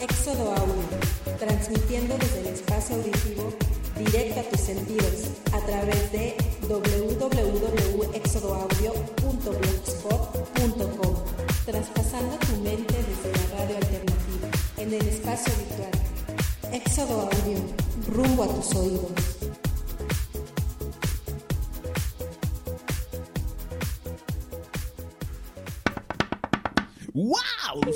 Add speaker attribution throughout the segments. Speaker 1: Éxodo Audio, transmitiendo desde el espacio auditivo directo a tus sentidos a través de www.exodoaudio.blogspot.com, traspasando tu mente desde la radio alternativa en el espacio virtual. Éxodo Audio, rumbo a tus oídos.
Speaker 2: ¡Wow!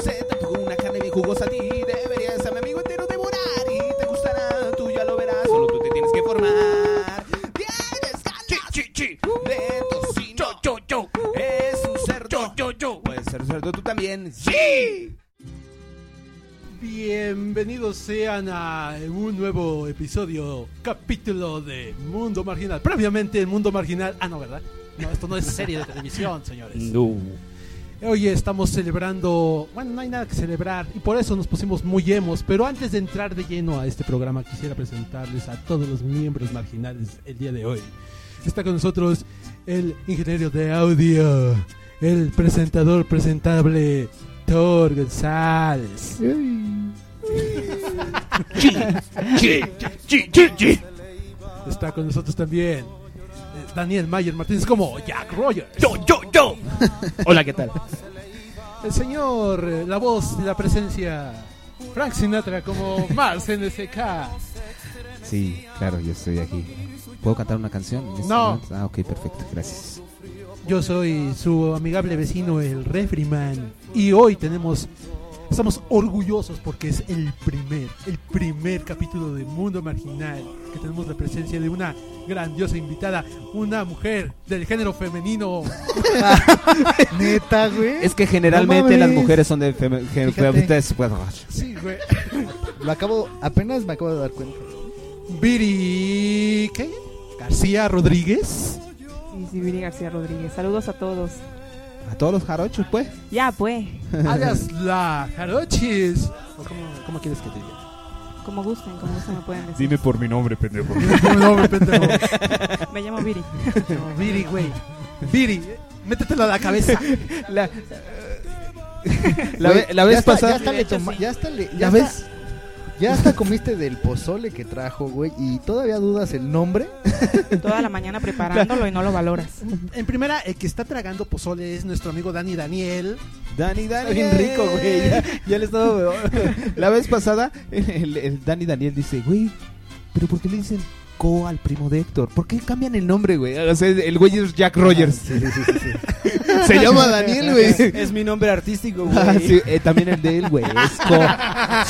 Speaker 2: Se te tocó una carne bien jugosa a ti. Deberías a mi amigo entero devorar. Y te gustará, tú ya lo verás. Solo tú te tienes que formar. Tienes ganas
Speaker 3: chi, chi.
Speaker 2: de tocino.
Speaker 3: Yo, yo, yo.
Speaker 2: Es un cerdo.
Speaker 3: Yo, yo, yo.
Speaker 2: Puedes ser cerdo tú también.
Speaker 3: ¡Sí!
Speaker 4: Bienvenidos sean a un nuevo episodio, capítulo de Mundo Marginal. Previamente el Mundo Marginal. Ah, no, ¿verdad? No, esto no es serie de televisión, señores. Hoy estamos celebrando. Bueno, no hay nada que celebrar y por eso nos pusimos muy emos. Pero antes de entrar de lleno a este programa, quisiera presentarles a todos los miembros marginales el día de hoy. Está con nosotros el ingeniero de audio, el presentador presentable, Thor González.
Speaker 3: Chi, chi, chi, chi.
Speaker 4: Está con nosotros también eh, Daniel Mayer Martínez como Jack Rogers.
Speaker 3: Yo, yo, yo.
Speaker 5: Hola, ¿qué tal?
Speaker 4: El señor, eh, la voz, la presencia, Frank Sinatra como Mars NSK.
Speaker 6: Sí, claro, yo estoy aquí. ¿Puedo cantar una canción? en este
Speaker 4: No.
Speaker 6: momento? Ah, ok, perfecto, gracias.
Speaker 4: Yo soy su amigable vecino, el Refriman. Y hoy tenemos. Estamos orgullosos porque es el primer, el primer capítulo de Mundo Marginal que tenemos la presencia de una grandiosa invitada, una mujer del género femenino.
Speaker 7: Neta, güey.
Speaker 6: Es que generalmente
Speaker 7: No
Speaker 6: las
Speaker 7: mames.
Speaker 6: mujeres son de fem- gen-
Speaker 7: Fíjate.
Speaker 6: ustedes, bueno,
Speaker 4: Sí, güey.
Speaker 7: Lo acabo, apenas me acabo de dar cuenta.
Speaker 4: Viri. ¿Qué? García Rodríguez.
Speaker 8: Y Sibiri García Rodríguez. Saludos a todos.
Speaker 6: a todos los jarochos, pues.
Speaker 8: Ya, pues,
Speaker 4: Alias la Jarochis. ¿O cómo, cómo quieres que te diga?
Speaker 8: como gusten, como gusten me pueden decir.
Speaker 3: Dime por mi nombre, pendejo.
Speaker 4: No, de repente
Speaker 8: Me llamo Viri.
Speaker 4: no. Viri, güey. Viri, métetela a la cabeza.
Speaker 6: La, la,
Speaker 7: Güey,
Speaker 6: ve- la
Speaker 7: ya
Speaker 6: vez
Speaker 7: hasta-
Speaker 6: pasada.
Speaker 7: Ya hasta
Speaker 8: De
Speaker 7: le
Speaker 8: hecho,
Speaker 7: toma-
Speaker 8: sí.
Speaker 7: ya hasta le- ya
Speaker 6: ¿La
Speaker 7: hasta-
Speaker 6: ves?
Speaker 7: Ya hasta comiste del pozole que trajo, güey, y todavía dudas el nombre.
Speaker 8: Toda la mañana preparándolo y no lo valoras.
Speaker 4: En primera, el que está tragando pozole es nuestro amigo Dani Daniel.
Speaker 6: Dani, Dani.
Speaker 4: bien rico, güey, ya-
Speaker 6: le estaba. la vez pasada, el, el Dani Daniel dice, güey, ¿pero por qué le dicen Co al primo de Héctor? ¿Por qué cambian el nombre, güey? O sea, el güey es Jack Rogers.
Speaker 7: Sí, sí, sí, sí, sí.
Speaker 6: Se llama Daniel, güey.
Speaker 5: Es mi nombre artístico, güey.
Speaker 6: Ah, sí, eh, también el de él, güey. Es Co.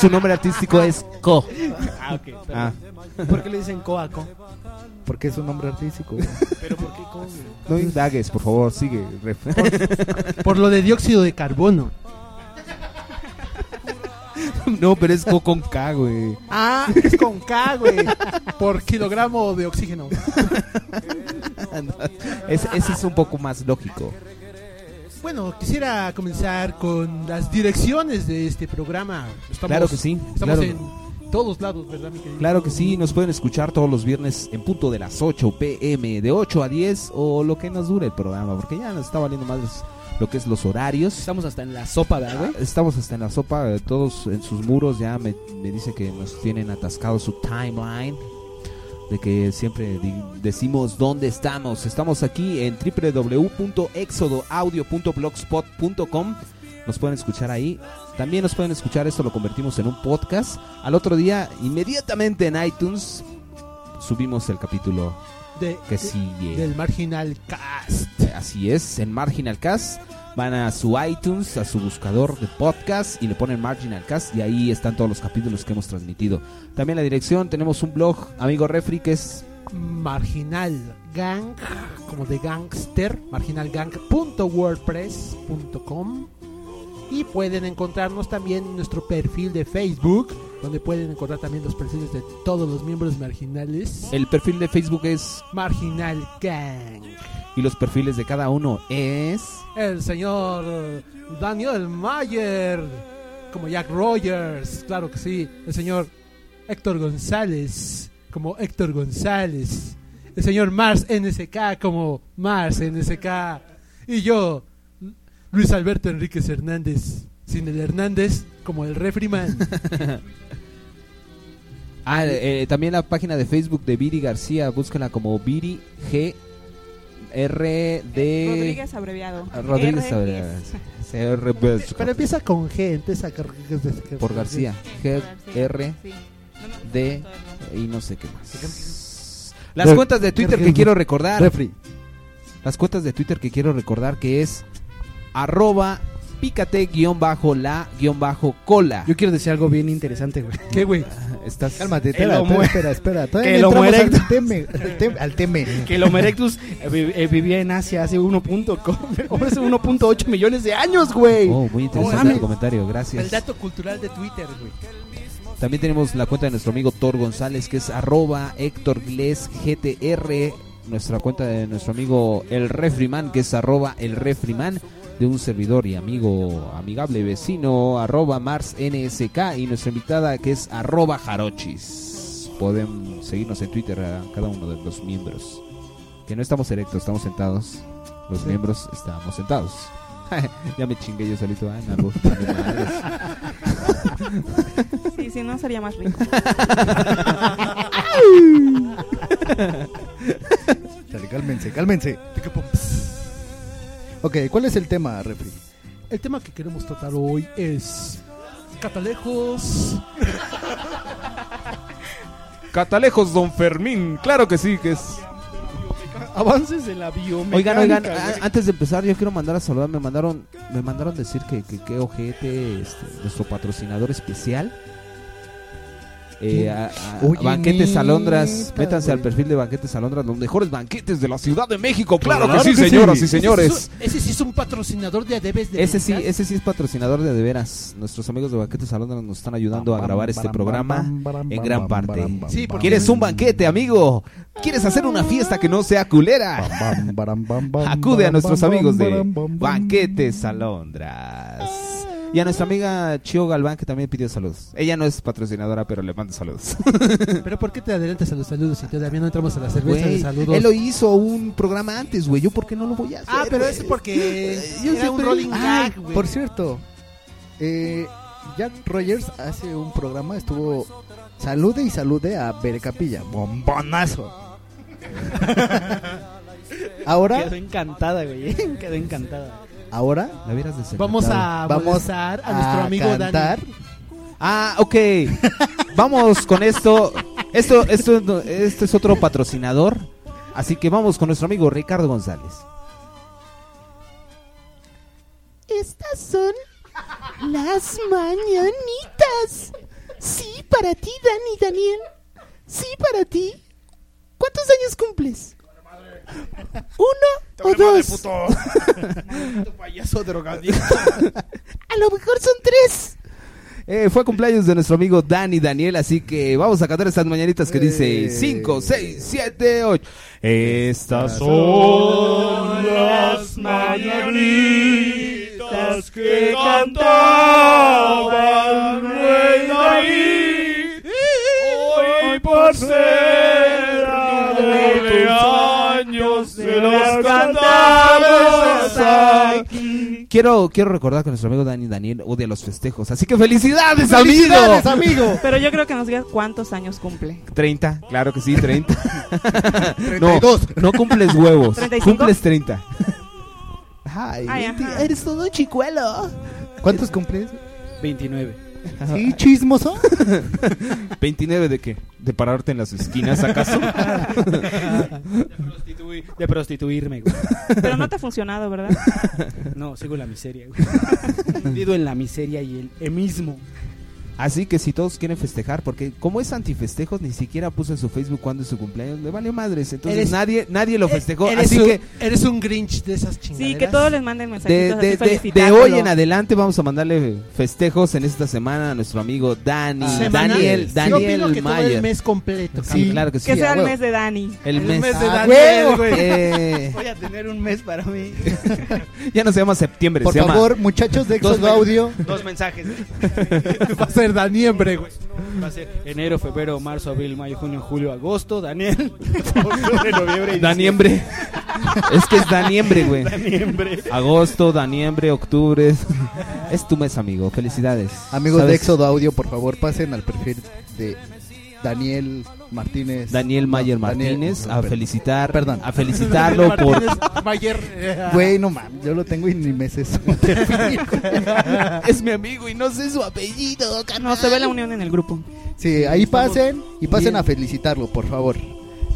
Speaker 6: Su nombre artístico es Co.
Speaker 5: Ah, ok. perdón.
Speaker 6: Ah,
Speaker 5: ¿Por qué le dicen Coaco?
Speaker 7: Porque es un nombre artístico, güey.
Speaker 5: ¿Pero por qué Co?
Speaker 6: no indagues, por favor, sigue. ref.
Speaker 4: Por lo de dióxido de carbono.
Speaker 6: No, pero es Co con K, güey.
Speaker 4: Ah, es con K, güey. Por kilogramo de oxígeno.
Speaker 6: Es- ese es un poco más lógico.
Speaker 4: Bueno, quisiera comenzar con las direcciones de este programa. Estamos-
Speaker 6: Claro que sí.
Speaker 4: Estamos
Speaker 6: Claro,
Speaker 4: en todos lados, ¿verdad, mi querido?
Speaker 6: claro que sí. Nos pueden escuchar todos los viernes en punto de las 8 pm, de 8 a 10 o lo que nos dure el programa, porque ya nos está valiendo más lo que es los horarios.
Speaker 5: Estamos hasta en la sopa, ¿verdad, güey?
Speaker 6: Estamos hasta en la sopa, eh, todos en sus muros. Ya me, me dice que nos tienen atascado su timeline. De que siempre di- decimos dónde estamos. Estamos aquí en www.exodoaudio.blogspot.com. Nos pueden escuchar ahí. También nos pueden escuchar. Esto lo convertimos en un podcast. Al otro día, inmediatamente en iTunes, subimos el capítulo
Speaker 4: De-
Speaker 6: que eh. sigue.
Speaker 4: Del Marginal Cast.
Speaker 6: Eh, Así es, en Marginal Cast. Van a su iTunes, a su buscador de podcast y le ponen Marginal Cast y ahí están todos los capítulos que hemos transmitido. También la dirección, tenemos un blog, amigo Refri, que es
Speaker 4: Marginal Gang, como de gangster, marginalgang.wordpress.com. Y pueden encontrarnos también en nuestro perfil de Facebook, donde pueden encontrar también los perfiles de todos los miembros marginales.
Speaker 6: el perfil de Facebook es
Speaker 4: Marginal Gang.
Speaker 6: y los perfiles de cada uno es
Speaker 4: El señor Daniel Mayer, como Jack Rogers, claro que sí. El señor Héctor González, como Héctor González. El señor Mars NSK, como Mars NSK. Y yo, Luis Alberto Enríquez Hernández, sin el Hernández,
Speaker 9: como el refriman.
Speaker 6: Ah, eh, también la página de Facebook de Viri García, búscala como Viri G R D Ah,
Speaker 8: Rodríguez abreviado.
Speaker 6: Rodríguez
Speaker 8: R10.
Speaker 6: Saavedra. CR Best.
Speaker 4: Pero empieza con G, empieza con-
Speaker 6: por García. G R
Speaker 8: Sí. No me acuerdo todo el
Speaker 6: D
Speaker 8: nombre.
Speaker 6: y no sé qué más. Las cuentas de Twitter que
Speaker 7: García.
Speaker 6: quiero recordar,
Speaker 7: Refri.
Speaker 6: las cuentas de Twitter que quiero recordar que es arroba pícate guión bajo la guión bajo cola.
Speaker 5: Yo quiero decir algo bien interesante, güey.
Speaker 9: ¿Qué, güey?
Speaker 6: Estás
Speaker 7: Cálmate,
Speaker 5: Que
Speaker 7: espera,
Speaker 5: lo
Speaker 7: espera,
Speaker 5: muera.
Speaker 7: espera, espera. Todavía
Speaker 5: Que
Speaker 7: no
Speaker 5: lo
Speaker 7: entramos
Speaker 5: muera.
Speaker 7: al teme, al teme, al teme.
Speaker 5: Que el Homo erectus eh, vi- eh, vivía en Asia hace 1.com, pero hace 1.8 millones de años, güey.
Speaker 6: Oh, muy
Speaker 5: Oh,
Speaker 6: interesante
Speaker 5: mames.
Speaker 6: el comentario, gracias.
Speaker 5: El dato cultural de Twitter, güey.
Speaker 6: También tenemos la cuenta de nuestro amigo Thor González, que es arroba Héctor Gles GTR. Nuestra cuenta de nuestro amigo El Refriman, que es arroba El Refriman. De un servidor y amigo, amigable vecino, arroba Mars NSK. Y nuestra invitada, que es arroba Jarochis. Pueden seguirnos en Twitter a cada uno de los miembros. Que no estamos erectos, estamos sentados. Los miembros estamos sentados. ya me chingué yo solito. ah, no, vos, madres.
Speaker 8: Sí, sí, no sería más rico.
Speaker 7: Dale, cálmense, cálmense. Ok, ¿cuál es el tema, Refri?
Speaker 9: El tema que queremos tratar hoy es catalejos.
Speaker 3: Catalejos Don Fermín, claro que sí, que es
Speaker 5: Avances de la biomecánica. ¿eh?
Speaker 6: Oigan, oigan,
Speaker 5: güey.
Speaker 6: a- antes de empezar yo quiero mandar a saludar, me mandaron, me mandaron decir que, que, que ojete, este, nuestro patrocinador especial. Eh, a- a-
Speaker 7: Oye,
Speaker 6: banquetes
Speaker 7: neta,
Speaker 6: Alondras,
Speaker 7: güey.
Speaker 6: métanse al perfil de Banquetes Alondras, los mejores banquetes de la Ciudad de México, claro,
Speaker 3: Claro
Speaker 6: que sí,
Speaker 3: que sí.
Speaker 6: señoras y señores.
Speaker 9: Ese, sí es un patrocinador de Adebes de
Speaker 6: Ese sí,
Speaker 9: verdad.
Speaker 6: ese sí es patrocinador de de veras. Nuestros amigos de Banquetes Alondras nos están ayudando a grabar este programa. en gran parte.
Speaker 9: Sí, porque-
Speaker 6: ¿Quieres un banquete, amigo? ¿Quieres hacer una fiesta que no sea culera? Acude a nuestros amigos de Banquetes Alondras. Y a nuestra amiga Chio Galván, que también pidió saludos. Ella no es patrocinadora, pero le mando saludos.
Speaker 9: Pero ¿por qué te adelantas a los saludos si todavía no entramos a la cerveza de
Speaker 6: Güey,
Speaker 9: saludos?
Speaker 6: él lo hizo un programa antes, güey. ¿Yo por qué no lo voy a hacer?
Speaker 4: Ah, pero
Speaker 6: güey?
Speaker 4: es
Speaker 7: Eh,
Speaker 4: porque
Speaker 6: Yo
Speaker 4: era un
Speaker 6: siempre-
Speaker 4: rolling
Speaker 6: Ay,
Speaker 4: gag, güey.
Speaker 7: ah, Por cierto, eh, Jack Rogers hace un programa, estuvo salude y salude a Berecapilla. Bombonazo. ahora,
Speaker 5: Quedó encantada, güey. Quedó encantada.
Speaker 7: ahora
Speaker 6: La hubieras de ser.
Speaker 9: Vamos a
Speaker 7: Vamos
Speaker 9: molestar a nuestro amigo
Speaker 7: cantar.
Speaker 9: Dani.
Speaker 6: Ah, ok. vamos con esto. Esto, esto, no- este es otro patrocinador. Así que vamos con nuestro amigo Ricardo González.
Speaker 2: Estas son las mañanitas. Sí, para ti, Dani, Daniel. Sí, para ti. ¿Cuántos años cumples? ¿Uno o dos?
Speaker 5: Payaso drogadicto.
Speaker 2: A lo mejor son tres.
Speaker 6: Eh, fue cumpleaños de nuestro amigo Dani Daniel, así que vamos a cantar estas mañanitas que dice 5, 6, 7, 8. Estas
Speaker 3: Son las mañanitas que cantaba el rey David. Hoy por ser cumpleaños se los cantamos aquí.
Speaker 6: Quiero, quiero recordar que nuestro amigo Dani Daniel odia los festejos, así que felicidades,
Speaker 7: ¡Felicidades,
Speaker 6: amigo.
Speaker 7: amigo!
Speaker 8: Pero yo creo que nos digas cuántos años cumple.
Speaker 6: 30, claro que sí, 30. no,
Speaker 7: 32.
Speaker 6: no cumples huevos,
Speaker 8: 35.
Speaker 6: cumples 30. Ay,
Speaker 8: Ay, ajá.
Speaker 2: Eres todo un chicuelo.
Speaker 7: ¿Cuántos cumples?
Speaker 5: 29.
Speaker 7: Sí, chismoso.
Speaker 6: 29 de qué? ¿De pararte en las esquinas acaso?
Speaker 5: De prostituirme, güey.
Speaker 8: Pero no te ha funcionado, ¿verdad?
Speaker 5: No, sigo en la miseria, güey. Hundido en la miseria y el emismo.
Speaker 6: Así que si todos quieren festejar, porque como es antifestejos, ni siquiera puso en su Facebook cuándo es su cumpleaños, le valió madres. Entonces
Speaker 9: Eres-
Speaker 6: nadie, nadie lo festejó.
Speaker 9: Eres
Speaker 6: Así
Speaker 9: un,
Speaker 6: que
Speaker 9: eres un Grinch de esas chingaderas.
Speaker 8: Sí, que todos les manden
Speaker 6: de,
Speaker 8: mensajitos así
Speaker 6: de, de- de
Speaker 8: felicitándolo.
Speaker 6: hoy en adelante vamos a mandarle festejos en esta semana a nuestro amigo Dani,
Speaker 9: Semanal.
Speaker 6: Daniel,
Speaker 9: Sí,
Speaker 6: Daniel
Speaker 9: Yo opino que todo el
Speaker 6: Mayer.
Speaker 9: mes completo.
Speaker 6: Sí,
Speaker 9: cabrón.
Speaker 6: claro que sí.
Speaker 8: Que sea el
Speaker 7: huevo.
Speaker 8: mes de Dani.
Speaker 6: El
Speaker 9: El
Speaker 6: mes.
Speaker 9: mes de
Speaker 6: Ah,
Speaker 9: Daniel, güey.
Speaker 6: eh,
Speaker 5: Voy a tener un mes para mí.
Speaker 6: ya no se llama septiembre,
Speaker 7: Por
Speaker 6: se llama-
Speaker 7: favor, muchachos de
Speaker 5: Dos
Speaker 7: Exodo Audio.
Speaker 5: Dos mensajes.
Speaker 9: Va a ser Daniembre, güey.
Speaker 5: Va a ser enero, febrero, marzo, abril, mayo, junio, julio, agosto. Daniel.
Speaker 6: Daniembre. Es que es daniembre, güey.
Speaker 5: Daniembre.
Speaker 6: Agosto, daniembre, octubre. Es tu mes, amigo. Felicidades.
Speaker 7: Amigos de
Speaker 6: ¿Sabes?
Speaker 7: Éxodo Audio, por favor, pasen al perfil de Daniel Martínez.
Speaker 6: Daniel Mayer
Speaker 7: No, Daniel-
Speaker 6: Martínez a
Speaker 7: perdón.
Speaker 6: felicitar,
Speaker 7: Perdón.
Speaker 6: a felicitarlo por
Speaker 4: Mayer.
Speaker 7: Güey, no mames, yo lo tengo y ni me sé su perfil, güey.
Speaker 6: es mi amigo y no sé su apellido.
Speaker 8: No, se ve la unión en el grupo.
Speaker 7: Sí, ahí pasen y pasen
Speaker 8: Bien.
Speaker 7: a felicitarlo, por favor.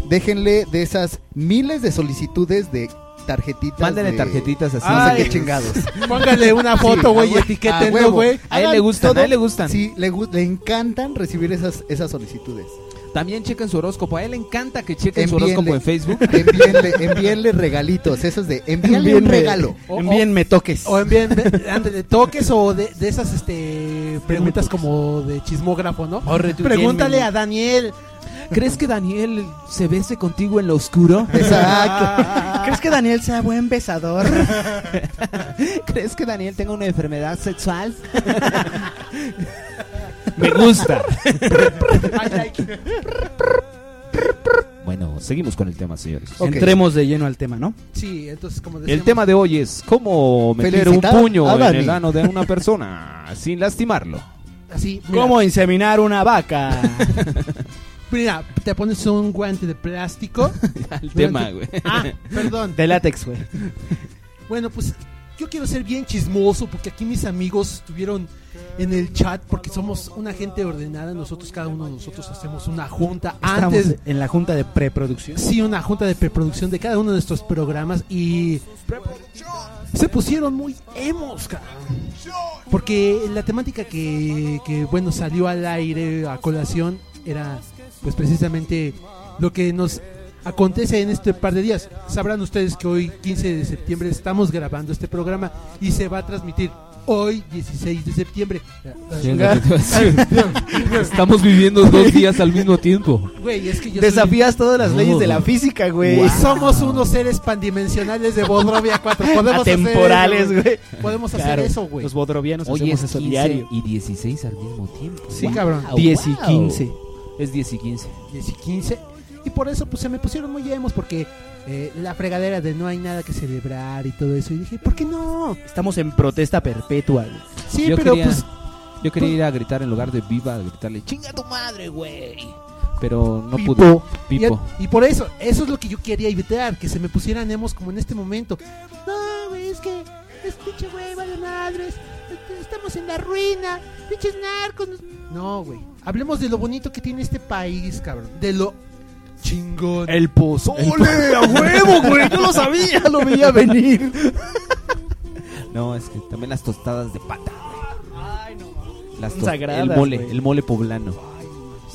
Speaker 7: Déjenle de esas miles de solicitudes de tarjetitas.
Speaker 6: Mándenle
Speaker 7: de-
Speaker 6: tarjetitas así.
Speaker 7: No sé
Speaker 6: Ay.
Speaker 7: qué chingados.
Speaker 4: Póngale una foto,
Speaker 7: a
Speaker 4: güey,
Speaker 7: hue-
Speaker 4: etiquétenlo,
Speaker 7: a huevo.
Speaker 4: güey.
Speaker 6: A él
Speaker 7: Hagan
Speaker 6: le gustan,
Speaker 7: todo-
Speaker 6: a él le gustan.
Speaker 7: Sí, le, gu- le encantan recibir esas, esas solicitudes.
Speaker 6: También chequen su horóscopo. A él le encanta que chequen su
Speaker 7: Envíenle-
Speaker 6: horóscopo en Facebook.
Speaker 7: Envíenle, envíenle regalitos, esos de envíenle un
Speaker 5: Envíenme-
Speaker 7: regalo.
Speaker 6: Oh,
Speaker 5: Envíenme toques.
Speaker 4: O envíen, ve- ándale, toques o de, de esas este preguntas como de chismógrafo, ¿no?
Speaker 6: O retuiteame.
Speaker 4: Pregúntale a Daniel.
Speaker 6: ¿Crees Oh, que Daniel se bese contigo en lo oscuro?
Speaker 5: Exacto. ¿Crees que Daniel sea buen besador?
Speaker 6: ¿Crees que Daniel tenga una enfermedad sexual? Me gusta. bueno, seguimos con el tema, señores.
Speaker 7: Ok.
Speaker 5: Entremos de lleno al tema, ¿no?
Speaker 4: Sí, entonces como
Speaker 6: El
Speaker 4: decíamos,
Speaker 6: tema de hoy es cómo meter un
Speaker 7: Felicitar
Speaker 6: puño
Speaker 7: a
Speaker 6: en
Speaker 7: Dani.
Speaker 6: el ano de una persona sin lastimarlo.
Speaker 4: así, mira,
Speaker 5: ¿Cómo inseminar una vaca?
Speaker 4: mira, te pones un guante de plástico.
Speaker 6: El
Speaker 4: tema,
Speaker 6: güey.
Speaker 4: Ah, perdón.
Speaker 5: De látex, güey.
Speaker 4: Bueno, pues yo quiero ser bien chismoso porque aquí mis amigos estuvieron en el chat porque somos una gente ordenada. Nosotros, cada uno de nosotros, hacemos una junta antes.
Speaker 5: Estamos en la junta de preproducción.
Speaker 4: Sí, una junta de preproducción de cada uno de nuestros programas y se pusieron muy emos, cabrón. Porque la temática que, que, bueno salió al aire a colación era pues precisamente lo que nos acontece en este par de días. Sabrán ustedes que hoy 15 de septiembre estamos grabando este programa y se va a transmitir hoy 16 de septiembre.
Speaker 6: Estamos viviendo dos días al mismo tiempo.
Speaker 4: Güey, es que yo soy-
Speaker 5: Desafías todas las leyes de la física, güey.
Speaker 4: Güey, Somos unos seres pandimensionales de Bodrovia 4. Podemos
Speaker 5: Atemporales,
Speaker 4: hacer eso,
Speaker 5: güey.
Speaker 4: Podemos hacer
Speaker 5: Claro,
Speaker 4: eso, güey.
Speaker 5: Los bodrovianos
Speaker 6: Hoy
Speaker 5: hacemos
Speaker 6: es
Speaker 5: eso
Speaker 6: 15
Speaker 5: diario.
Speaker 6: y 16 al mismo tiempo.
Speaker 4: Sí,
Speaker 6: Wow.
Speaker 4: cabrón.
Speaker 5: 10 y
Speaker 6: Wow.
Speaker 5: 15.
Speaker 6: Es 10 y 15.
Speaker 4: 10 y 15. Y por eso pues se me pusieron muy emos porque eh, la fregadera de no hay nada que celebrar y todo eso. Y dije, ¿por qué no?
Speaker 5: Estamos en protesta perpetua, güey.
Speaker 4: Sí,
Speaker 6: Yo
Speaker 4: pero
Speaker 6: quería-
Speaker 4: pues
Speaker 6: Yo quería ir a gritar en lugar de viva, a gritarle chinga tu madre, güey. Pero no pude.
Speaker 4: Y,
Speaker 6: Pipo.
Speaker 4: y por eso, eso es lo que yo quería evitar, que se me pusieran emos como en este momento. No, güey, es que, es pinche güey, vale madres, este, estamos en la ruina, pinches narcos. nos- No, güey, hablemos de lo bonito que tiene este país, cabrón, de lo chingón.
Speaker 5: El pozole, a huevo, güey. Yo lo sabía, lo veía venir.
Speaker 6: No, es que también las tostadas de pata. Las
Speaker 5: Son
Speaker 6: tos-
Speaker 5: sagradas,
Speaker 6: el mole,
Speaker 5: güey.
Speaker 6: el mole poblano.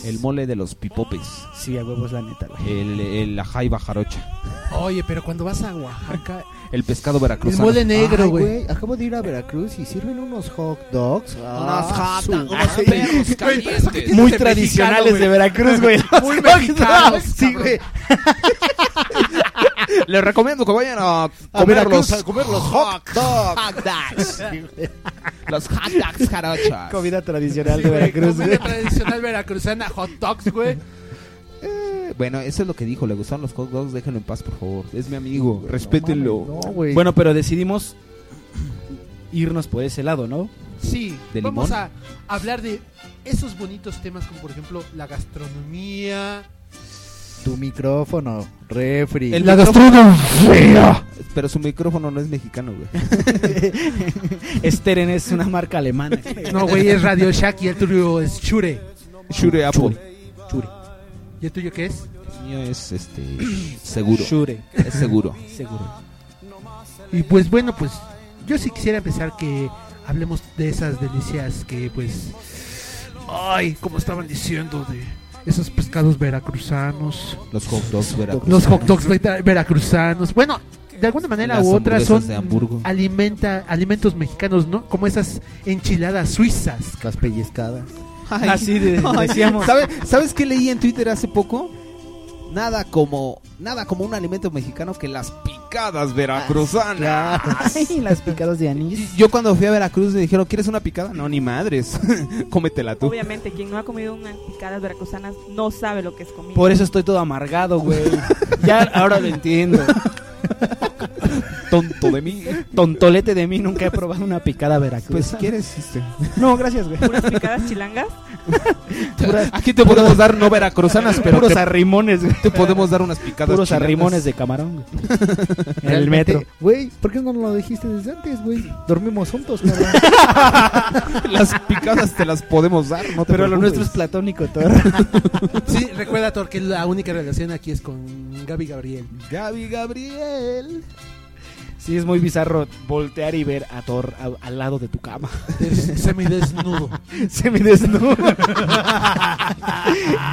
Speaker 6: El mole de los pipopes.
Speaker 5: Sí, a huevo es la neta, güey.
Speaker 6: El, el- la jaiba jarocha.
Speaker 4: Oye, pero cuando vas a Oaxaca,
Speaker 6: El pescado
Speaker 4: el
Speaker 6: veracruzano.
Speaker 4: mole negro,
Speaker 7: Ay,
Speaker 4: güey.
Speaker 7: Acabo de ir a Veracruz y sirven unos hot dogs. Ah,
Speaker 6: Unos hot dogs,
Speaker 7: su-
Speaker 6: unos perros calientes.
Speaker 5: Muy tradicionales de Veracruz, güey.
Speaker 4: Muy mexicanos,
Speaker 5: Sí, güey.
Speaker 6: Les recomiendo que vayan a comer los, hot dogs. los hot dogs jarochas.
Speaker 5: Comida tradicional
Speaker 4: Sí,
Speaker 5: de
Speaker 4: güey,
Speaker 5: Veracruz,
Speaker 4: comida
Speaker 5: güey.
Speaker 4: tradicional veracruzana, hot dogs, güey.
Speaker 6: Eh, Bueno, eso es lo que dijo. Le gustaron los hot dogs. Déjenlo en paz, por favor. Es mi amigo. Respétenlo.
Speaker 7: No, güey.
Speaker 5: Bueno, pero decidimos irnos por ese lado, ¿no?
Speaker 4: Sí,
Speaker 6: ¿De
Speaker 4: vamos
Speaker 6: limón?
Speaker 4: a hablar de esos bonitos temas como por ejemplo la gastronomía.
Speaker 7: tu micrófono, refri.
Speaker 6: El
Speaker 5: La
Speaker 6: micrófono-
Speaker 5: fea.
Speaker 6: Pero su micrófono no es mexicano, güey.
Speaker 5: Steren es una marca alemana.
Speaker 4: No, güey, es Radio Shack y el tuyo es Chure.
Speaker 6: Shure Apple.
Speaker 4: ¿Y el tuyo qué es?
Speaker 6: El mío es este, seguro.
Speaker 5: Shure,
Speaker 6: Es seguro.
Speaker 5: seguro.
Speaker 4: Y pues bueno, pues yo sí quisiera empezar que hablemos de esas delicias que pues... Ay, como estaban diciendo de esos pescados veracruzanos.
Speaker 6: Los hot dogs veracruzanos.
Speaker 4: Los hot dogs vera- veracruzanos. Bueno, de alguna manera
Speaker 6: Las
Speaker 4: u otra
Speaker 6: hamburguesas
Speaker 4: son
Speaker 6: de Hamburgo.
Speaker 4: alimenta, alimentos mexicanos, ¿no? Como esas enchiladas suizas.
Speaker 7: Las pellizcadas.
Speaker 6: Ay.
Speaker 5: Así Ah, de-
Speaker 6: Ay.
Speaker 5: decíamos.
Speaker 6: ¿Sabe- ¿Sabes qué leí en Twitter hace poco? Nada como, nada como un alimento mexicano que las picadas veracruzanas.
Speaker 5: Ay, las picadas de
Speaker 6: Y
Speaker 5: anís.
Speaker 6: Yo cuando fui a Veracruz me dijeron, ¿quieres una picada? No, ni madres. Cómetela tú.
Speaker 8: Obviamente, quien no ha comido unas picadas veracruzanas no sabe lo que es comida.
Speaker 5: Por eso estoy todo amargado, güey. Ya ahora lo entiendo.
Speaker 6: Tonto de mí.
Speaker 5: Tontolete de mí, nunca he probado una picada veracruzana.
Speaker 6: Pues si quieres, este.
Speaker 5: ah. No, gracias, güey.
Speaker 8: ¿Puras picadas chilangas?
Speaker 6: Aquí te podemos dar no veracruzanas, pero
Speaker 5: Puros
Speaker 6: te,
Speaker 5: arrimones, güey.
Speaker 6: te podemos dar unas picadas.
Speaker 5: Puros
Speaker 6: chilangas.
Speaker 5: arrimones de camarón, güey. En el
Speaker 7: Realmente,
Speaker 5: metro.
Speaker 7: Güey, ¿por qué no lo dijiste desde antes, güey? Dormimos juntos, cabrón.
Speaker 6: Las picadas te las podemos dar, no te
Speaker 5: Pero lo nuestro es
Speaker 6: preocupes.
Speaker 5: platónico, Torre.
Speaker 4: Sí, recuerda, Thor, que la única relación aquí es con Gaby Gabriel.
Speaker 6: Gaby Gabriel.
Speaker 5: Sí, es muy bizarro voltear y ver a Thor a- al lado de tu cama.
Speaker 4: Des- Semidesnudo.
Speaker 5: Se me desnuda.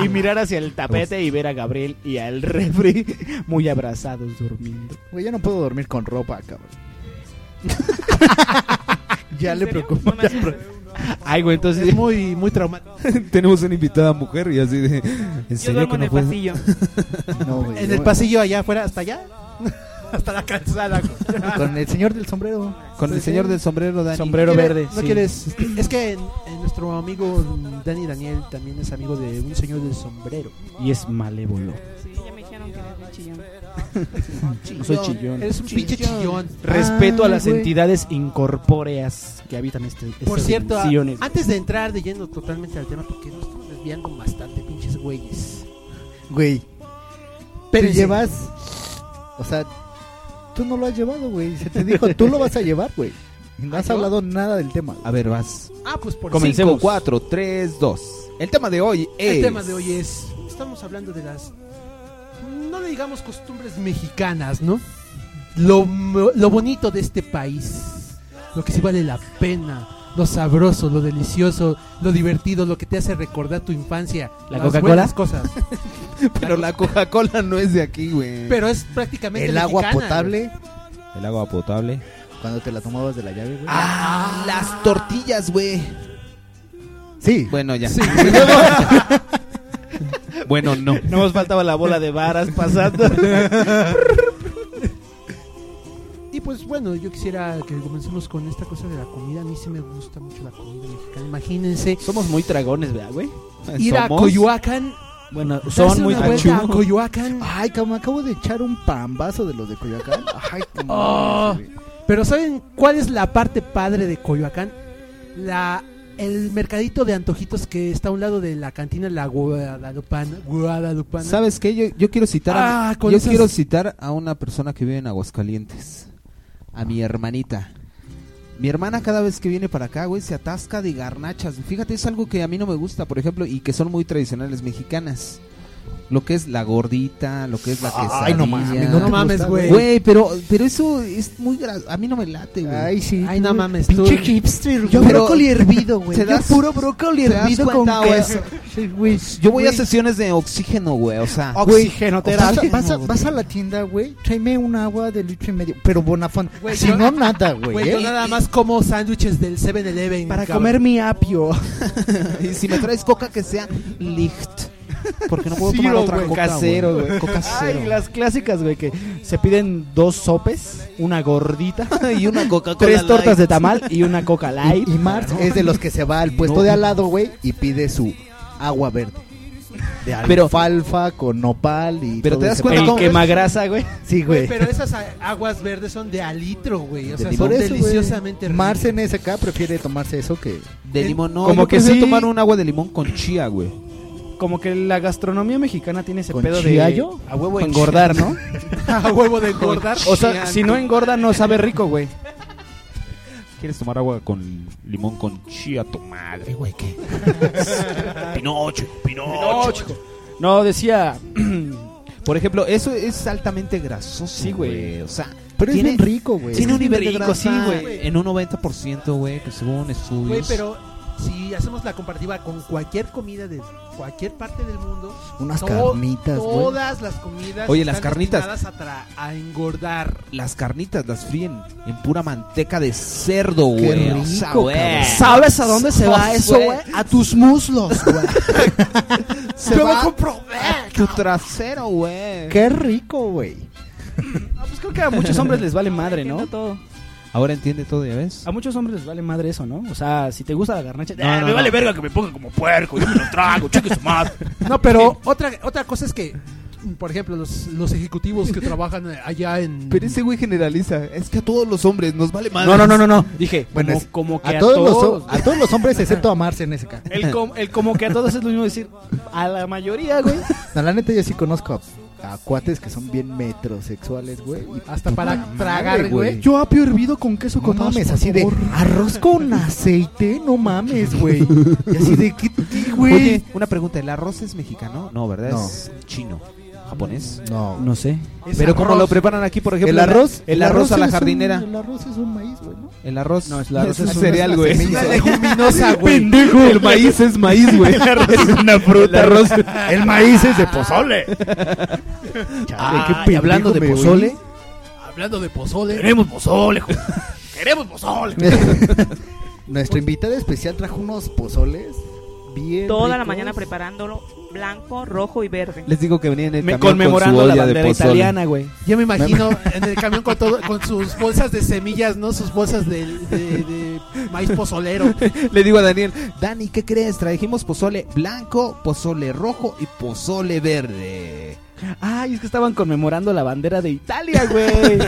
Speaker 5: y mirar hacia el tapete y ver a Gabriel y al refri muy abrazados durmiendo.
Speaker 7: Güey, yo no puedo dormir con ropa, cabrón. ya
Speaker 8: ¿En
Speaker 7: le
Speaker 8: serio?
Speaker 7: preocupa.
Speaker 8: No me hace-
Speaker 5: Ay, güey,
Speaker 4: Es
Speaker 5: entonces.
Speaker 4: muy, muy traumático.
Speaker 6: Tenemos una invitada mujer y así de. ¿En
Speaker 8: Yo
Speaker 6: serio
Speaker 8: duermo
Speaker 6: que
Speaker 8: en
Speaker 6: no
Speaker 8: el
Speaker 6: puedes?
Speaker 8: pasillo.
Speaker 7: No, güey,
Speaker 4: En
Speaker 7: yo-
Speaker 4: el pasillo allá afuera, hasta allá. hasta la calzada.
Speaker 7: Con el señor del sombrero.
Speaker 6: Con el señor del sombrero, Dani.
Speaker 5: Sombrero
Speaker 4: No quiere-
Speaker 5: verde.
Speaker 4: No
Speaker 5: sí.
Speaker 4: quieres. este, es que en- en nuestro amigo Dani Daniel también es amigo de un señor del sombrero.
Speaker 5: Y es malévolo.
Speaker 8: Sí, ya me dijeron que eres bien chillón.
Speaker 5: No soy chillón.
Speaker 4: Eres un pinche chillón. Ah,
Speaker 5: Respeto a las
Speaker 7: güey.
Speaker 5: entidades incorpóreas que habitan este, estas
Speaker 4: Por cierto, a-
Speaker 5: dimensiones.
Speaker 4: antes de entrar de lleno totalmente al tema, porque nos estamos desviando bastante, pinches güeyes.
Speaker 7: Güey. Pero
Speaker 4: Pero sí.
Speaker 7: llevas. O sea, tú no lo has llevado, güey. Se te dijo, tú lo vas a llevar, güey. Y no
Speaker 4: ¿Ah,
Speaker 7: has
Speaker 4: yo?
Speaker 7: hablado nada del tema.
Speaker 6: A ver, vas.
Speaker 4: Ah, pues por
Speaker 5: Comen-
Speaker 4: sí.
Speaker 5: Comencemos.
Speaker 6: 5, 4, 3, 2. El tema de hoy es.
Speaker 4: El tema de hoy es. Estamos hablando de las. No le digamos costumbres mexicanas, ¿no? Lo, mo- lo bonito de este país. Lo que sí vale la pena. Lo sabroso, lo delicioso, lo divertido, lo que te hace recordar tu infancia.
Speaker 5: ¿La
Speaker 4: las
Speaker 5: Coca-Cola?
Speaker 4: buenas cosas.
Speaker 6: Pero la Coca-Cola no es de aquí, güey.
Speaker 4: Pero es prácticamente.
Speaker 7: El agua
Speaker 4: mexicana,
Speaker 7: potable,
Speaker 6: El agua potable.
Speaker 7: cuando te la tomabas de la llave, güey.
Speaker 6: Ah, las tortillas, güey.
Speaker 7: sí.
Speaker 6: Bueno, ya. bueno, no.
Speaker 5: No nos faltaba la bola de varas pasando.
Speaker 4: Y pues bueno, yo quisiera que comencemos con esta cosa de la comida. A mí sí me gusta mucho la comida mexicana. Imagínense
Speaker 5: Somos muy dragones, ¿verdad, güey?
Speaker 4: ir a Coyoacán,
Speaker 5: Bueno,
Speaker 4: darse
Speaker 5: son muy
Speaker 4: una vuelta a
Speaker 5: pachucos.
Speaker 4: Coyoacán.
Speaker 7: Ay, cabrón, acabo de echar un pambazo de los de Coyoacán. Ay, cabrón.
Speaker 5: Ah.
Speaker 4: Oh. Pero ¿saben cuál es la parte padre de Coyoacán? La el mercadito de antojitos que está a un lado de la cantina La Guadalupana. Guadalupana.
Speaker 6: ¿Sabes qué? Yo, yo quiero citar
Speaker 4: Ah,
Speaker 6: a,
Speaker 4: con
Speaker 6: yo
Speaker 4: esas-
Speaker 6: quiero citar a una persona que vive en Aguascalientes, a mi hermanita. Mi hermana cada vez que viene para acá, güey, se atasca de garnachas. Fíjate, es algo que a mí no me gusta, por ejemplo, y que son muy tradicionales mexicanas. Lo que es la gordita, lo que es la quesadilla.
Speaker 7: Ay, no mames,
Speaker 4: No,
Speaker 7: ¿No te
Speaker 4: mames,
Speaker 7: gusta,
Speaker 4: güey.
Speaker 6: Güey, pero, pero eso es muy... gra- A mí no me late, güey.
Speaker 7: Ay, sí.
Speaker 4: Ay, no mames, tú.
Speaker 7: Pinche hipster,
Speaker 6: Yo
Speaker 7: güey.
Speaker 6: pero-
Speaker 7: brócoli hervido, güey.
Speaker 6: ¿Te
Speaker 7: Yo
Speaker 6: das-
Speaker 7: puro brócoli
Speaker 6: ¿te das
Speaker 7: hervido con
Speaker 6: cuenta, güey?
Speaker 7: queso. Sí, güey.
Speaker 6: Yo voy a
Speaker 7: Güey,
Speaker 6: sesiones de oxígeno, güey, o sea...
Speaker 7: güey,
Speaker 5: Oxigenoterapia.
Speaker 7: vas a- Vas, a, vas a la tienda, güey. Tráeme un agua de litro y medio. Pero Bonafont. Si no, nada, güey.
Speaker 4: Güey, yo
Speaker 7: ¿eh?
Speaker 4: nada más como sándwiches del 7-Eleven.
Speaker 5: Para
Speaker 4: cabrón.
Speaker 5: comer mi apio.
Speaker 6: Y si me traes coca que sea licht. Porque no puedo tomar otra coca,
Speaker 5: casero, güey.
Speaker 6: Coca cero.
Speaker 5: Ay, las clásicas, güey, que se piden dos sopes, una gordita,
Speaker 6: y una coca
Speaker 5: tres tortas de tamal y una coca light.
Speaker 7: Y, y Mars es de los que se va al puesto de al lado, güey, y pide su agua verde. De
Speaker 6: Pero-
Speaker 7: alfalfa con nopal y.
Speaker 6: Pero
Speaker 7: todo
Speaker 6: te das
Speaker 7: ese
Speaker 6: cuenta
Speaker 7: pedo.
Speaker 5: el
Speaker 6: cómo-
Speaker 5: quemagrasa, güey.
Speaker 7: Sí,
Speaker 4: Güey,
Speaker 7: güey.
Speaker 4: pero esas a- aguas verdes son de alitro, güey. O sea,
Speaker 7: De limón.
Speaker 4: son
Speaker 7: Por eso, güey,
Speaker 4: deliciosamente ricas.
Speaker 7: Mars en SK prefiere tomarse eso que.
Speaker 6: De limón, no.
Speaker 5: Como
Speaker 6: yo
Speaker 5: que
Speaker 6: prefiero
Speaker 5: sí.
Speaker 6: tomar un agua de limón con chía, güey.
Speaker 5: Como que la gastronomía mexicana tiene ese
Speaker 7: ¿Con
Speaker 5: pedo
Speaker 7: chillallo?
Speaker 5: de a huevo engordar, ¿no?
Speaker 4: a huevo de engordar.
Speaker 5: O sea, si no engorda no sabe rico, güey.
Speaker 6: ¿Quieres tomar agua con limón con chía, tu madre, güey? ¿Qué? Pinocho, Pinocho.
Speaker 5: No, decía
Speaker 6: Por ejemplo, eso es altamente grasoso,
Speaker 5: Sí, güey.
Speaker 6: O sea,
Speaker 7: Pero es
Speaker 6: tiene,
Speaker 7: bien rico, güey.
Speaker 6: tiene un nivel de
Speaker 5: rico,
Speaker 6: grasa
Speaker 5: sí, güey.
Speaker 6: en un 90%, güey, que según estudios...
Speaker 4: Güey, pero si hacemos la comparativa con cualquier comida de cualquier parte del mundo,
Speaker 7: Unas
Speaker 4: to-
Speaker 7: carnitas, güey.
Speaker 4: todas las comidas
Speaker 6: Oye, las
Speaker 4: están
Speaker 6: carnitas.
Speaker 4: destinadas a, tra- a engordar.
Speaker 6: Las carnitas las fríen en pura manteca de cerdo,
Speaker 7: Qué
Speaker 6: güey. O sea,
Speaker 7: rico,
Speaker 6: güey. Pues,
Speaker 7: cabrón.
Speaker 5: ¿Sabes a dónde se va eso, güey?
Speaker 7: A tus muslos, güey.
Speaker 6: Se va a tu trasero, güey.
Speaker 7: Qué rico, güey.
Speaker 5: Ah, pues creo que a muchos hombres les vale madre,
Speaker 8: Entiendo
Speaker 5: ¿no?
Speaker 8: todo.
Speaker 6: Ahora entiende todo, ¿ya ves?
Speaker 5: A muchos hombres les vale madre eso, ¿no? O sea, si te gusta la garnacha,
Speaker 6: No,
Speaker 5: ah,
Speaker 6: no,
Speaker 5: me
Speaker 6: no.
Speaker 5: vale verga que me ponga como puerco, yo me lo trago, chique su madre.
Speaker 4: No, pero otra, otra cosa es que por ejemplo, los, los ejecutivos que trabajan allá en...
Speaker 6: Pero
Speaker 2: Este
Speaker 6: ese güey generaliza. Es que a todos los hombres nos vale más.
Speaker 4: No, no, no, no, no.
Speaker 5: Dije,
Speaker 6: bueno,
Speaker 5: como-
Speaker 6: es-
Speaker 5: como que
Speaker 7: A
Speaker 5: a
Speaker 7: todos, los,
Speaker 5: todos.
Speaker 7: hom- a todos los hombres excepto a Marcia en ese caso.
Speaker 5: El, com- el como que a todos es lo mismo decir a la mayoría, güey.
Speaker 7: No, la neta yo sí conozco a, a cuates que son bien metrosexuales, güey. y
Speaker 4: Hasta
Speaker 7: puta
Speaker 4: para
Speaker 7: madre,
Speaker 4: tragar, güey.
Speaker 5: Yo apio hervido con queso
Speaker 7: No mames, así de arroz con aceite, no mames, güey. Y así de qué, qué, güey.
Speaker 6: Oye, una pregunta. ¿El arroz es mexicano? No, ¿verdad?
Speaker 7: No.
Speaker 6: Es chino. ¿Japonés?
Speaker 7: No,
Speaker 5: No sé.
Speaker 4: Es
Speaker 6: Pero como
Speaker 4: arroz.
Speaker 6: lo preparan aquí, por ejemplo.
Speaker 7: El arroz,
Speaker 6: El arroz a la
Speaker 7: es un-
Speaker 6: jardinera.
Speaker 7: el arroz es un maíz, güey, ¿no?
Speaker 6: El arroz.
Speaker 5: No, es el arroz,
Speaker 6: un
Speaker 5: es una-
Speaker 6: cereal, güey.
Speaker 7: es una
Speaker 6: leguminosa, güey. El maíz es maíz, güey. El arroz es una fruta. El arroz.
Speaker 7: El maíz es de pozole.
Speaker 5: Ah, y
Speaker 7: pendejo
Speaker 5: hablando de
Speaker 7: me oí.
Speaker 5: pozole.
Speaker 4: Hablando de pozole.
Speaker 5: Queremos pozole, Queremos pozole.
Speaker 7: Nuestro invitado especial trajo unos pozoles bien
Speaker 8: Toda la
Speaker 7: ricos.
Speaker 8: mañana preparándolo blanco, rojo y verde.
Speaker 6: Les digo que venían en el
Speaker 5: Me
Speaker 6: camión con
Speaker 5: conmemorando
Speaker 6: su
Speaker 5: la
Speaker 6: olla de
Speaker 5: bandera
Speaker 6: pozole.
Speaker 5: italiana, güey.
Speaker 4: Yo me imagino en el camión con todo, con sus bolsas de semillas, ¿no? Sus bolsas de, de- de maíz pozolero.
Speaker 6: Le digo a Daniel, Dani, ¿qué crees? Trajimos pozole blanco, pozole rojo y pozole verde.
Speaker 5: Ay, es que estaban conmemorando la bandera de Italia, güey.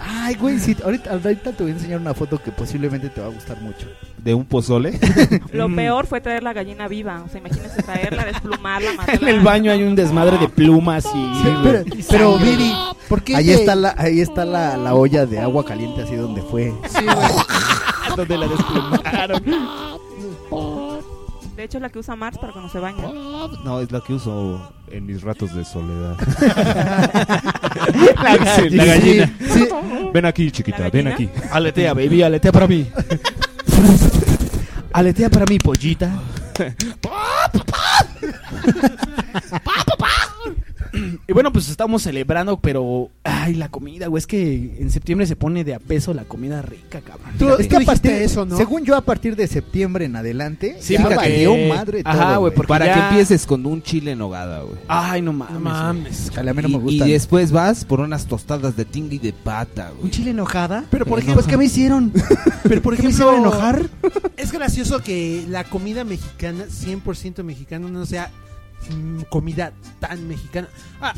Speaker 7: Ay, güey, sí, ahorita, ahorita te voy a enseñar una foto que posiblemente te va a gustar mucho.
Speaker 6: ¿De un pozole?
Speaker 8: Lo
Speaker 5: Mm.
Speaker 8: peor fue traer la gallina viva. O sea, imagínense traerla, desplumarla,
Speaker 5: en
Speaker 8: matarla.
Speaker 5: el baño hay un desmadre de plumas y.
Speaker 7: pero, pero Viri,
Speaker 4: ¿Por qué?
Speaker 7: ahí
Speaker 4: te-
Speaker 7: está la, ahí está la, la olla de agua caliente así donde fue.
Speaker 4: Sí, güey.
Speaker 5: donde la desplumaron.
Speaker 8: De hecho, es la que usa Mars para cuando se baña.
Speaker 6: No, es la que uso en mis ratos de soledad.
Speaker 5: la, gallina.
Speaker 7: Sí, sí.
Speaker 3: Ven aquí,
Speaker 8: ¿La
Speaker 3: chiquita, ven
Speaker 8: gallina?
Speaker 3: aquí.
Speaker 5: Aletea, baby, aletea para mí. aletea para mí, pollita. y bueno, pues estamos celebrando, pero. Ay, la comida, güey. Es que en septiembre se pone de a peso la comida rica, cabrón.
Speaker 4: Tú-
Speaker 7: Es que a
Speaker 4: dijiste
Speaker 7: partir,
Speaker 4: eso, ¿no?
Speaker 7: Según yo, a partir de septiembre en adelante,
Speaker 5: Sí,
Speaker 7: ya
Speaker 5: porque-
Speaker 7: valió madre
Speaker 5: Ajá,
Speaker 7: todo,
Speaker 5: güey, porque-
Speaker 6: Para
Speaker 5: ya-
Speaker 6: que empieces con un chile en hogada, güey.
Speaker 5: Ay, no mames.
Speaker 4: No
Speaker 5: güey.
Speaker 4: mames.
Speaker 7: Chale, a mí no me
Speaker 6: y,
Speaker 7: gusta.
Speaker 6: y después vas por unas tostadas de tingui de pata,
Speaker 5: ¿Un
Speaker 6: güey.
Speaker 5: chile enojada?
Speaker 4: Pero, por
Speaker 5: Pues,
Speaker 4: ejemplo-
Speaker 5: ¿qué me hicieron?
Speaker 4: Pero por
Speaker 5: ¿Qué me hicieron
Speaker 4: ejemplo,
Speaker 5: enojar?
Speaker 4: es gracioso que la comida mexicana, 100% mexicana, no sea mm, comida tan mexicana. Ah,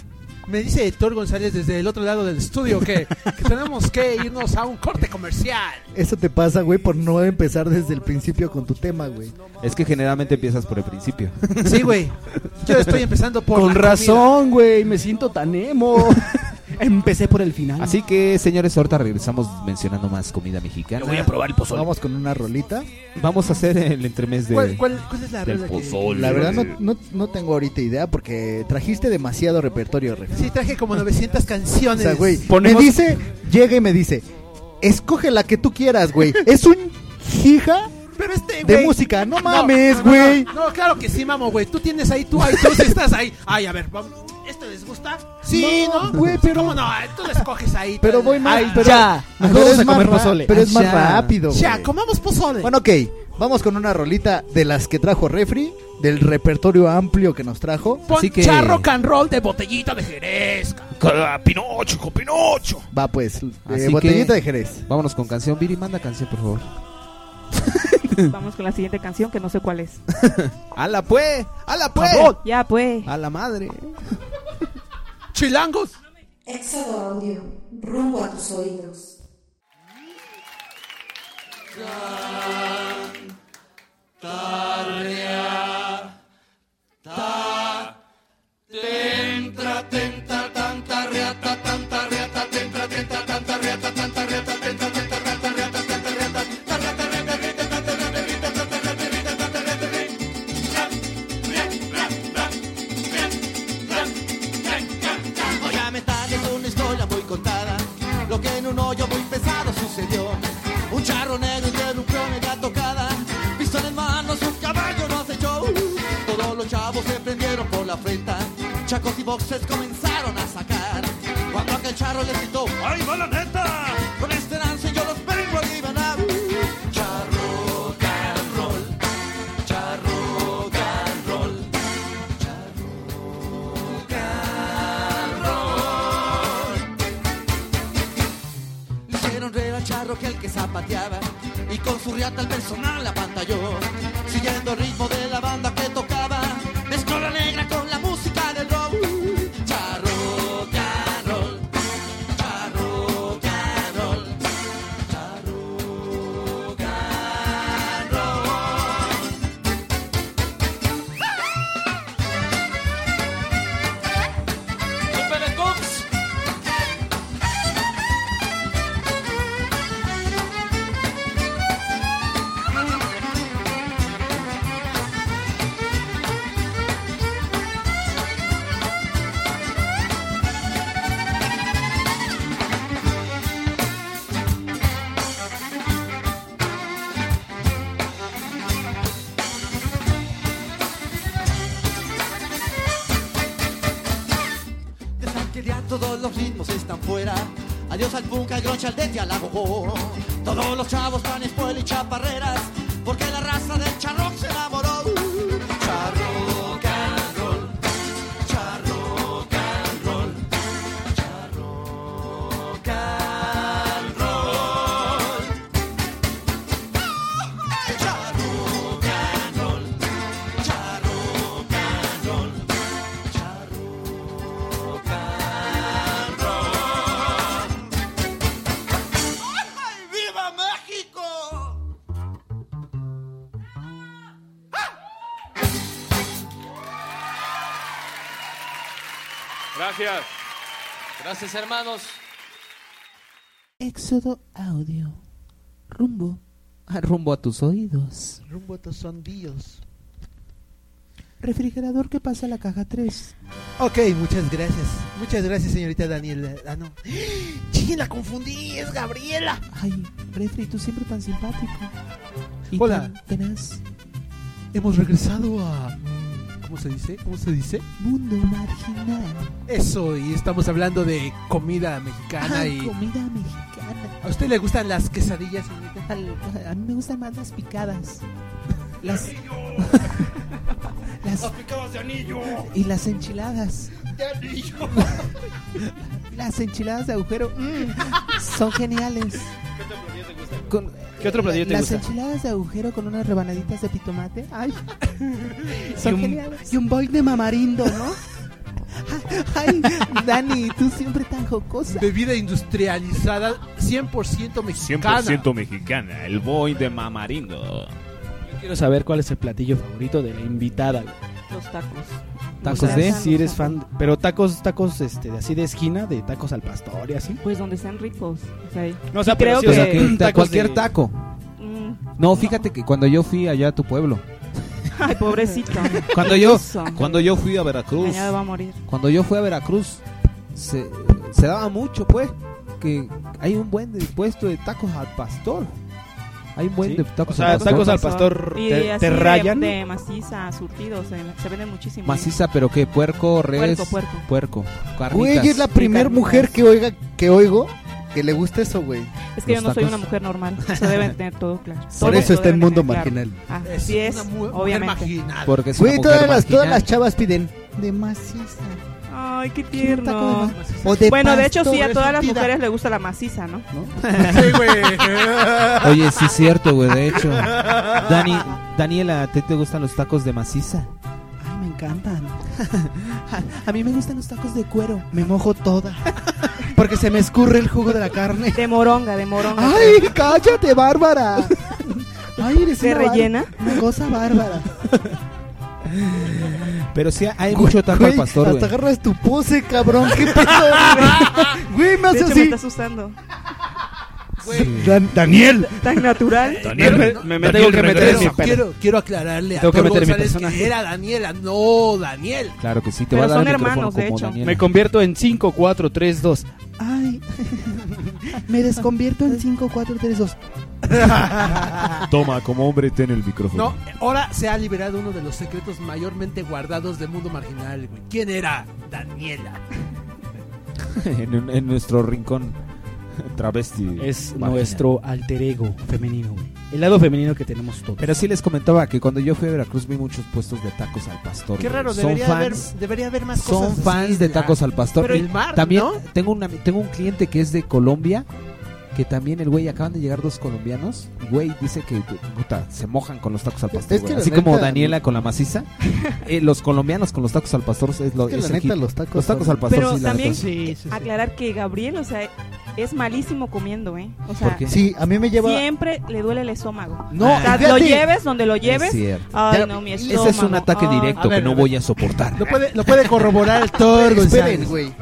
Speaker 4: me dice Héctor González desde el otro lado del estudio que, que tenemos que irnos a un corte comercial.
Speaker 7: Eso te pasa, güey, por no empezar desde el principio con tu tema, güey.
Speaker 6: Es que generalmente empiezas por el principio.
Speaker 4: Sí, güey. Yo estoy empezando por.
Speaker 5: Con
Speaker 4: la
Speaker 5: razón, güey. Me siento tan emo. Empecé por el final.
Speaker 6: Así que, señores, ahorita regresamos mencionando más comida mexicana.
Speaker 5: probar el pozole.
Speaker 7: Vamos con una rolita.
Speaker 6: Vamos a hacer el entremés
Speaker 4: comida. ¿Cuál,
Speaker 6: de...
Speaker 4: cuál- cuál es la
Speaker 6: del
Speaker 4: regla que-
Speaker 3: pozole.
Speaker 7: La verdad no, no, no tengo ahorita idea porque trajiste demasiado repertorio, Refi.
Speaker 4: Sí, traje como 900
Speaker 7: O
Speaker 4: canciones.
Speaker 7: sea, güey,
Speaker 5: Ponemos-
Speaker 7: me dice, llega y me dice, escoge la que tú quieras, güey. Es un hija
Speaker 4: Pero este,
Speaker 7: de
Speaker 4: güey.
Speaker 7: música, no
Speaker 4: No,
Speaker 7: mames,
Speaker 4: no, no,
Speaker 7: güey.
Speaker 4: No, no, claro que sí, mamo, güey. Tú tienes ahí, tú, ahí, tú sí estás ahí. Ay, a ver, vamos. ¿Esto les gusta? Sí,
Speaker 7: No,
Speaker 4: ¿no?
Speaker 7: güey, pero-
Speaker 4: ¿Cómo no? Ay, Tú la escoges ahí.
Speaker 7: Pero
Speaker 4: tú-
Speaker 7: voy más-
Speaker 4: Ay,
Speaker 7: pero-
Speaker 5: ya. Nos
Speaker 7: pero
Speaker 5: vamos
Speaker 7: es
Speaker 5: a
Speaker 7: más
Speaker 5: comer
Speaker 7: ra-
Speaker 5: pozole.
Speaker 7: Pero es más
Speaker 6: Ya.
Speaker 7: rápido, güey.
Speaker 4: Ya, comamos pozole.
Speaker 7: Bueno, ok, vamos con una rolita de las que trajo Refri, del repertorio amplio que nos trajo.
Speaker 4: Pon
Speaker 6: así que-
Speaker 4: charro can roll de botellita de Jerez. ca-
Speaker 3: Pinocho, con Pinocho.
Speaker 7: Va pues, eh,
Speaker 6: Así
Speaker 7: botellita
Speaker 6: que-
Speaker 7: de Jerez.
Speaker 6: Vámonos con canción. Viri, manda canción, por favor.
Speaker 8: Vamos con la siguiente canción, que no sé cuál es.
Speaker 6: ¡Hala, pues! ¡Hala, pues!
Speaker 8: Ya, pues.
Speaker 6: ¡A la madre!
Speaker 4: Chilangos.
Speaker 1: Éxodo Audio, rumbo a tus oídos.
Speaker 10: Ya me tarde es una historia muy contada. Lo que en un hoyo muy pesado sucedió. Un charro negro interrumpió media tocada. Pistola en manos, un caballo no acechó. Todos los chavos se prendieron por la frente. Chacos y boxes comenzaron a sacar. Cuando aquel charro les gritó, ¡ay, va la neta! Con este lance yo los vengo a liberar. Charro, carrol, charro, carrol. Le hicieron reír al charro que el que zapateaba y con su riata el personal apantalló. Siguiendo el ritmo de la banda que tocaba, mezcló la negra con la música del rock. que ya todos los ritmos están fuera. Adiós al punk, al groncha, al dente, al agogó. Todos los chavos van espuela y chaparreras, porque la raza del charrock se enamoró. Charro, and roll, charro, and roll, charrock and roll. Charrock and roll, charrock and roll. ¡Ay, viva México!
Speaker 11: Gracias. Gracias, hermanos.
Speaker 2: Éxodo Audio. Rumbo.
Speaker 6: Ah, Rumbo a tus oídos.
Speaker 4: Rumbo a tus sondíos.
Speaker 2: Refrigerador que pasa a la caja 3.
Speaker 4: Ok, muchas gracias. Muchas gracias, señorita Daniela. Ah, no.
Speaker 2: ¡Sí, la confundí! ¡Es Gabriela! Ay, Refri, tú siempre tan simpático.
Speaker 9: Hola.
Speaker 2: Tenés.
Speaker 9: Hemos regresado a. mm, ¿Cómo se dice? ¿Cómo se dice?
Speaker 2: Mundo marginal.
Speaker 9: Eso, y estamos hablando de comida mexicana
Speaker 2: Ah,
Speaker 9: y.
Speaker 2: comida mexicana.
Speaker 9: ¿A usted le gustan las quesadillas?
Speaker 2: Al- a mí me gustan más las picadas. Las. las
Speaker 10: picadas de anillo.
Speaker 2: Y las enchiladas.
Speaker 10: De anillo.
Speaker 2: Las enchiladas de agujero. mm, son geniales. Con-
Speaker 12: ¿Qué otro platillo te
Speaker 2: las
Speaker 12: gusta?
Speaker 2: enchiladas de agujero con unas rebanaditas de pitomate. Ay. Son
Speaker 12: Y un-
Speaker 2: geniales. Y un bol de mamarindo, ¿no? Ay, Dani, tú siempre tan jocosa.
Speaker 9: Bebida industrializada 100% mexicana.
Speaker 12: 100% mexicana, el boy de mamarindo.
Speaker 5: Quiero saber cuál es el platillo favorito de la invitada.
Speaker 8: Los tacos.
Speaker 5: O sea, Si eres fan, pero tacos, tacos, este, de así de esquina, de tacos al pastor y así.
Speaker 8: Pues donde sean ricos. O sea,
Speaker 5: No, o sea,
Speaker 8: y creo
Speaker 5: pero sí, o sea,
Speaker 8: que-
Speaker 5: que-
Speaker 6: Ta-
Speaker 5: Tacos
Speaker 6: cualquier
Speaker 5: de-
Speaker 6: taco.
Speaker 8: Mm.
Speaker 6: No, fíjate que cuando yo fui allá a tu pueblo,
Speaker 8: Ay, pobrecito.
Speaker 6: cuando yo
Speaker 8: Eso.
Speaker 6: cuando yo fui a Veracruz,
Speaker 8: Mañana va a morir.
Speaker 6: cuando yo fui a Veracruz, se, se daba mucho, pues, que hay un buen de- puesto de tacos al pastor. Hay un buen
Speaker 5: Sí.
Speaker 6: de tacos
Speaker 5: O sea,
Speaker 6: al pastor.
Speaker 5: tacos al pastor
Speaker 8: Y
Speaker 5: te-
Speaker 8: así
Speaker 5: te
Speaker 8: de-
Speaker 5: rayan.
Speaker 8: De, maciza, surtidos. Se, se venden muchísimo.
Speaker 6: Maciza, pero que puerco, res,
Speaker 8: Puerco, puerco.
Speaker 6: carnitas.
Speaker 7: Güey, es la primer mujer que oiga que oigo que le gusta eso, güey.
Speaker 8: Es que
Speaker 7: Los
Speaker 8: yo no soy
Speaker 7: tacos.
Speaker 8: una mujer normal. Eso deben tener todo claro. Todo
Speaker 7: Por eso
Speaker 8: lo
Speaker 7: está en
Speaker 8: deben
Speaker 7: mundo
Speaker 8: tener claro.
Speaker 7: marginal.
Speaker 8: Ah, Así es, obviamente.
Speaker 6: Porque es
Speaker 7: Güey,
Speaker 6: una
Speaker 7: todas
Speaker 6: mujer
Speaker 7: las, todas
Speaker 6: marginal.
Speaker 7: las chavas piden.
Speaker 2: De maciza.
Speaker 8: Ay, qué
Speaker 2: Quiero un taco de
Speaker 8: tierno.
Speaker 2: maciza. O de
Speaker 8: bueno, de
Speaker 2: pasto.
Speaker 8: hecho, sí, a todas las
Speaker 2: Surtida.
Speaker 8: mujeres le gusta la maciza, ¿no?
Speaker 6: Oye, sí es cierto, güey, de hecho. Dani, Daniela, ¿a ti te gustan los tacos de maciza?
Speaker 2: Ay, me encantan. A, a mí me gustan los tacos de cuero. Me mojo toda. Porque se me escurre el jugo de la carne.
Speaker 8: De moronga, de moronga.
Speaker 2: Ay, cállate, Bárbara. Ay, eres
Speaker 8: ¿De
Speaker 2: una bar-
Speaker 8: rellena?
Speaker 2: Una cosa bárbara.
Speaker 6: Pero sí hay mucho taco
Speaker 7: Güey,
Speaker 6: al pastor,
Speaker 7: Hasta
Speaker 6: güey.
Speaker 7: agarras tu pose, cabrón. ¿Qué pedo, güey? Güey, me
Speaker 8: de
Speaker 7: hace
Speaker 8: hecho, me
Speaker 7: así.
Speaker 8: está asustando.
Speaker 7: Dan- Daniel.
Speaker 8: Tan natural.
Speaker 7: Daniel, me- me- me tengo que meter
Speaker 9: Eh, Pero
Speaker 7: en mi pene.
Speaker 9: quiero, quiero aclararle a
Speaker 6: Tengo que
Speaker 9: Thor
Speaker 6: meter en mi
Speaker 9: González
Speaker 6: personaje.
Speaker 9: que era Daniela, no Daniel.
Speaker 6: Claro que sí, te
Speaker 9: Pero
Speaker 6: va a dar
Speaker 9: son
Speaker 6: el micrófono
Speaker 9: hermanos, de
Speaker 6: como
Speaker 9: hecho.
Speaker 6: Daniela.
Speaker 5: Me convierto en 5, 4, 3, 2.
Speaker 2: Ay, me desconvierto en 5, 4, 3, 2.
Speaker 3: Toma, como hombre, ten el micrófono.
Speaker 9: No, ahora se ha liberado uno de los secretos mayormente guardados del mundo marginal, güey. ¿Quién era? Daniela.
Speaker 6: en, un- en nuestro rincón travesti.
Speaker 5: Es
Speaker 6: marginal.
Speaker 5: nuestro alter ego femenino, güey. El lado femenino que tenemos todos.
Speaker 6: Pero sí les comentaba que cuando yo fui a Veracruz vi muchos puestos de tacos al pastor.
Speaker 5: Qué
Speaker 6: güey.
Speaker 5: raro,
Speaker 6: Son
Speaker 5: debería haber-
Speaker 6: fans-
Speaker 4: debería haber más
Speaker 6: son
Speaker 4: cosas así,
Speaker 6: fans de
Speaker 4: la-
Speaker 6: tacos al pastor.
Speaker 4: Pero
Speaker 6: Y
Speaker 4: el mar,
Speaker 6: también
Speaker 4: ¿no?
Speaker 6: tengo, una, tengo un cliente que es de Colombia. Que también el güey, acaban de llegar dos colombianos. y Güey, dice que puta, se mojan con los tacos al pastor.
Speaker 7: Es que
Speaker 6: güey.
Speaker 7: la
Speaker 6: Así como
Speaker 7: neta- mm.
Speaker 6: Daniela con la maciza. eh, los colombianos con los tacos al pastor es lo
Speaker 7: Es que la
Speaker 6: el
Speaker 7: neta,
Speaker 6: hit.
Speaker 7: los tacos
Speaker 6: al
Speaker 7: son-
Speaker 6: pastor.
Speaker 8: Pero
Speaker 6: sí, la
Speaker 8: también
Speaker 6: neta, sí.
Speaker 8: aclarar que Gabriel, o sea, es malísimo comiendo, ¿eh? O sea,
Speaker 7: ¿Por qué? Sí, a mí me lleva-
Speaker 8: Siempre le duele el estómago.
Speaker 6: No,
Speaker 8: O sea, lo
Speaker 6: fíjate.
Speaker 8: lleves donde lo lleves.
Speaker 6: Es cierto.
Speaker 8: Ay,
Speaker 6: Ya,
Speaker 8: no, mi estómago.
Speaker 6: Ese es un ataque
Speaker 8: Ay.
Speaker 6: directo que no voy a soportar.
Speaker 9: Lo puede, lo puede corroborar el Thor
Speaker 7: Esperen,
Speaker 9: González.
Speaker 7: güey.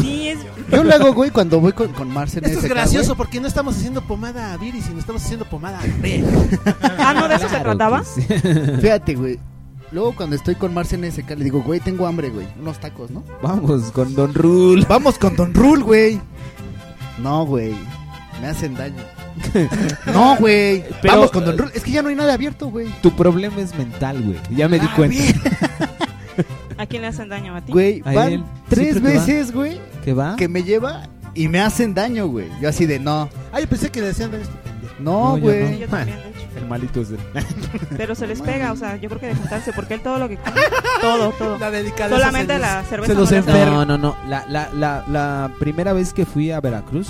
Speaker 8: Sí, es...
Speaker 7: Yo lo hago, güey, cuando voy con, con Marcel en
Speaker 9: Esto es
Speaker 7: SK,
Speaker 9: gracioso
Speaker 7: güey.
Speaker 9: porque no estamos haciendo pomada a Viri, sino estamos haciendo pomada a Gabriel.
Speaker 8: Ah, ¿no de eso se trataba?
Speaker 7: Fíjate, güey. Luego cuando estoy con Marcel en SK le digo, güey, tengo hambre, güey. Unos tacos, ¿no?
Speaker 6: Vamos con Don Rule.
Speaker 7: Vamos con Don Rule, güey. No, güey. Me hacen daño. no, güey.
Speaker 6: Pero-
Speaker 7: Vamos con Don Rule. Es que ya no hay nada abierto, güey.
Speaker 6: Tu problema es mental, güey. Ya me di
Speaker 7: Ah,
Speaker 6: cuenta.
Speaker 7: bien.
Speaker 8: ¿A quién le hacen daño a ti?
Speaker 7: Güey, van tres
Speaker 8: que va.
Speaker 7: veces, güey.
Speaker 6: ¿Que va?
Speaker 7: Que me lleva y me hacen daño, güey. Yo así de no.
Speaker 4: Ah, yo pensé que le decían
Speaker 7: No,
Speaker 6: yo
Speaker 7: güey.
Speaker 8: Yo también, de hecho.
Speaker 6: El malito es de...
Speaker 8: Pero se les pega, o sea, yo creo que de juntarse, porque él todo lo que come, todo, todo.
Speaker 4: La delicadeza
Speaker 8: Solamente
Speaker 4: se les-
Speaker 8: la cerveza.
Speaker 4: se
Speaker 8: no
Speaker 4: los
Speaker 8: le-
Speaker 6: No,
Speaker 4: enferma.
Speaker 6: no, no. La, la, la, la primera vez que fui a Veracruz.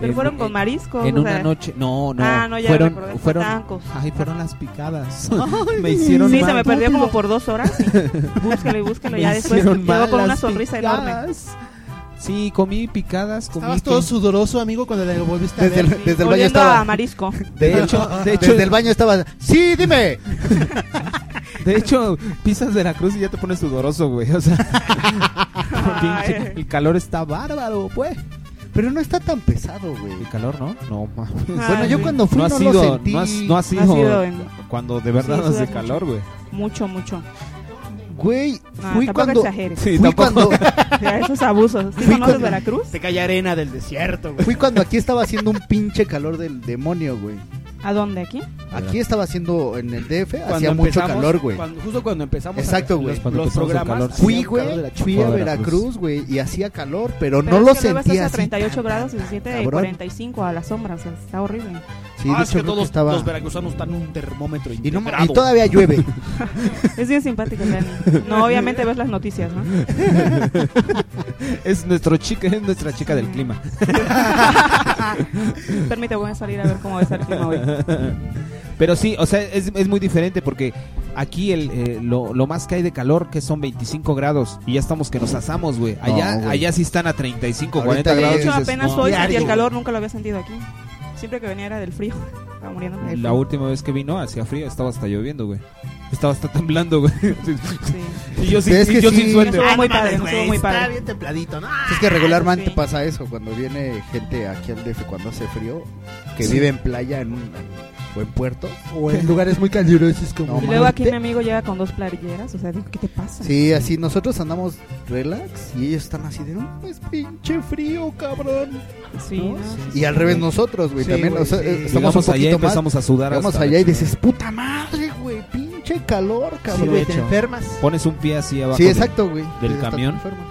Speaker 8: Pero
Speaker 6: en-
Speaker 8: fueron con
Speaker 6: en-
Speaker 8: mariscos,
Speaker 6: En
Speaker 8: o
Speaker 6: una
Speaker 8: sea.
Speaker 6: noche. No, no.
Speaker 8: Ah, no, ya
Speaker 6: fueron,
Speaker 8: recordé, fue
Speaker 6: fueron,
Speaker 8: tacos.
Speaker 6: Ay, fueron las picadas.
Speaker 8: Ay,
Speaker 6: me hicieron
Speaker 8: Sí, se
Speaker 6: mal.
Speaker 8: me perdió como por dos horas. sí. Búsquelo y búsquelo.
Speaker 6: Me
Speaker 8: ya después
Speaker 6: hicieron
Speaker 8: quedó
Speaker 6: mal
Speaker 8: con una
Speaker 6: las
Speaker 8: sonrisa enorme.
Speaker 6: picadas. Sí, comí picadas, comí.
Speaker 4: Estabas todo
Speaker 6: que-
Speaker 4: sudoroso, amigo, cuando le volviste a
Speaker 6: Desde
Speaker 4: ver.
Speaker 6: el-
Speaker 4: sí.
Speaker 6: desde el baño Oliendo estaba- a
Speaker 8: marisco.
Speaker 6: De hecho, de hecho,
Speaker 7: Desde el baño estaba. ¡Sí, dime!
Speaker 6: De hecho, pisas Veracruz y ya te pones sudoroso, güey. O sea, pinche- el calor está bárbaro, pues.
Speaker 7: Pero no está tan pesado, güey.
Speaker 6: El calor, ¿no? No, mames.
Speaker 7: Bueno, yo cuando fui
Speaker 6: no, ha
Speaker 7: no lo
Speaker 6: sido,
Speaker 7: sentí.
Speaker 6: No ha, no ha
Speaker 7: No ha
Speaker 6: sido,
Speaker 7: sido en-
Speaker 6: cuando de verdad
Speaker 7: Sí,
Speaker 6: hace
Speaker 7: sudas mucho.
Speaker 6: calor, güey.
Speaker 8: Mucho, mucho.
Speaker 7: Güey,
Speaker 8: Ah,
Speaker 7: fui
Speaker 8: tampoco
Speaker 7: cuando.
Speaker 8: exageres.
Speaker 7: fui
Speaker 8: Sí, tampoco.
Speaker 7: cuando-
Speaker 8: Ya, esos abusos. ¿Sí
Speaker 7: Fui
Speaker 8: conoces
Speaker 7: cuando-
Speaker 8: Veracruz?
Speaker 5: Te cae arena del desierto, güey.
Speaker 7: Fui cuando aquí estaba haciendo un pinche calor del demonio, güey.
Speaker 8: ¿A dónde? ¿Aquí?
Speaker 7: Aquí estaba haciendo en el DF,
Speaker 5: Cuando
Speaker 7: hacía mucho
Speaker 5: empezamos-
Speaker 7: calor, güey.
Speaker 5: cuando- justo cuando empezamos a-
Speaker 7: Exacto, güey.
Speaker 5: los- Cuando los empezamos el programas, calor. hacía
Speaker 7: Fui,
Speaker 5: un calor de
Speaker 7: güey,
Speaker 5: la
Speaker 7: fui
Speaker 5: chingada.
Speaker 7: a Veracruz, güey, y hacía calor, pero,
Speaker 8: Pero
Speaker 7: no lo
Speaker 8: es que luego estás
Speaker 7: sentía
Speaker 8: a
Speaker 7: así.
Speaker 8: 38 grados, 17 y
Speaker 7: cabrón.
Speaker 8: 45 a la sombra. O sea, está horrible.
Speaker 7: Sí,
Speaker 5: Ah,
Speaker 7: de hecho, creo que estaba-
Speaker 5: veracruzanos están un termómetro
Speaker 7: Y, no,
Speaker 5: integrado.
Speaker 7: y todavía llueve.
Speaker 8: Es bien simpático, Dani. No, obviamente ves las noticias, ¿no?
Speaker 6: es nuestro chica, es nuestra chica del clima.
Speaker 8: Permítame, voy a salir a ver cómo va a estar el clima hoy.
Speaker 6: Pero sí, o sea, es, es muy diferente porque aquí el, eh, lo, lo más que hay de calor que son 25 grados y ya estamos que nos asamos, güey. Allá,
Speaker 7: güey.
Speaker 6: allá sí están a 35, 40
Speaker 7: Ahorita ya
Speaker 6: grados.
Speaker 8: De hecho,
Speaker 6: dices,
Speaker 8: apenas
Speaker 6: no.
Speaker 8: hoy sentí el calor, nunca lo había sentido aquí. Siempre que venía era del frío. Estaba muriendo. de
Speaker 6: La
Speaker 8: frío.
Speaker 6: última vez que vino hacía frío, estaba hasta lloviendo, güey. Estaba hasta temblando, güey. Y yo sin,
Speaker 7: Pero es
Speaker 6: y
Speaker 7: que
Speaker 6: yo
Speaker 7: sí.
Speaker 6: sin suéter.
Speaker 8: Estuvo muy
Speaker 4: no mames,
Speaker 8: padre, no estuvo
Speaker 4: güey,
Speaker 8: muy
Speaker 4: está
Speaker 8: padre.
Speaker 4: bien templadito, ¿no? Ah,
Speaker 7: Es que regularmente
Speaker 8: sí.
Speaker 7: pasa eso, cuando viene gente aquí al DF cuando hace frío, que
Speaker 4: Sí.
Speaker 7: vive en playa en un, o en puerto.
Speaker 4: O en lugares muy calurosos como...
Speaker 8: Y luego aquí mi amigo llega con dos playeras, o sea, digo, ¿qué te pasa?
Speaker 7: Sí, así nosotros andamos relax y ellos están así de no, es pinche frío, cabrón.
Speaker 8: Sí,
Speaker 7: ¿No?
Speaker 8: no, sí,
Speaker 7: Y al revés nosotros, güey,
Speaker 6: Sí,
Speaker 7: también.
Speaker 6: güey,
Speaker 7: o sea,
Speaker 6: sí.
Speaker 7: eh, estamos
Speaker 6: Llegamos allá y
Speaker 7: un poquito más,
Speaker 6: empezamos a sudar
Speaker 7: Llegamos
Speaker 6: hasta la
Speaker 7: allá y
Speaker 6: chingada.
Speaker 7: dices, puta madre, güey, pinche calor,
Speaker 6: Sí,
Speaker 7: cabrón.
Speaker 6: güey, te enfermas. Pones un pie así abajo
Speaker 7: Sí,
Speaker 6: del-
Speaker 7: exacto, güey.
Speaker 6: del
Speaker 7: Te- te
Speaker 6: camión.
Speaker 7: enfermas.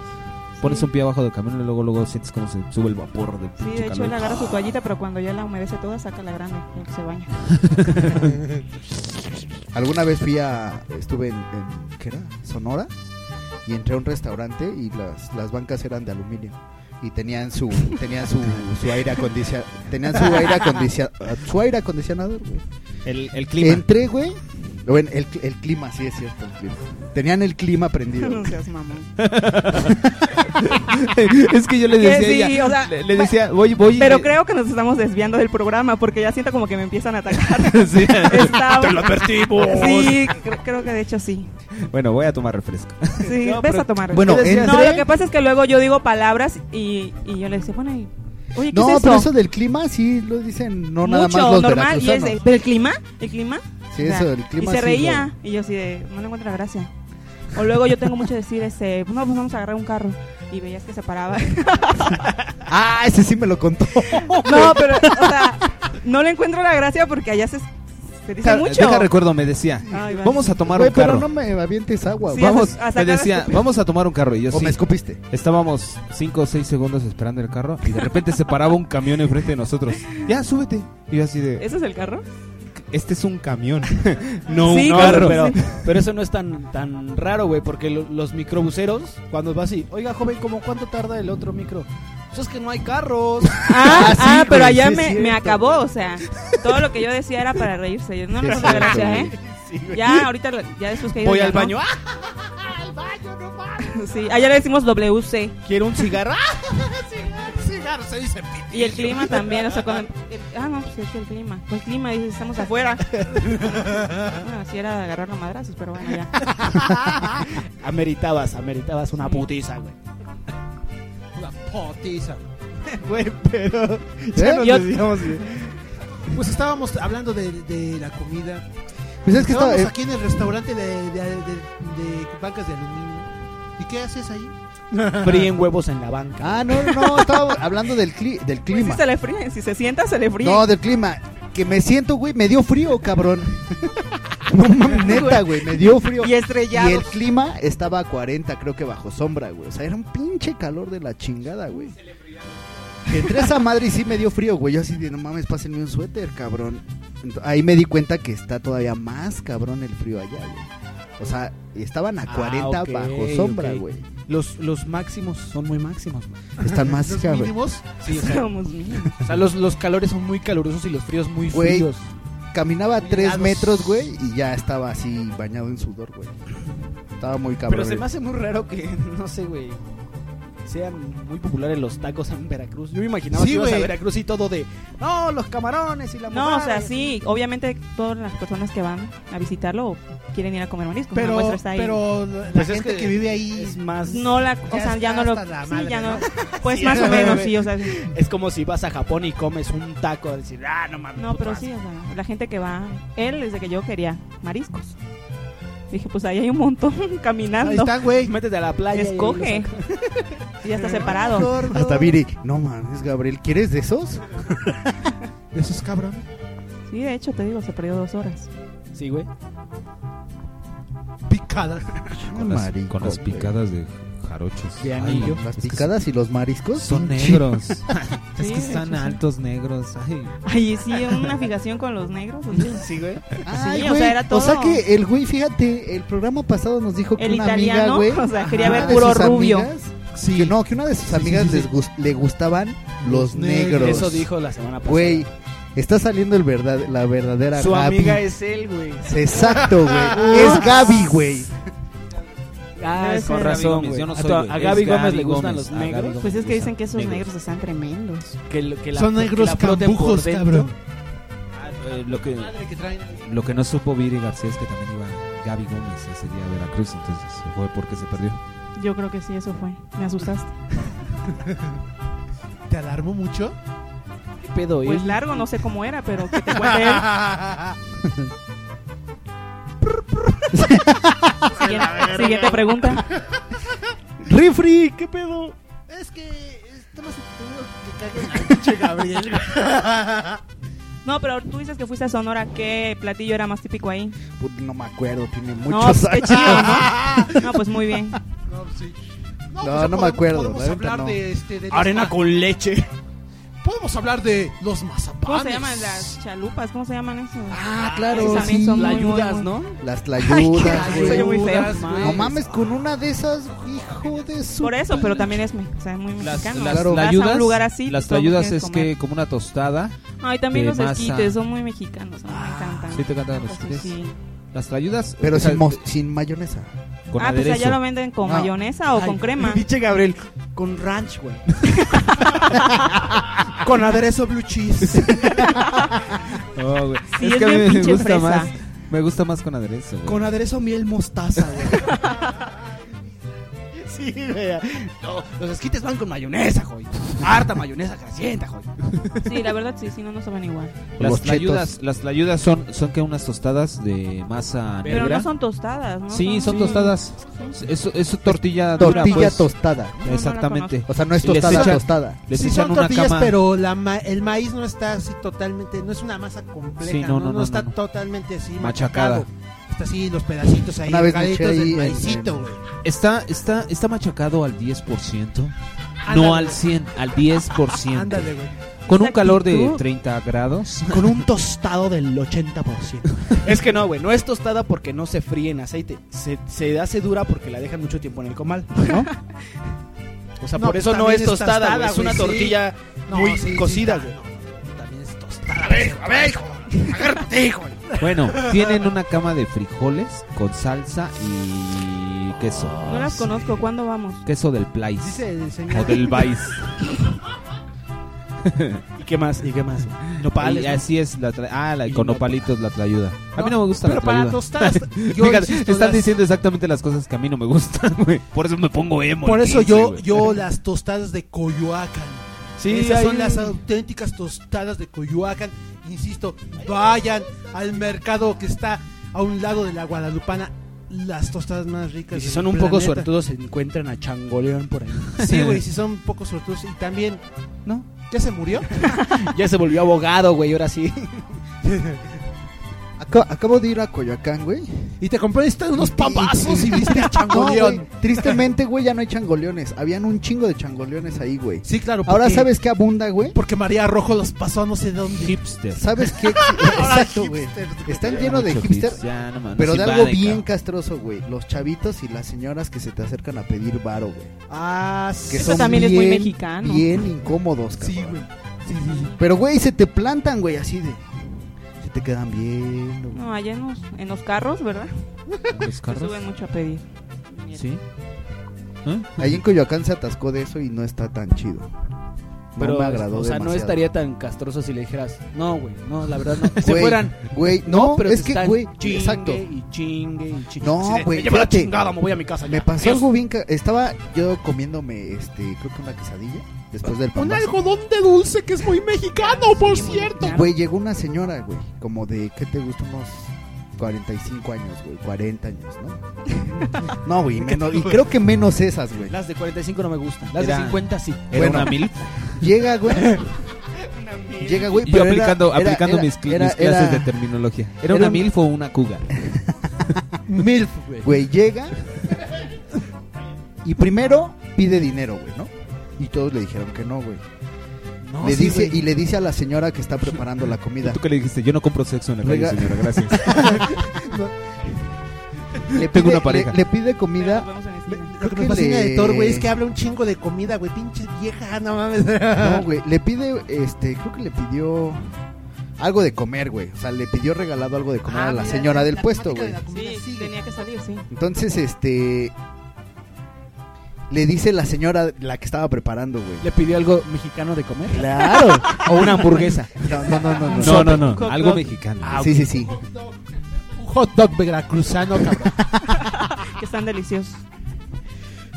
Speaker 6: Pones un pie abajo del camión y luego, luego sientes como se sube el vapor del
Speaker 8: Sí,
Speaker 6: pinche
Speaker 8: de hecho
Speaker 6: calor.
Speaker 8: él agarra su toallita, pero cuando ya la humedece toda, saca la grande, y se baña.
Speaker 7: Alguna vez fui a. Estuve en. en- ¿Qué era? Sonora. Y entré a un restaurante y las, las bancas eran de aluminio. Y tenían su tenían su, su aire acondicionado. Tenían su aire acondicionado. Su aire acondicionador, güey.
Speaker 6: El, el clima.
Speaker 7: Entré, güey. Bueno, el, cl- el clima, sí es cierto. El clima. Tenían el clima prendido.
Speaker 8: No seas mamón.
Speaker 6: es que yo le
Speaker 8: Que
Speaker 6: decía,
Speaker 8: sí,
Speaker 6: a ella-
Speaker 8: o sea,
Speaker 6: le, le decía, voy, voy.
Speaker 8: Pero creo que nos estamos desviando del programa porque ya siento como que me empiezan a atacar.
Speaker 6: Sí.
Speaker 8: Estaba-
Speaker 6: Te lo advertimos.
Speaker 8: Sí, cre- creo que de hecho sí.
Speaker 6: Bueno, voy a tomar refresco.
Speaker 8: Sí,
Speaker 6: No,
Speaker 8: ves
Speaker 6: pero-
Speaker 8: a tomar.
Speaker 6: Bueno,
Speaker 8: Yo decía, no,
Speaker 6: entré-
Speaker 8: lo que pasa es que luego yo digo palabras y, y yo le decía, bueno, y- oye, ¿qué
Speaker 7: No,
Speaker 8: es eso?
Speaker 7: pero eso del clima sí lo dicen no nada más
Speaker 8: Mucho,
Speaker 7: los
Speaker 8: normal, y es de,
Speaker 7: veracruzanos.
Speaker 8: ¿pero el clima? ¿El clima?
Speaker 7: Sí, eso, el clima
Speaker 8: Y se
Speaker 7: sí
Speaker 8: reía, y yo así de, no le encuentro la gracia. O luego yo tengo mucho de decir, este, no, pues vamos a agarrar un carro. Y veías que se paraba.
Speaker 7: Ah, ese sí me lo contó.
Speaker 8: no, pero, o sea, no le encuentro la gracia porque allá se, se dice
Speaker 6: Deja-
Speaker 8: mucho.
Speaker 6: Deja recuerdo, me decía,
Speaker 8: Ay, va.
Speaker 6: vamos a tomar
Speaker 7: Güey,
Speaker 6: un carro.
Speaker 7: Pero no me avientes agua. güey.
Speaker 6: vamos, me decía, vamos a tomar un carro. Y yo
Speaker 7: O
Speaker 6: sí.
Speaker 7: me escupiste.
Speaker 6: Estábamos 5 o 6 segundos esperando el carro y de repente se paraba un camión enfrente de nosotros. Ya, súbete. Y yo así
Speaker 7: Eh.
Speaker 6: de,
Speaker 8: ¿Eso es el carro?
Speaker 6: este es un camión, no
Speaker 5: Sí,
Speaker 6: un
Speaker 5: claro,
Speaker 6: carro.
Speaker 5: pero, pero eso no es tan tan raro, güey, porque lo- los microbuseros, cuando vas así, oiga, joven, ¿cómo cuánto tarda el otro micro? Pues es que no hay carros.
Speaker 8: Ah,
Speaker 5: sí,
Speaker 8: ah, pero
Speaker 5: güey,
Speaker 8: allá
Speaker 5: sí es
Speaker 8: me, me
Speaker 5: cierto.
Speaker 8: acabó, o sea, todo lo que yo decía era para reírse. Yo no
Speaker 5: Sí
Speaker 8: le
Speaker 5: es
Speaker 8: encuentro
Speaker 5: cierto,
Speaker 8: gracia,
Speaker 5: güey.
Speaker 8: ¿eh? ya, ahorita, lo- ya después que yo
Speaker 5: Voy
Speaker 8: ya
Speaker 5: al
Speaker 8: no.
Speaker 5: baño.
Speaker 4: ¡Ah!
Speaker 8: Sí, allá le decimos WC.
Speaker 5: Quiero un cigarro.
Speaker 4: Cigarro, se dice pito.
Speaker 8: Y el clima también, o sea, cuando... el- ah, no, pues es que el clima. Pues el clima, dices, estamos afuera. Bueno, si era de agarrar a madrazos, pero bueno, ya.
Speaker 5: Ameritabas, ameritabas una putiza, güey.
Speaker 4: Una potiza.
Speaker 5: Güey, pero...
Speaker 4: ya nos
Speaker 5: Yo-
Speaker 4: desviamos Pues estábamos hablando de, de la comida.
Speaker 7: Pues es que
Speaker 4: estábamos
Speaker 7: estaba-
Speaker 4: aquí en el restaurante de, de, de- de bancas de aluminio. ¿Y qué haces ahí?
Speaker 5: Fríen huevos en la banca.
Speaker 7: Ah, no, no, no, estaba hablando del, cli- del
Speaker 8: Si
Speaker 7: clima.
Speaker 8: Pues se le fríe, si se sienta, se le fríe.
Speaker 7: No, del clima. Que me siento, güey, me dio frío, cabrón. No mames, neta, güey, me dio frío.
Speaker 2: Y estrellados.
Speaker 7: Y el clima estaba a 40, creo que bajo sombra, güey. O sea, era un pinche calor de la chingada, güey. Entré a esa madre y sí me dio frío, güey. Yo así de, no mames, pásenme un suéter, cabrón. Ento- ahí me di cuenta que está todavía más cabrón el frío allá, güey. O sea, estaban a 40
Speaker 5: Ah, ok,
Speaker 7: bajo sombra,
Speaker 5: ok.
Speaker 7: güey.
Speaker 5: Los, los máximos son muy máximos. man.
Speaker 7: Están más, Los cabrón.
Speaker 4: mínimos,
Speaker 5: Sí, o sea,
Speaker 8: somos mínimos.
Speaker 5: O sea, los, los calores son muy calurosos y los fríos muy
Speaker 7: Güey,
Speaker 5: fríos.
Speaker 7: Caminaba 3
Speaker 5: helados.
Speaker 7: metros, güey, y ya estaba así bañado en sudor, güey. Estaba muy cabrón.
Speaker 5: Pero se me hace muy raro que, no sé, güey, sean muy populares los tacos en Veracruz. Yo me imaginaba
Speaker 8: Sí,
Speaker 5: que ibas a
Speaker 8: güey.
Speaker 5: Veracruz y todo de, no, los camarones y la
Speaker 8: No, o sea,
Speaker 5: mojada y-
Speaker 8: sí, obviamente todas las personas que van a visitarlo quieren ir a comer marisco.
Speaker 4: Pero-
Speaker 8: la muestra está ahí.
Speaker 4: pero la Pues es gente que- que vive ahí
Speaker 5: es más
Speaker 8: no la, o sea, ya no lo, sí, ya no, pues más o menos sí, o sea,
Speaker 5: es como si vas a Japón y comes un taco a decir, ah, no mames.
Speaker 8: no, pero
Speaker 5: putazo".
Speaker 8: sí, o sea, la gente que va, él desde que yo quería mariscos. Dije, pues ahí hay un montón caminando.
Speaker 5: Ahí está, güey. Métete a la playa. y ahí
Speaker 8: Escoge. Y ya está separado.
Speaker 7: Hasta Viri, no mames, Gabriel, ¿quieres de esos?
Speaker 4: De esos cabrones.
Speaker 8: Sí, de hecho, te digo, se perdió dos horas.
Speaker 5: Sí, güey.
Speaker 4: Picada.
Speaker 6: Con las,
Speaker 7: Marico,
Speaker 6: con las
Speaker 7: güey.
Speaker 6: picadas de jarochos.
Speaker 7: De
Speaker 6: Ay,
Speaker 7: anillo.
Speaker 6: no,
Speaker 7: Las
Speaker 6: es que
Speaker 7: picadas y los mariscos
Speaker 6: Son
Speaker 7: pinche.
Speaker 6: negros.
Speaker 8: Es que están
Speaker 6: altos negros.
Speaker 8: Ay, sí, una fijación con los negros.
Speaker 5: Sí, güey.
Speaker 7: Ay,
Speaker 8: sí, o
Speaker 7: güey,
Speaker 8: sea, era todo.
Speaker 7: que el güey, fíjate, el programa pasado nos dijo que
Speaker 8: El
Speaker 7: una
Speaker 8: italiano,
Speaker 7: amiga, güey,
Speaker 8: o sea, quería
Speaker 7: una
Speaker 8: ver
Speaker 7: de
Speaker 8: puro
Speaker 7: sus
Speaker 8: rubio.
Speaker 7: amigas, que no, que una de sus amigas les gust- le gustaban los
Speaker 5: Los negros.
Speaker 7: negros.
Speaker 5: Eso dijo la semana pasada.
Speaker 7: Güey, está saliendo el verdad, la verdadera
Speaker 5: Su
Speaker 7: Gaby.
Speaker 5: amiga es él, güey.
Speaker 7: Exacto, güey. es Gaby, güey.
Speaker 5: Ah, es con
Speaker 6: Gaby
Speaker 5: razón,
Speaker 6: Gómez,
Speaker 5: güey.
Speaker 6: yo no
Speaker 5: A
Speaker 6: soy,
Speaker 5: tu-
Speaker 6: güey.
Speaker 5: A
Speaker 6: Es
Speaker 5: Gaby Gómez
Speaker 6: Gaby
Speaker 5: le gustan
Speaker 6: Gómez.
Speaker 5: los
Speaker 6: A Gaby
Speaker 5: negros.
Speaker 8: Pues es que dicen que esos negros, están tremendos.
Speaker 5: Que lo- que la-
Speaker 4: Son
Speaker 5: que
Speaker 4: negros
Speaker 5: la floten por
Speaker 4: cambujos,
Speaker 5: dentro.
Speaker 4: cabrón.
Speaker 6: Ah, eh, lo, que,
Speaker 4: Madre que traen.
Speaker 6: lo que no supo Viri García es que también iba Gaby Gómez ese día a Veracruz, entonces fue porque se perdió.
Speaker 8: Yo creo que sí, eso fue. Me asustaste.
Speaker 4: ¿Te alarmó mucho?
Speaker 5: ¿Qué pedo, eh?
Speaker 8: Pues largo, no sé cómo era, pero que te cuente él. siguiente, siguiente pregunta.
Speaker 5: Refri, ¿qué pedo?
Speaker 4: Es que está más entretenido que caguen al pinche Gabriel.
Speaker 8: No, pero tú dices que fuiste a Sonora. ¿Qué platillo era más típico ahí?
Speaker 7: Put- No me acuerdo, tiene
Speaker 8: No,
Speaker 7: muchos
Speaker 8: pues, qué
Speaker 7: años.
Speaker 8: chido, ¿no? No, pues muy bien.
Speaker 7: No,
Speaker 4: pues
Speaker 7: no
Speaker 4: ya
Speaker 7: me
Speaker 4: podemos-
Speaker 7: acuerdo,
Speaker 4: Podemos
Speaker 7: la neta
Speaker 4: hablar
Speaker 7: no.
Speaker 4: de este. de los ma-
Speaker 5: Arena con leche.
Speaker 4: Podemos hablar de los mazapanes.
Speaker 8: ¿Cómo se llaman las chalupas? ¿Cómo se llaman eso?
Speaker 7: Ah,
Speaker 8: Esas
Speaker 7: claro.
Speaker 8: también son muy, muy, muy-
Speaker 7: Las
Speaker 8: Ay,
Speaker 7: tlayudas,
Speaker 8: qué
Speaker 7: güey.
Speaker 8: soy muy feo.
Speaker 7: No mames, con una de esas, hijo de su...
Speaker 8: Por eso, pero también es me- o sea, muy
Speaker 6: Las,
Speaker 8: mexicano.
Speaker 6: las
Speaker 8: Vas a un
Speaker 6: tlayudas,
Speaker 8: lugar así,
Speaker 6: las
Speaker 8: todo
Speaker 6: tlayudas
Speaker 8: quieres
Speaker 6: es
Speaker 8: comer.
Speaker 6: que como una tostada.
Speaker 8: Ay, también
Speaker 6: de
Speaker 8: los
Speaker 6: masa.
Speaker 8: esquites, son muy mexicanos. a mí me encantan.
Speaker 6: Sí, te cantan los
Speaker 8: Pues
Speaker 6: esquites.
Speaker 8: sí.
Speaker 6: Las tlayudas.
Speaker 7: Pero
Speaker 6: o sea,
Speaker 7: sin, mos- sin mayonesa.
Speaker 6: con
Speaker 8: ah, pues allá
Speaker 6: aderezo.
Speaker 8: lo venden con
Speaker 7: No.
Speaker 8: mayonesa o con crema.
Speaker 5: Pinche Gabriel, con ranch, güey.
Speaker 4: Con aderezo blue cheese.
Speaker 6: No, güey.
Speaker 4: Sí,
Speaker 6: es
Speaker 4: es
Speaker 6: que a mí
Speaker 4: bien
Speaker 6: me
Speaker 4: pinche
Speaker 6: gusta
Speaker 4: fresa.
Speaker 6: más. Me gusta más con aderezo. güey.
Speaker 4: con aderezo miel mostaza, güey.
Speaker 5: Sí, güey. No, los esquites van con mayonesa, güey. Harta mayonesa grasienta, güey.
Speaker 8: Sí, la verdad sí, si no, no saben igual.
Speaker 6: Las
Speaker 7: Los chetos.
Speaker 6: tlayudas, las tlayudas son, son que unas tostadas de masa
Speaker 8: Pero
Speaker 6: negra.
Speaker 8: no son tostadas, ¿no?
Speaker 6: Sí, son tostadas.
Speaker 8: Sí.
Speaker 6: Eso, eso tortilla dura,
Speaker 7: Tortilla
Speaker 6: pues.
Speaker 7: tostada.
Speaker 8: no la
Speaker 6: Exactamente.
Speaker 7: O sea, no es
Speaker 6: Y les
Speaker 7: tostada,
Speaker 6: echan-
Speaker 7: tostada.
Speaker 6: Les
Speaker 4: sí,
Speaker 6: echan
Speaker 4: son
Speaker 6: una
Speaker 4: tortillas,
Speaker 6: cama-
Speaker 4: pero la ma- el maíz no está así totalmente. No es una masa compleja.
Speaker 6: Sí, no, no,
Speaker 4: no, no
Speaker 6: no,
Speaker 4: está
Speaker 6: no, no.
Speaker 4: totalmente así.
Speaker 6: Machacada.
Speaker 4: machacado. Está así los pedacitos ahí.
Speaker 7: Una vez me
Speaker 4: pegaditos
Speaker 7: eché ahí
Speaker 4: del
Speaker 7: en-
Speaker 4: maicito, güey.
Speaker 6: Está, está, está machacado al 10%.
Speaker 4: Ándale.
Speaker 6: No al 100, al 10%.
Speaker 4: Ándale, güey.
Speaker 6: Con un calor de
Speaker 5: actitud.
Speaker 6: 30 grados.
Speaker 5: Con un tostado del 80%. es que no, güey. No es tostada porque no se fríe en aceite. Se, se hace dura porque la dejan mucho tiempo en el comal, ¿no? O sea,
Speaker 4: No,
Speaker 5: Ah, por
Speaker 4: pues
Speaker 5: eso no
Speaker 4: también
Speaker 5: es tostada, güey.
Speaker 4: güey,
Speaker 5: Es una
Speaker 4: sí.
Speaker 5: tortilla
Speaker 4: No,
Speaker 5: muy
Speaker 4: sí, sí,
Speaker 5: cocida,
Speaker 4: está-
Speaker 5: güey.
Speaker 4: no, También es tostada. A ver, hijo, a ver, hijo. Agárrate, hijo.
Speaker 6: Bueno, tienen una cama de frijoles con salsa y queso.
Speaker 8: No las conozco, ¿cuándo vamos?
Speaker 6: Queso del plais.
Speaker 4: Dice el señor.
Speaker 6: O del vais.
Speaker 5: ¿Y qué más? ¿Y qué más?
Speaker 6: Y
Speaker 5: Nopales. ¿no?
Speaker 6: así es la tra- ah la con nopalitos la tlayuda. A mí no me gusta
Speaker 4: pero
Speaker 6: la
Speaker 4: para
Speaker 6: tlayuda.
Speaker 4: tostadas, yo
Speaker 6: Fíjate,
Speaker 4: insisto,
Speaker 6: están
Speaker 4: las-
Speaker 6: diciendo exactamente las cosas que a mí no me gustan, güey. Por eso me pongo emo.
Speaker 4: Por
Speaker 6: el
Speaker 4: eso
Speaker 6: 15,
Speaker 4: yo,
Speaker 6: güey.
Speaker 4: yo las tostadas de Coyoacán.
Speaker 5: Sí,
Speaker 4: Esas
Speaker 5: ahí-
Speaker 4: son las auténticas tostadas de Coyoacán. Insisto, vayan al mercado que está a un lado de la Guadalupana. Las tostadas más ricas.
Speaker 5: Y si
Speaker 4: del
Speaker 5: son un poco
Speaker 4: planeta.
Speaker 5: suertudos, se encuentran a Changoleón por ahí.
Speaker 4: Sí, güey, si son un poco suertudos. Y también,
Speaker 5: ¿no?
Speaker 4: ¿Ya se murió?
Speaker 5: Ya se volvió abogado, güey, ahora sí.
Speaker 7: Acá- Acabo de ir a Coyoacán, güey.
Speaker 4: Y te compraste unos papazos y viste a changoleón.
Speaker 7: tristemente, güey, ya no hay changoleones. Habían un chingo de changoleones ahí, güey.
Speaker 4: Sí, claro.
Speaker 7: Ahora
Speaker 4: porque-
Speaker 7: sabes qué abunda, güey.
Speaker 4: Porque María Rojo los pasó a no sé dónde.
Speaker 6: Hipster.
Speaker 7: ¿Sabes qué? Exacto, güey. Están llenos de
Speaker 6: Mucho
Speaker 7: hipster,
Speaker 6: hipster, ya, no mames.
Speaker 7: pero
Speaker 6: Sí
Speaker 7: de algo
Speaker 6: invaden,
Speaker 7: bien castroso, güey. Los chavitos y las señoras que se te acercan a pedir varo, güey.
Speaker 4: Ah,
Speaker 7: Que
Speaker 8: Eso
Speaker 7: son
Speaker 8: también es muy
Speaker 7: bien-
Speaker 8: mexicano.
Speaker 7: Bien incómodos, cabrón.
Speaker 4: Sí, güey. Sí, sí, sí.
Speaker 7: Pero, güey, se te plantan, güey, así de... Se te quedan viendo, güey.
Speaker 8: No, allá en los, en los carros, ¿verdad?
Speaker 7: los carros?
Speaker 8: Se suben mucho a pedir.
Speaker 6: Sí.
Speaker 7: Ahí en Coyoacán se atascó de eso y no está tan chido. No
Speaker 5: Pero,
Speaker 7: me agradó
Speaker 5: o sea, no
Speaker 7: demasiado.
Speaker 5: estaría tan castroso si le dijeras, no, güey, no, la verdad no. Que se
Speaker 7: Güey,
Speaker 5: fueran.
Speaker 7: güey, no, es
Speaker 5: se
Speaker 7: que,
Speaker 5: están
Speaker 7: güey,
Speaker 5: chingue
Speaker 7: exacto.
Speaker 5: Y chingue y chingue.
Speaker 7: No,
Speaker 5: Así de,
Speaker 7: güey,
Speaker 5: "Me llevo la
Speaker 7: fíjate.
Speaker 5: chingada, me voy a mi casa.
Speaker 7: Me
Speaker 5: ya".
Speaker 7: pasó
Speaker 5: Adiós.
Speaker 7: algo bien... ca- Estaba yo comiéndome, este, creo que una quesadilla después del pan.
Speaker 4: Un algodón de dulce que es muy mexicano, por cierto.
Speaker 8: pues,
Speaker 7: Güey, llegó una señora, güey, como de, ¿qué te gusta? Unos 45 años, güey, 40 años, ¿no? no, güey, menos- y creo que menos esas, güey.
Speaker 5: Las de 45 no me gustan. Las
Speaker 7: Era-
Speaker 5: de 50 sí.
Speaker 7: Bueno, Llega, güey. Llega, güey,
Speaker 6: Y yo
Speaker 7: pero era-
Speaker 6: aplicando,
Speaker 7: era-
Speaker 6: aplicando
Speaker 7: era-
Speaker 6: mis, cl-
Speaker 7: era-
Speaker 6: mis clases
Speaker 7: era-
Speaker 6: de terminología. ¿Era,
Speaker 7: era
Speaker 6: una
Speaker 7: un-
Speaker 6: MILF o una cougar?
Speaker 7: MILF, güey. llega. Y primero pide dinero, güey, ¿no? Y todos le dijeron que no, güey.
Speaker 6: No,
Speaker 7: le
Speaker 6: sí,
Speaker 7: dice,
Speaker 6: güey.
Speaker 7: y le dice a la señora que está preparando la comida.
Speaker 6: ¿Tú qué le dijiste? Yo no compro sexo en la calle,
Speaker 7: Rega-
Speaker 6: señora, gracias.
Speaker 7: Le
Speaker 6: Tengo
Speaker 7: pide-
Speaker 6: una pareja.
Speaker 7: Le, le pide comida.
Speaker 4: Lo este que me
Speaker 7: Creo que
Speaker 4: fascina de
Speaker 7: le-
Speaker 4: Thor, güey, es que habla un chingo de comida, güey. Pinche vieja, no mames.
Speaker 7: No, güey. Le pide, este, creo que le pidió algo de comer, güey. O sea, le pidió regalado algo de comer
Speaker 8: Ah,
Speaker 7: a la
Speaker 8: mira,
Speaker 7: señora
Speaker 8: la-
Speaker 7: del
Speaker 8: la
Speaker 7: puesto,
Speaker 8: temática de
Speaker 7: güey.
Speaker 8: la comida Sí, tenía que salir, sí.
Speaker 7: Entonces, este. Le dice la señora, la que estaba preparando, güey.
Speaker 5: ¿Le pidió algo mexicano de comer?
Speaker 7: Claro.
Speaker 5: o una hamburguesa.
Speaker 7: No, no, no, no.
Speaker 5: Un
Speaker 7: No,
Speaker 5: sope.
Speaker 7: no, no,
Speaker 5: Un
Speaker 7: algo
Speaker 5: hot dog. Ah,
Speaker 7: mexicano. Sí, sí, sí.
Speaker 4: Un hot dog veracruzano, cabrón.
Speaker 8: que están deliciosos.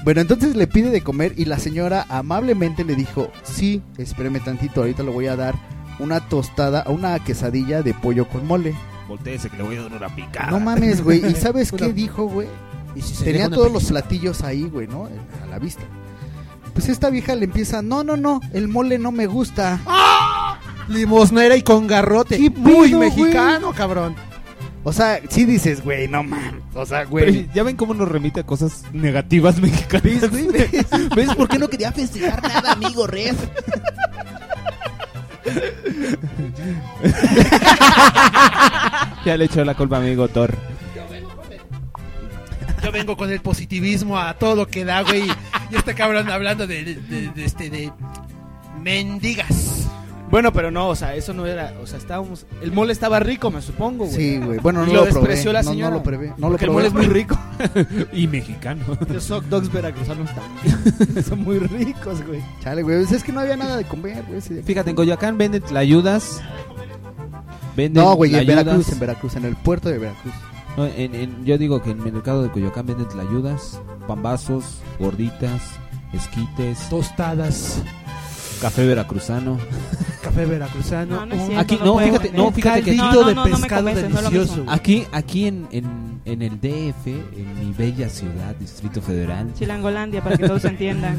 Speaker 7: Bueno, entonces le pide de comer y la señora amablemente le dijo, sí, espéreme tantito, ahorita le voy a dar una tostada, una quesadilla de pollo con mole.
Speaker 12: Volteese que le voy a dar una
Speaker 5: Ah.
Speaker 12: picada.
Speaker 7: No mames, güey. ¿Y sabes qué dijo, güey?
Speaker 12: se deja
Speaker 7: Tenía
Speaker 12: una
Speaker 7: todos los platillos ahí, güey, ¿no? A la vista. Pues esta vieja le empieza, no, no, no, el mole no me gusta.
Speaker 6: Ah.
Speaker 4: Limosnera y con garrote. Muy mexicano, cabrón.
Speaker 7: O sea, sí dices, güey, no mames. O sea,
Speaker 6: Pero, ¿Ya ven cómo nos remite a cosas negativas mexicanas?
Speaker 2: ¿Ves por qué no quería festejar nada, amigo Red?
Speaker 6: ya le echó la culpa a mi amigo Thor.
Speaker 4: Yo vengo con el positivismo a todo lo que da, güey. Y este cabrón hablando de, de- de- de este, de mendigas.
Speaker 5: Bueno, pero no, o sea, eso no era, o sea, estábamos, el mole estaba rico, me supongo, güey.
Speaker 7: Sí, güey, bueno, no
Speaker 5: Y
Speaker 7: lo
Speaker 5: lo
Speaker 7: probé,
Speaker 5: despreció la
Speaker 7: no, no
Speaker 5: señora.
Speaker 7: lo probé, no lo
Speaker 5: Porque
Speaker 7: probé.
Speaker 5: el mole es muy rico.
Speaker 6: y mexicano.
Speaker 5: Los hot dogs veracruzanos también. Son muy ricos, güey.
Speaker 7: Chale, güey, pues es que no había nada de comer, güey. ese día.
Speaker 6: Fíjate, en Coyoacán venden tlayudas. Venden
Speaker 7: No, güey, en
Speaker 6: tlayudas.
Speaker 7: Veracruz, en Veracruz, en el puerto de Veracruz.
Speaker 6: No, en- en- yo digo que en el mercado de Coyoacán venden tlayudas, pambazos, gorditas, esquites,
Speaker 4: tostadas,
Speaker 6: café veracruzano.
Speaker 4: Café veracruzano.
Speaker 8: No, no es
Speaker 4: un-
Speaker 8: cierto,
Speaker 6: Aquí no, fíjate, no, fíjate que
Speaker 4: caldito de pescado delicioso.
Speaker 6: Aquí, aquí en, en, en el DF, en mi bella ciudad, Distrito Federal.
Speaker 8: Chilangolandia, para que todos entiendan.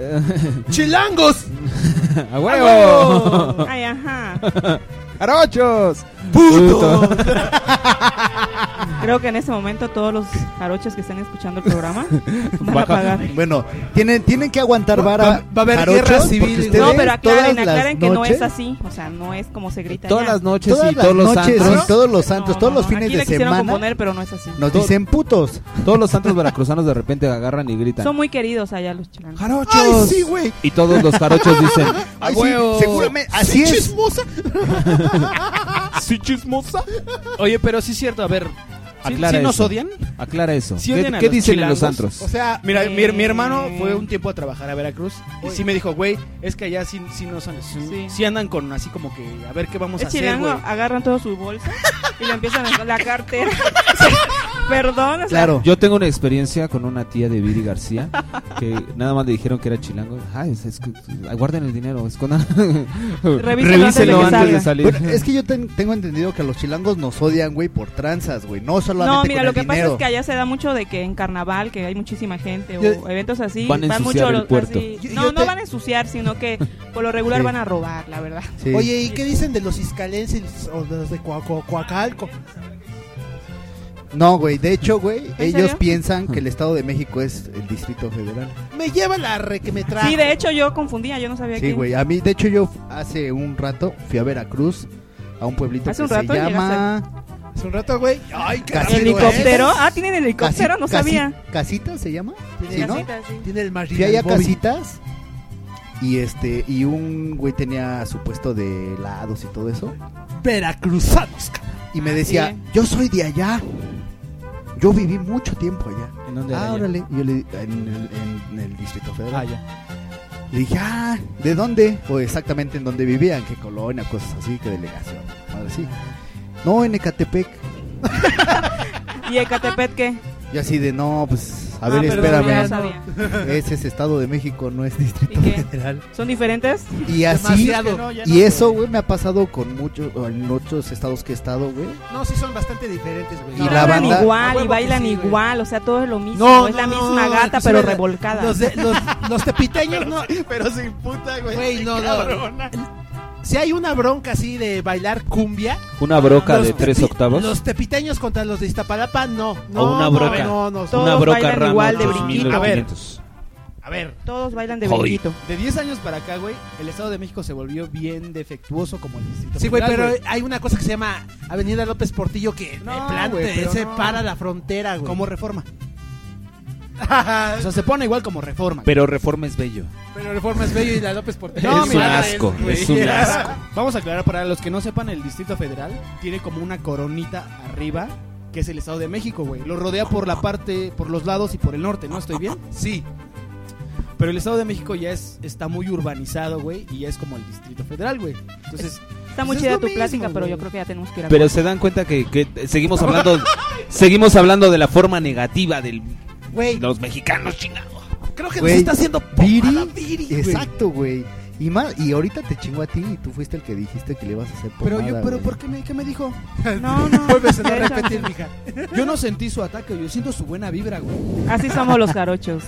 Speaker 4: ¡Chilangos!
Speaker 6: ¡A huevo!
Speaker 8: Ay, ajá.
Speaker 6: ¡Jarochos!
Speaker 8: ¡Puto! Creo que en este momento todos los jarochos que estén escuchando el programa van a pagar.
Speaker 7: Bueno, tienen, tienen que aguantar vara.
Speaker 8: va-
Speaker 6: va a haber
Speaker 7: jarochos,
Speaker 6: guerra
Speaker 7: porque
Speaker 6: civil,
Speaker 7: ustedes
Speaker 8: No, pero aclaren,
Speaker 7: todas las
Speaker 8: aclaren que no
Speaker 7: noches-
Speaker 8: es así. O sea, no es como se grita.
Speaker 6: Todas
Speaker 8: allá.
Speaker 6: las noches y todos los
Speaker 7: noches
Speaker 6: antros.
Speaker 7: y todos los santos,
Speaker 8: No,
Speaker 7: todos
Speaker 8: no,
Speaker 7: los
Speaker 8: no,
Speaker 7: fines
Speaker 8: aquí
Speaker 7: de
Speaker 8: le quisieron
Speaker 7: semana
Speaker 8: componer, pero no es así.
Speaker 7: nos dicen putos.
Speaker 6: Todos los santos veracruzanos de repente agarran y gritan.
Speaker 8: Son muy queridos allá los chilangos.
Speaker 6: ¡Jarochos! Y todos los jarochos dicen.
Speaker 8: Ay, sí, seguramente, así es.
Speaker 4: chismosa!
Speaker 6: ¿Sí chismosa?
Speaker 5: Oye, pero sí es cierto, a ver, ¿sí,
Speaker 6: Aclara
Speaker 5: sí nos
Speaker 6: eso.
Speaker 5: odian?
Speaker 6: Aclara eso.
Speaker 5: ¿Sí
Speaker 6: ¿Qué,
Speaker 5: odian a
Speaker 6: qué
Speaker 5: los
Speaker 6: dicen en
Speaker 5: chilangos?
Speaker 6: los antros?
Speaker 5: O sea, eh, mira,
Speaker 6: eh,
Speaker 5: mi, mi hermano fue un tiempo a trabajar a Veracruz y sí me dijo, güey, es que allá sí, sí no son, sí, sí andan con así como que, a ver qué vamos a
Speaker 8: El
Speaker 5: hacer,
Speaker 8: chilango
Speaker 5: güey.
Speaker 8: agarran toda su bolsa y le empiezan a la cartera. Perdón, o sea,
Speaker 6: Claro. Yo tengo una experiencia con una tía de Viri García que nada más le dijeron que era chilango. Ay, es- es- guarden el dinero, escondan. Revísenlo antes de salir.
Speaker 7: Bueno, es que yo ten- tengo entendido que los chilangos nos odian, güey, por tranzas, güey. No solamente
Speaker 8: No, mira,
Speaker 7: con
Speaker 8: lo
Speaker 7: el
Speaker 8: que pasa
Speaker 7: dinero.
Speaker 8: es que allá se da mucho de que en carnaval, que hay muchísima gente o
Speaker 7: Yo-
Speaker 8: eventos así,
Speaker 7: Van a ensuciar
Speaker 8: mucho
Speaker 7: el
Speaker 8: los-
Speaker 7: puerto.
Speaker 8: así-
Speaker 7: Yo-
Speaker 8: no,
Speaker 7: yo
Speaker 8: no
Speaker 7: te-
Speaker 8: van a ensuciar, sino que por lo regular
Speaker 7: Sí.
Speaker 8: van a robar, la verdad.
Speaker 4: Oye, ¿y qué dicen de los iscalenses o de los de Coa- Coa- Coacalco?
Speaker 7: No, güey, de hecho, güey,
Speaker 4: ¿En
Speaker 7: ellos
Speaker 4: serio?
Speaker 7: piensan que el Estado de México es el Distrito Federal.
Speaker 4: Me lleva la re que me trae.
Speaker 8: Sí, de hecho yo confundía, yo no sabía
Speaker 7: Sí,
Speaker 8: quién.
Speaker 7: güey, a mí, de hecho, yo hace un rato fui a Veracruz, a un pueblito
Speaker 8: Hace
Speaker 7: que
Speaker 8: un rato
Speaker 7: se
Speaker 8: llegaste
Speaker 7: llama...
Speaker 4: Hace un rato, güey. Ay, qué
Speaker 7: Casino
Speaker 4: rápido
Speaker 7: ¿Helicóptero?
Speaker 4: eres.
Speaker 7: Ah, ¿tienen helicóptero? No
Speaker 4: Casi-
Speaker 7: sabía.
Speaker 4: casi-
Speaker 7: ¿Casita se llama?
Speaker 4: Tiene,
Speaker 7: Sí, ¿no?
Speaker 4: casita, sí. Tiene el marrino.
Speaker 7: Fui allá a
Speaker 4: el Bobby.
Speaker 7: casitas y este y un güey tenía su puesto de helados y todo eso.
Speaker 4: Veracruzanos. ca-
Speaker 7: Y me decía,
Speaker 4: Sí.
Speaker 7: yo soy de allá. Yo viví mucho tiempo allá.
Speaker 6: ¿En dónde
Speaker 7: Ah,
Speaker 6: era allá?
Speaker 7: órale. Y yo le en el, en el Distrito
Speaker 8: Ah,
Speaker 7: Federal. Le dije, ah, ¿de dónde? O exactamente en dónde vivían, qué colonia, cosas así, qué delegación. Madre, sí. No, en Ecatepec.
Speaker 8: ¿Y Ecatepec qué?
Speaker 7: Y así de, no, pues, a
Speaker 8: Ah,
Speaker 7: ver,
Speaker 8: perdón, ya no
Speaker 7: espérame.
Speaker 8: sabía.
Speaker 7: Ese es Estado de México, no es Distrito Federal.
Speaker 8: ¿Son diferentes?
Speaker 7: Y así, y eso, güey, me ha pasado con muchos, en otros estados que he estado, güey.
Speaker 4: No, sí son bastante diferentes, güey.
Speaker 7: Y la
Speaker 8: Hablan
Speaker 7: banda-
Speaker 4: A
Speaker 8: igual
Speaker 4: huevo
Speaker 8: y
Speaker 4: que
Speaker 8: bailan
Speaker 4: sí, güey.
Speaker 8: igual, o sea, todo es lo mismo, es la
Speaker 4: no,
Speaker 8: misma
Speaker 4: no,
Speaker 8: gata
Speaker 4: inclusive
Speaker 8: pero
Speaker 4: la-
Speaker 8: revolcada.
Speaker 4: Los, de- los, los tepiteños no.
Speaker 13: Pero se imputa, güey.
Speaker 4: Güey, no, no.
Speaker 13: Cabrona.
Speaker 4: Si hay una bronca así de bailar cumbia.
Speaker 6: Una broca
Speaker 4: los
Speaker 6: de tres
Speaker 4: tepi-
Speaker 6: octavos.
Speaker 4: Los tepiteños contra los de Iztapalapa, no. no
Speaker 6: o una
Speaker 4: no,
Speaker 6: broca.
Speaker 4: No, no,
Speaker 6: una broca
Speaker 4: bailan
Speaker 6: rama
Speaker 4: igual de
Speaker 6: 8500.
Speaker 4: brinquito. A ver,
Speaker 5: A ver.
Speaker 8: Todos bailan
Speaker 6: de Hoy. brinquito.
Speaker 5: De 10 años para acá, güey, el Estado de México se volvió bien defectuoso como el Distrito
Speaker 4: Sí, güey,
Speaker 5: Federal,
Speaker 4: pero ah, hay una cosa que se llama Avenida López Portillo que no, de plano
Speaker 5: güey,
Speaker 4: te
Speaker 5: pero
Speaker 4: separa la frontera, güey.
Speaker 5: Como reforma. o sea, se pone igual como reforma.
Speaker 6: Pero reforma es bello.
Speaker 4: Pero Reforma es bello y la López Portillo.
Speaker 5: No,
Speaker 6: es un
Speaker 5: mira,
Speaker 6: asco,
Speaker 5: güey.
Speaker 6: es un asco.
Speaker 5: Vamos a aclarar para los que no sepan, el Distrito Federal tiene como una coronita arriba que es el Estado de México, güey. Lo rodea por la parte, por los lados y por el norte, ¿no? ¿Estoy bien?
Speaker 4: Sí.
Speaker 5: Pero el Estado de México ya es está muy urbanizado, güey, y ya es como el Distrito Federal, güey. Entonces,
Speaker 8: Está muy
Speaker 5: pues es
Speaker 8: chida
Speaker 5: lo
Speaker 8: tu
Speaker 5: mismo,
Speaker 8: plática, pero
Speaker 5: güey.
Speaker 8: yo creo que ya tenemos que ir a
Speaker 6: Pero se dan cuenta que, que seguimos hablando seguimos hablando de la forma negativa del los mexicanos chingados.
Speaker 4: Creo
Speaker 6: que
Speaker 7: Güey,
Speaker 6: nos está haciendo pomada,
Speaker 7: Viri,
Speaker 6: Viri, güey.
Speaker 7: Exacto, güey. Y más, y ahorita te chingo a ti y tú fuiste el que dijiste que le ibas a hacer pomada,
Speaker 5: Pero yo, pero
Speaker 7: güey.
Speaker 5: ¿por qué me, qué me dijo?
Speaker 8: No, no.
Speaker 4: Vuelves a
Speaker 5: no
Speaker 4: no repetir, mija.
Speaker 5: Yo no sentí su ataque, yo siento su buena vibra, güey.
Speaker 8: Así somos los jarochos.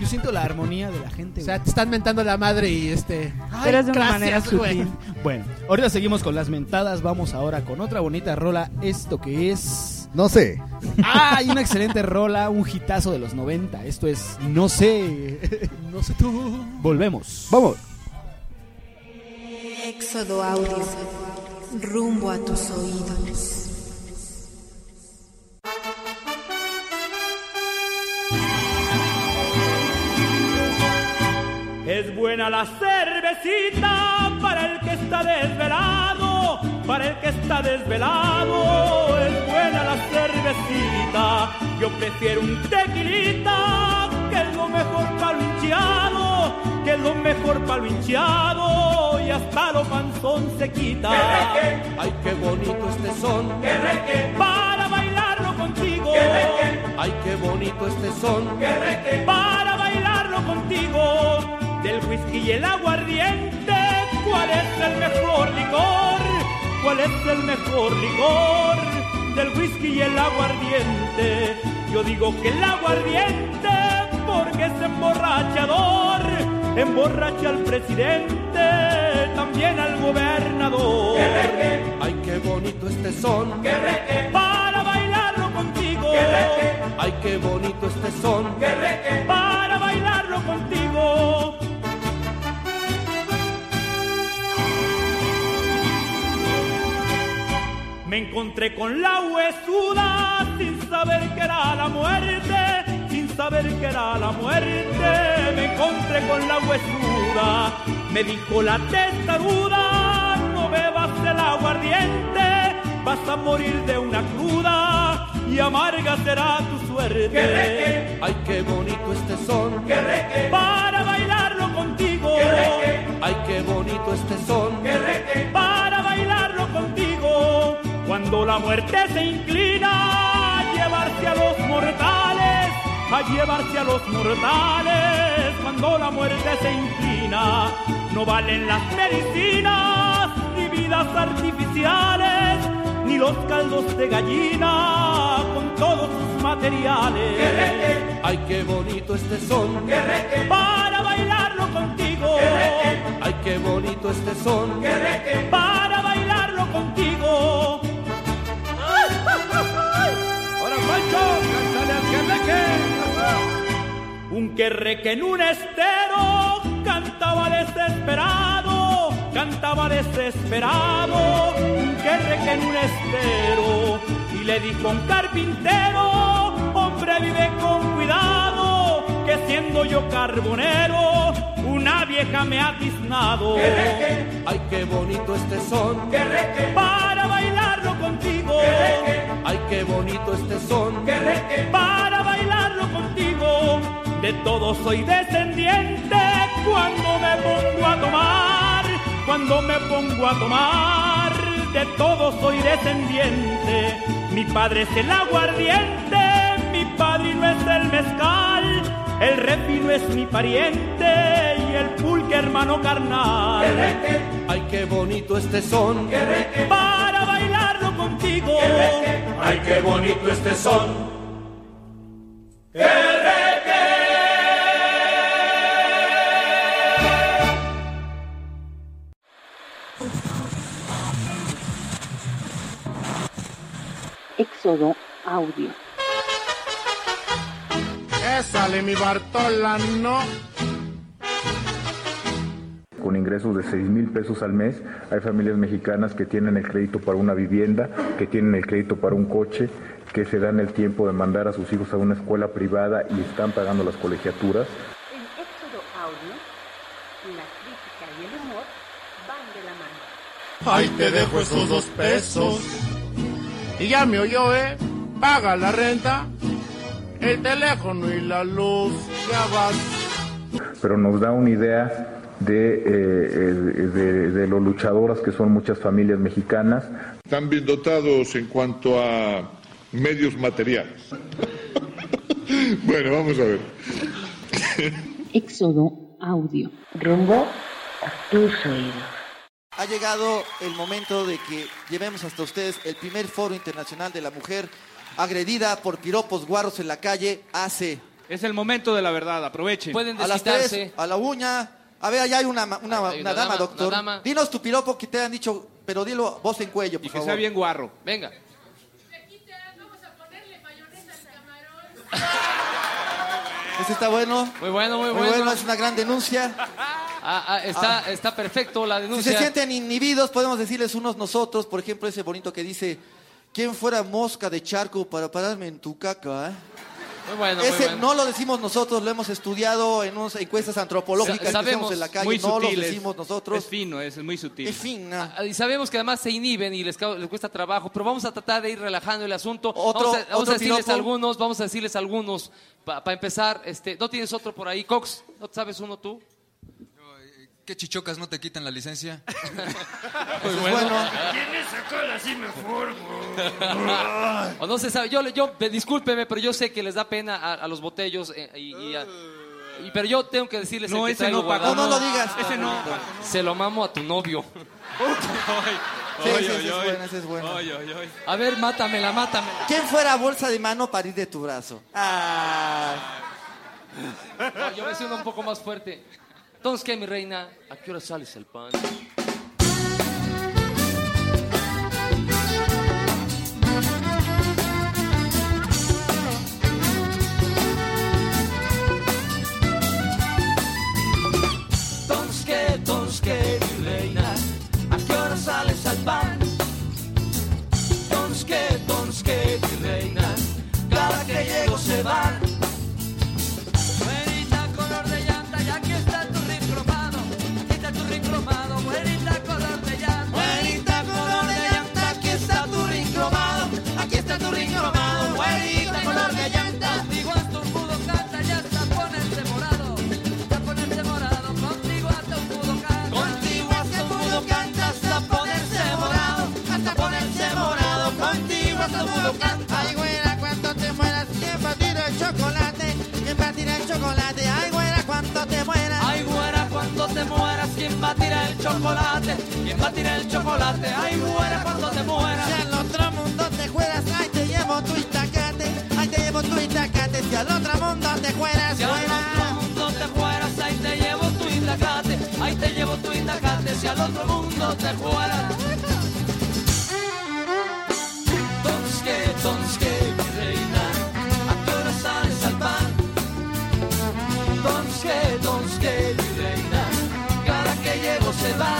Speaker 5: Yo siento la armonía de la gente,
Speaker 4: O sea, te están mentando la madre y este. Ay,
Speaker 5: Pero es de una
Speaker 4: gracias,
Speaker 5: manera
Speaker 4: güey.
Speaker 5: sutil. Bueno, ahorita seguimos con las mentadas. Vamos ahora con otra bonita rola. Esto que es.
Speaker 7: No sé.
Speaker 5: ¡Ay! una excelente rola, un hitazo de los 90. Esto es No sé. No sé tú. Volvemos.
Speaker 7: Vamos.
Speaker 1: Éxodo Audio. Rumbo a tus oídos.
Speaker 14: Es buena la cervecita para el que está desvelado, para el que está desvelado. Es buena la cervecita. Yo prefiero un tequilita, que es lo mejor para lo hinchado, que es lo mejor para lo hinchado. Y hasta lo panzón se quita. ¡Ay, qué bonito este son! Para bailarlo contigo. ¡Ay, qué bonito este son! Para bailarlo contigo. Del whisky y el aguardiente, ¿cuál es el mejor licor? ¿Cuál es el mejor licor? Del whisky y el aguardiente. Yo digo que el aguardiente, porque es emborrachador, emborracha al presidente, también al gobernador. Ay, qué bonito este son. Para bailarlo contigo. Ay, qué bonito este son. Para bailarlo contigo. Me encontré con la huesuda sin saber que era la muerte, sin saber que era la muerte. Me encontré con la huesuda, me dijo la testaruda, no bebas el aguardiente, vas a morir de una cruda y amarga será tu suerte. Ay, qué bonito este son, para bailarlo contigo. Ay, qué bonito este son, para bailarlo contigo. Cuando la muerte se inclina a llevarse llevarse a los mortales, a llevarse a los mortales cuando la muerte se inclina. No valen las medicinas ni vidas artificiales, ni los caldos de gallina con todos sus materiales. Ay, qué bonito este son para bailarlo contigo. Ay, qué bonito este son para bailarlo contigo. Ahora Pancho, cántale al querreque. Un querreque en un estero cantaba desesperado, cantaba desesperado. Un querreque en un estero y le dijo a un carpintero, hombre vive con cuidado, que siendo yo carbonero, una vieja me ha tiznado. Ay, qué bonito este son. Para bailarlo contigo. Ay, qué bonito este son. Para bailarlo contigo. De todo soy descendiente cuando me pongo a tomar. Cuando me pongo a tomar. De todo soy descendiente. Mi padre es el aguardiente. Mi padrino es el mezcal. El refino es mi pariente y el pulque hermano carnal. Ay, qué bonito este son para bailarlo contigo. Ay, qué bonito este son.
Speaker 2: Éxodo Audio.
Speaker 4: Eh,
Speaker 3: Sale mi Bartola, no.
Speaker 15: Con ingresos de 6 mil pesos al mes, hay familias mexicanas que tienen el crédito para una vivienda, que tienen el crédito para un coche, que se dan el tiempo de mandar a sus hijos a una escuela privada y están pagando las colegiaturas.
Speaker 2: En Éxodo Audio, la crítica y el humor van de la mano.
Speaker 3: Ahí te dejo esos dos pesos. Y ya me oyó, ¿eh? Paga la renta, el teléfono y la luz. Ya vas.
Speaker 15: pero nos da una idea de, eh, eh, de- de lo luchadoras que son muchas familias mexicanas.
Speaker 16: Están bien dotados en cuanto a medios materiales. bueno, vamos a ver.
Speaker 2: Éxodo Audio. Rumbo a tus oídos.
Speaker 10: Ha llegado el momento de que llevemos hasta ustedes el primer foro internacional de la mujer agredida por piropos guarros en la calle hace
Speaker 6: Es el momento de la verdad, aprovechen. Pueden
Speaker 10: a las tres, a la uña. A ver, allá hay una, ma- una-
Speaker 6: hay
Speaker 10: una
Speaker 6: una
Speaker 10: dama,
Speaker 6: dama,
Speaker 10: doctor.
Speaker 6: una dama.
Speaker 10: Dinos tu piropo que te han dicho, pero dilo voz en cuello, por
Speaker 6: que
Speaker 10: favor.
Speaker 6: sea bien guarro. Venga.
Speaker 10: Este está bueno.
Speaker 11: Muy bueno, muy,
Speaker 10: Muy
Speaker 11: bueno.
Speaker 10: bueno, es una gran denuncia.
Speaker 11: Ah, ah, está, está perfecto la
Speaker 10: Si
Speaker 11: denuncia.
Speaker 10: se sienten inhibidos, podemos decirles unos nosotros, por ejemplo, ese bonito que dice, ¿quién fuera mosca de charco para pararme en tu caca? eh?"
Speaker 11: Muy bueno, muy
Speaker 10: Ese
Speaker 11: bueno.
Speaker 10: no lo decimos nosotros, lo hemos estudiado en unas encuestas antropológicas
Speaker 11: Sa-
Speaker 10: que hacemos
Speaker 11: sabemos,
Speaker 10: en la calle,
Speaker 11: muy
Speaker 10: no lo
Speaker 11: sutil, es-
Speaker 10: decimos nosotros.
Speaker 11: Es fino, es muy sutil.
Speaker 10: Es fino.
Speaker 11: Ah, Y sabemos que además se inhiben y les, cau- les cuesta trabajo, pero vamos a tratar de ir relajando el asunto.
Speaker 10: Otro-
Speaker 11: vamos a, vamos
Speaker 10: otro
Speaker 11: a decirles
Speaker 10: piropo.
Speaker 11: algunos, vamos a decirles algunos. Para empezar, este, ¿no tienes otro por ahí, Cox? ¿No sabes uno tú?
Speaker 17: eh, ¿Qué chichocas no te quitan la licencia?
Speaker 11: Pues bueno. bueno.
Speaker 17: ¿Quién sacar así mejor?
Speaker 11: o no se sabe. Yo, yo, discúlpeme, pero yo sé que les da pena a, a los botellos. eh, y, y a- y- pero yo tengo que decirles el
Speaker 6: No,
Speaker 11: que
Speaker 6: ese
Speaker 11: traigo
Speaker 6: no, Paco,
Speaker 11: guardado.
Speaker 6: no. No, no digas. Ese no, Paco,
Speaker 11: Se lo mamo a tu novio.
Speaker 10: Sí, sí, sí, es buena, esa es buena.
Speaker 11: A ver, mátamela, mátamela.
Speaker 10: ¿Quién fuera bolsa de mano para ir de tu brazo?
Speaker 6: Ah.
Speaker 11: No, yo me siento un poco más fuerte. Entonces, ¿qué, mi reina? ¿A qué hora sales el pan?
Speaker 14: Entonces qué, entonces qué, mi reina, ¿a qué hora sales al pan? Entonces qué, entonces qué, mi reina, cada que llego se van. Buenita color de llanta, y aquí está tu rincromado, aquí está tu rincromado, buenita color de llanta. Buenita color de llanta, aquí está tu rincromado, aquí está tu rincromado, buenita color de llanta. Digo a tu pudo canta, ya está, ponerte morado. Contigo hasta un pudo canta. Contigo
Speaker 3: ¿Quién va a tirar el chocolate? ¿Quién va a tirar el chocolate? ¡Ay, muera cuando te mueras! Si al otro mundo te juegas, ay, te llevo tu itacate. Ay, te llevo tu itacate. Si al otro mundo te juegas,
Speaker 18: Si al
Speaker 3: otro mundo te juegas, ahí te llevo tu itacate. Ahí te llevo tu itacate. Si al otro mundo te juegas. Tonske, tonske, mi reina. A tu hora sales al pan. Tonske, tonske, mi reina. Cada que llego se va.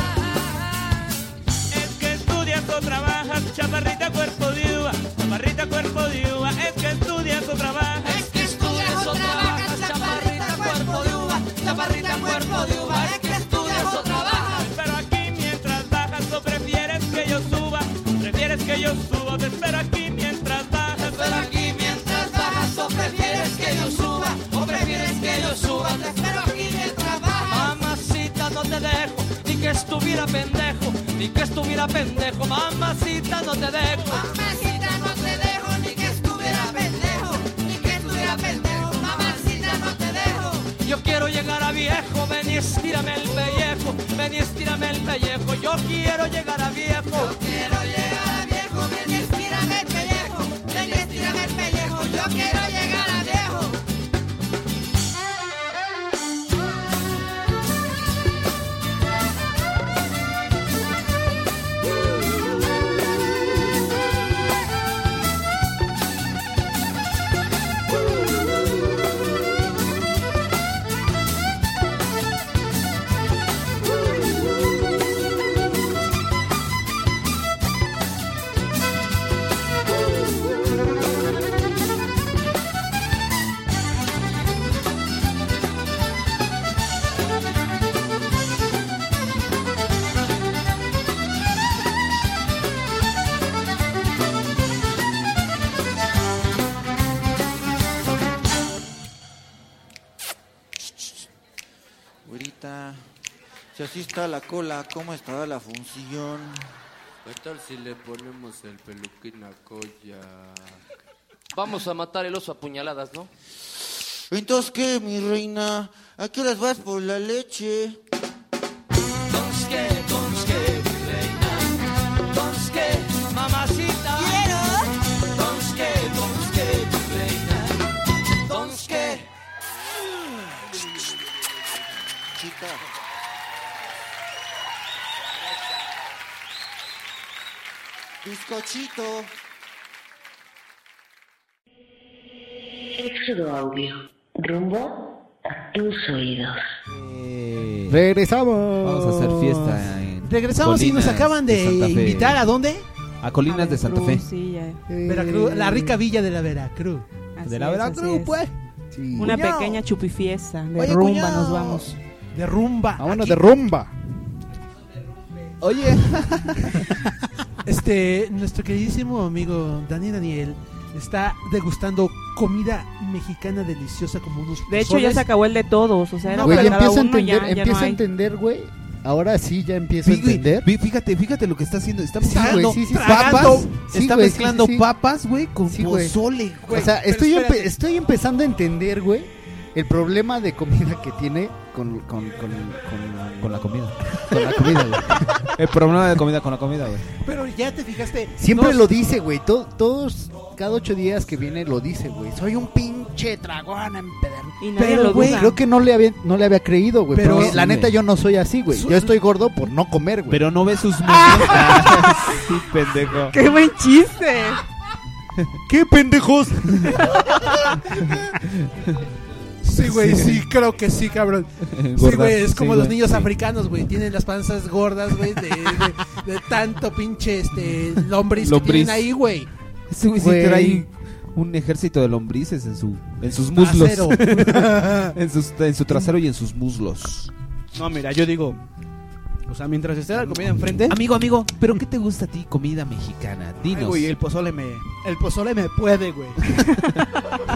Speaker 19: Es que estudias o trabajas, chaparrita cuerpo de uva, chaparrita cuerpo de uva, es que estudias o trabajas. Es que
Speaker 3: estudias o trabajas, chaparrita cuerpo de uva, chaparrita cuerpo de uva, es que estudias o trabajas.
Speaker 19: Pero aquí mientras bajas, no prefieres que yo suba, prefieres que yo suba, te espero aquí mientras bajas. Te espero aquí mientras bajas, o prefieres que yo suba,
Speaker 3: ¿O prefieres que yo suba? Te espero aquí mientras bajas. Mamacita, no te dejo, ni que estuviera pendejo, ni que estuviera pendejo. Mamacita, no te dejo. Mamacita, no te dejo, ni que estuviera pendejo, ni que estuviera pendejo. Mamacita, no te dejo. Yo quiero llegar a viejo, ven y estírame el pellejo, ven y estírame el pellejo. Yo quiero llegar a viejo. Yo quiero llegar a viejo, ven y estírame el pellejo, ven y estírame el pellejo. Yo quiero llegar a viejo.
Speaker 10: Güerita, si así está la cola, ¿cómo estará la función?
Speaker 11: ¿Qué tal si le ponemos el peluquín a Coya?
Speaker 20: Vamos a matar el oso a puñaladas, ¿no?
Speaker 10: Entonces, ¿qué, mi reina? ¿A qué horas vas por la leche?
Speaker 3: Tonske, tonske, mi reina. Tonske, mamacita. Quiero. Tonske, tonske, mi reina. Tonske.
Speaker 10: Chita. Bizcochito.
Speaker 2: Éxodo Audio. Rumbo a tus oídos.
Speaker 7: Regresamos.
Speaker 6: Vamos a hacer fiesta. en
Speaker 4: Regresamos y nos
Speaker 6: Colinas
Speaker 4: acaban de,
Speaker 6: Santa Fe.
Speaker 4: invitar a dónde?
Speaker 6: A Colinas de Santa Fe.
Speaker 8: Sí, ya.
Speaker 4: Veracruz, la rica villa de la Veracruz.
Speaker 8: Así es, así es.
Speaker 7: pues.
Speaker 4: pues.
Speaker 8: Una
Speaker 4: Cuñao.
Speaker 8: pequeña chupifiesta. De
Speaker 4: Oye,
Speaker 8: rumba
Speaker 4: cuñao.
Speaker 8: nos vamos.
Speaker 4: De rumba.
Speaker 7: Vámonos Ah, de rumba.
Speaker 4: Oye. este, nuestro queridísimo amigo Dani Daniel está degustando comida mexicana deliciosa como unos
Speaker 8: De hecho, ya
Speaker 4: pozoles.
Speaker 8: se acabó el de todos. O sea, era
Speaker 7: Güey, ya
Speaker 8: para cada
Speaker 7: empieza a
Speaker 8: uno,
Speaker 7: entender,
Speaker 8: ya, ya no
Speaker 7: empieza a
Speaker 8: hay.
Speaker 7: entender, güey. Ahora sí ya empiezo a entender.
Speaker 6: Fíjate, fíjate lo que está haciendo. Está
Speaker 7: mezclando
Speaker 6: papas. Está mezclando papas, güey, con pozole, güey.
Speaker 7: O sea,
Speaker 6: Pero
Speaker 7: estoy, empe-
Speaker 6: espérate.
Speaker 7: estoy empezando a entender, güey, el problema de comida que tiene con, con, con, con,
Speaker 6: la comida.
Speaker 7: Con la comida, güey.
Speaker 6: El problema de comida con la comida, güey.
Speaker 4: Pero ya te fijaste.
Speaker 7: Siempre
Speaker 4: no-
Speaker 7: lo dice, güey. to- todos, cada ocho días que viene lo dice, güey. Soy un pinche dragón en
Speaker 8: Y nadie
Speaker 7: Pero,
Speaker 8: lo
Speaker 7: güey,
Speaker 8: duda.
Speaker 7: creo que no le había, no le había creído, güey.
Speaker 6: Pero-
Speaker 7: Pero la
Speaker 6: Sí,
Speaker 7: neta
Speaker 6: güey.
Speaker 7: yo no soy así, güey. Yo estoy gordo por no comer, güey. Ah,
Speaker 6: Pero no ve sus muñecas. sí, pendejo.
Speaker 8: ¡Qué buen chiste!
Speaker 7: ¡Qué pendejos!
Speaker 4: Sí, güey, sí. creo que sí, cabrón. Sí, güey, es
Speaker 6: Gordas,
Speaker 4: como
Speaker 6: sí,
Speaker 4: los
Speaker 6: güey,
Speaker 4: niños
Speaker 6: sí.
Speaker 4: africanos, güey. Tienen las panzas gordas, güey, de, de- de tanto pinche este, lombriz,
Speaker 6: Lombriz.
Speaker 4: que tienen ahí, güey.
Speaker 6: Este güey sí
Speaker 4: Güey.
Speaker 6: trae un ejército de lombrices en su en sus muslos.
Speaker 5: Trasero.
Speaker 6: en, sus- en su trasero y en sus muslos.
Speaker 5: No, mira, yo digo. O sea, mientras esté la comida enfrente.
Speaker 6: Amigo, amigo, ¿pero qué te gusta a ti comida mexicana?
Speaker 5: Ay,
Speaker 6: Dinos.
Speaker 5: güey, el pozole me. El pozole me puede, güey. el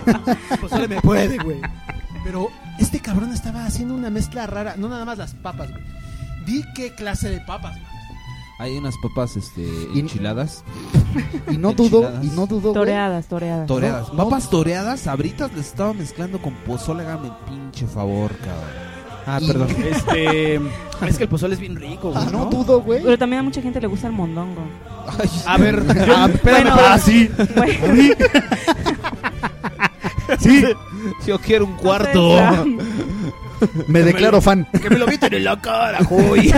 Speaker 4: pues,
Speaker 5: pozole me puede, güey.
Speaker 4: Pero este cabrón estaba haciendo una mezcla rara. No nada más las papas, güey. Di qué clase de papas, güey.
Speaker 6: Hay unas papas este enchiladas.
Speaker 7: Y no dudo, y no dudo, güey.
Speaker 8: Toreadas, toreadas.
Speaker 6: Toreadas. Papas toreadas, sabritas les estaba mezclando con pozole, hágame el pinche favor, cabrón.
Speaker 5: Ah, perdón. Este, es que el pozole es bien rico, güey, ¿no?
Speaker 8: Ah, dudo, güey. Pero también a mucha gente le gusta el mondongo.
Speaker 5: A ver, ah, espérame, pero- ah, sí. A mí.
Speaker 6: Sí, yo quiero un cuarto.
Speaker 7: Me declaro fan.
Speaker 5: Que me lo viste en la cara, joy.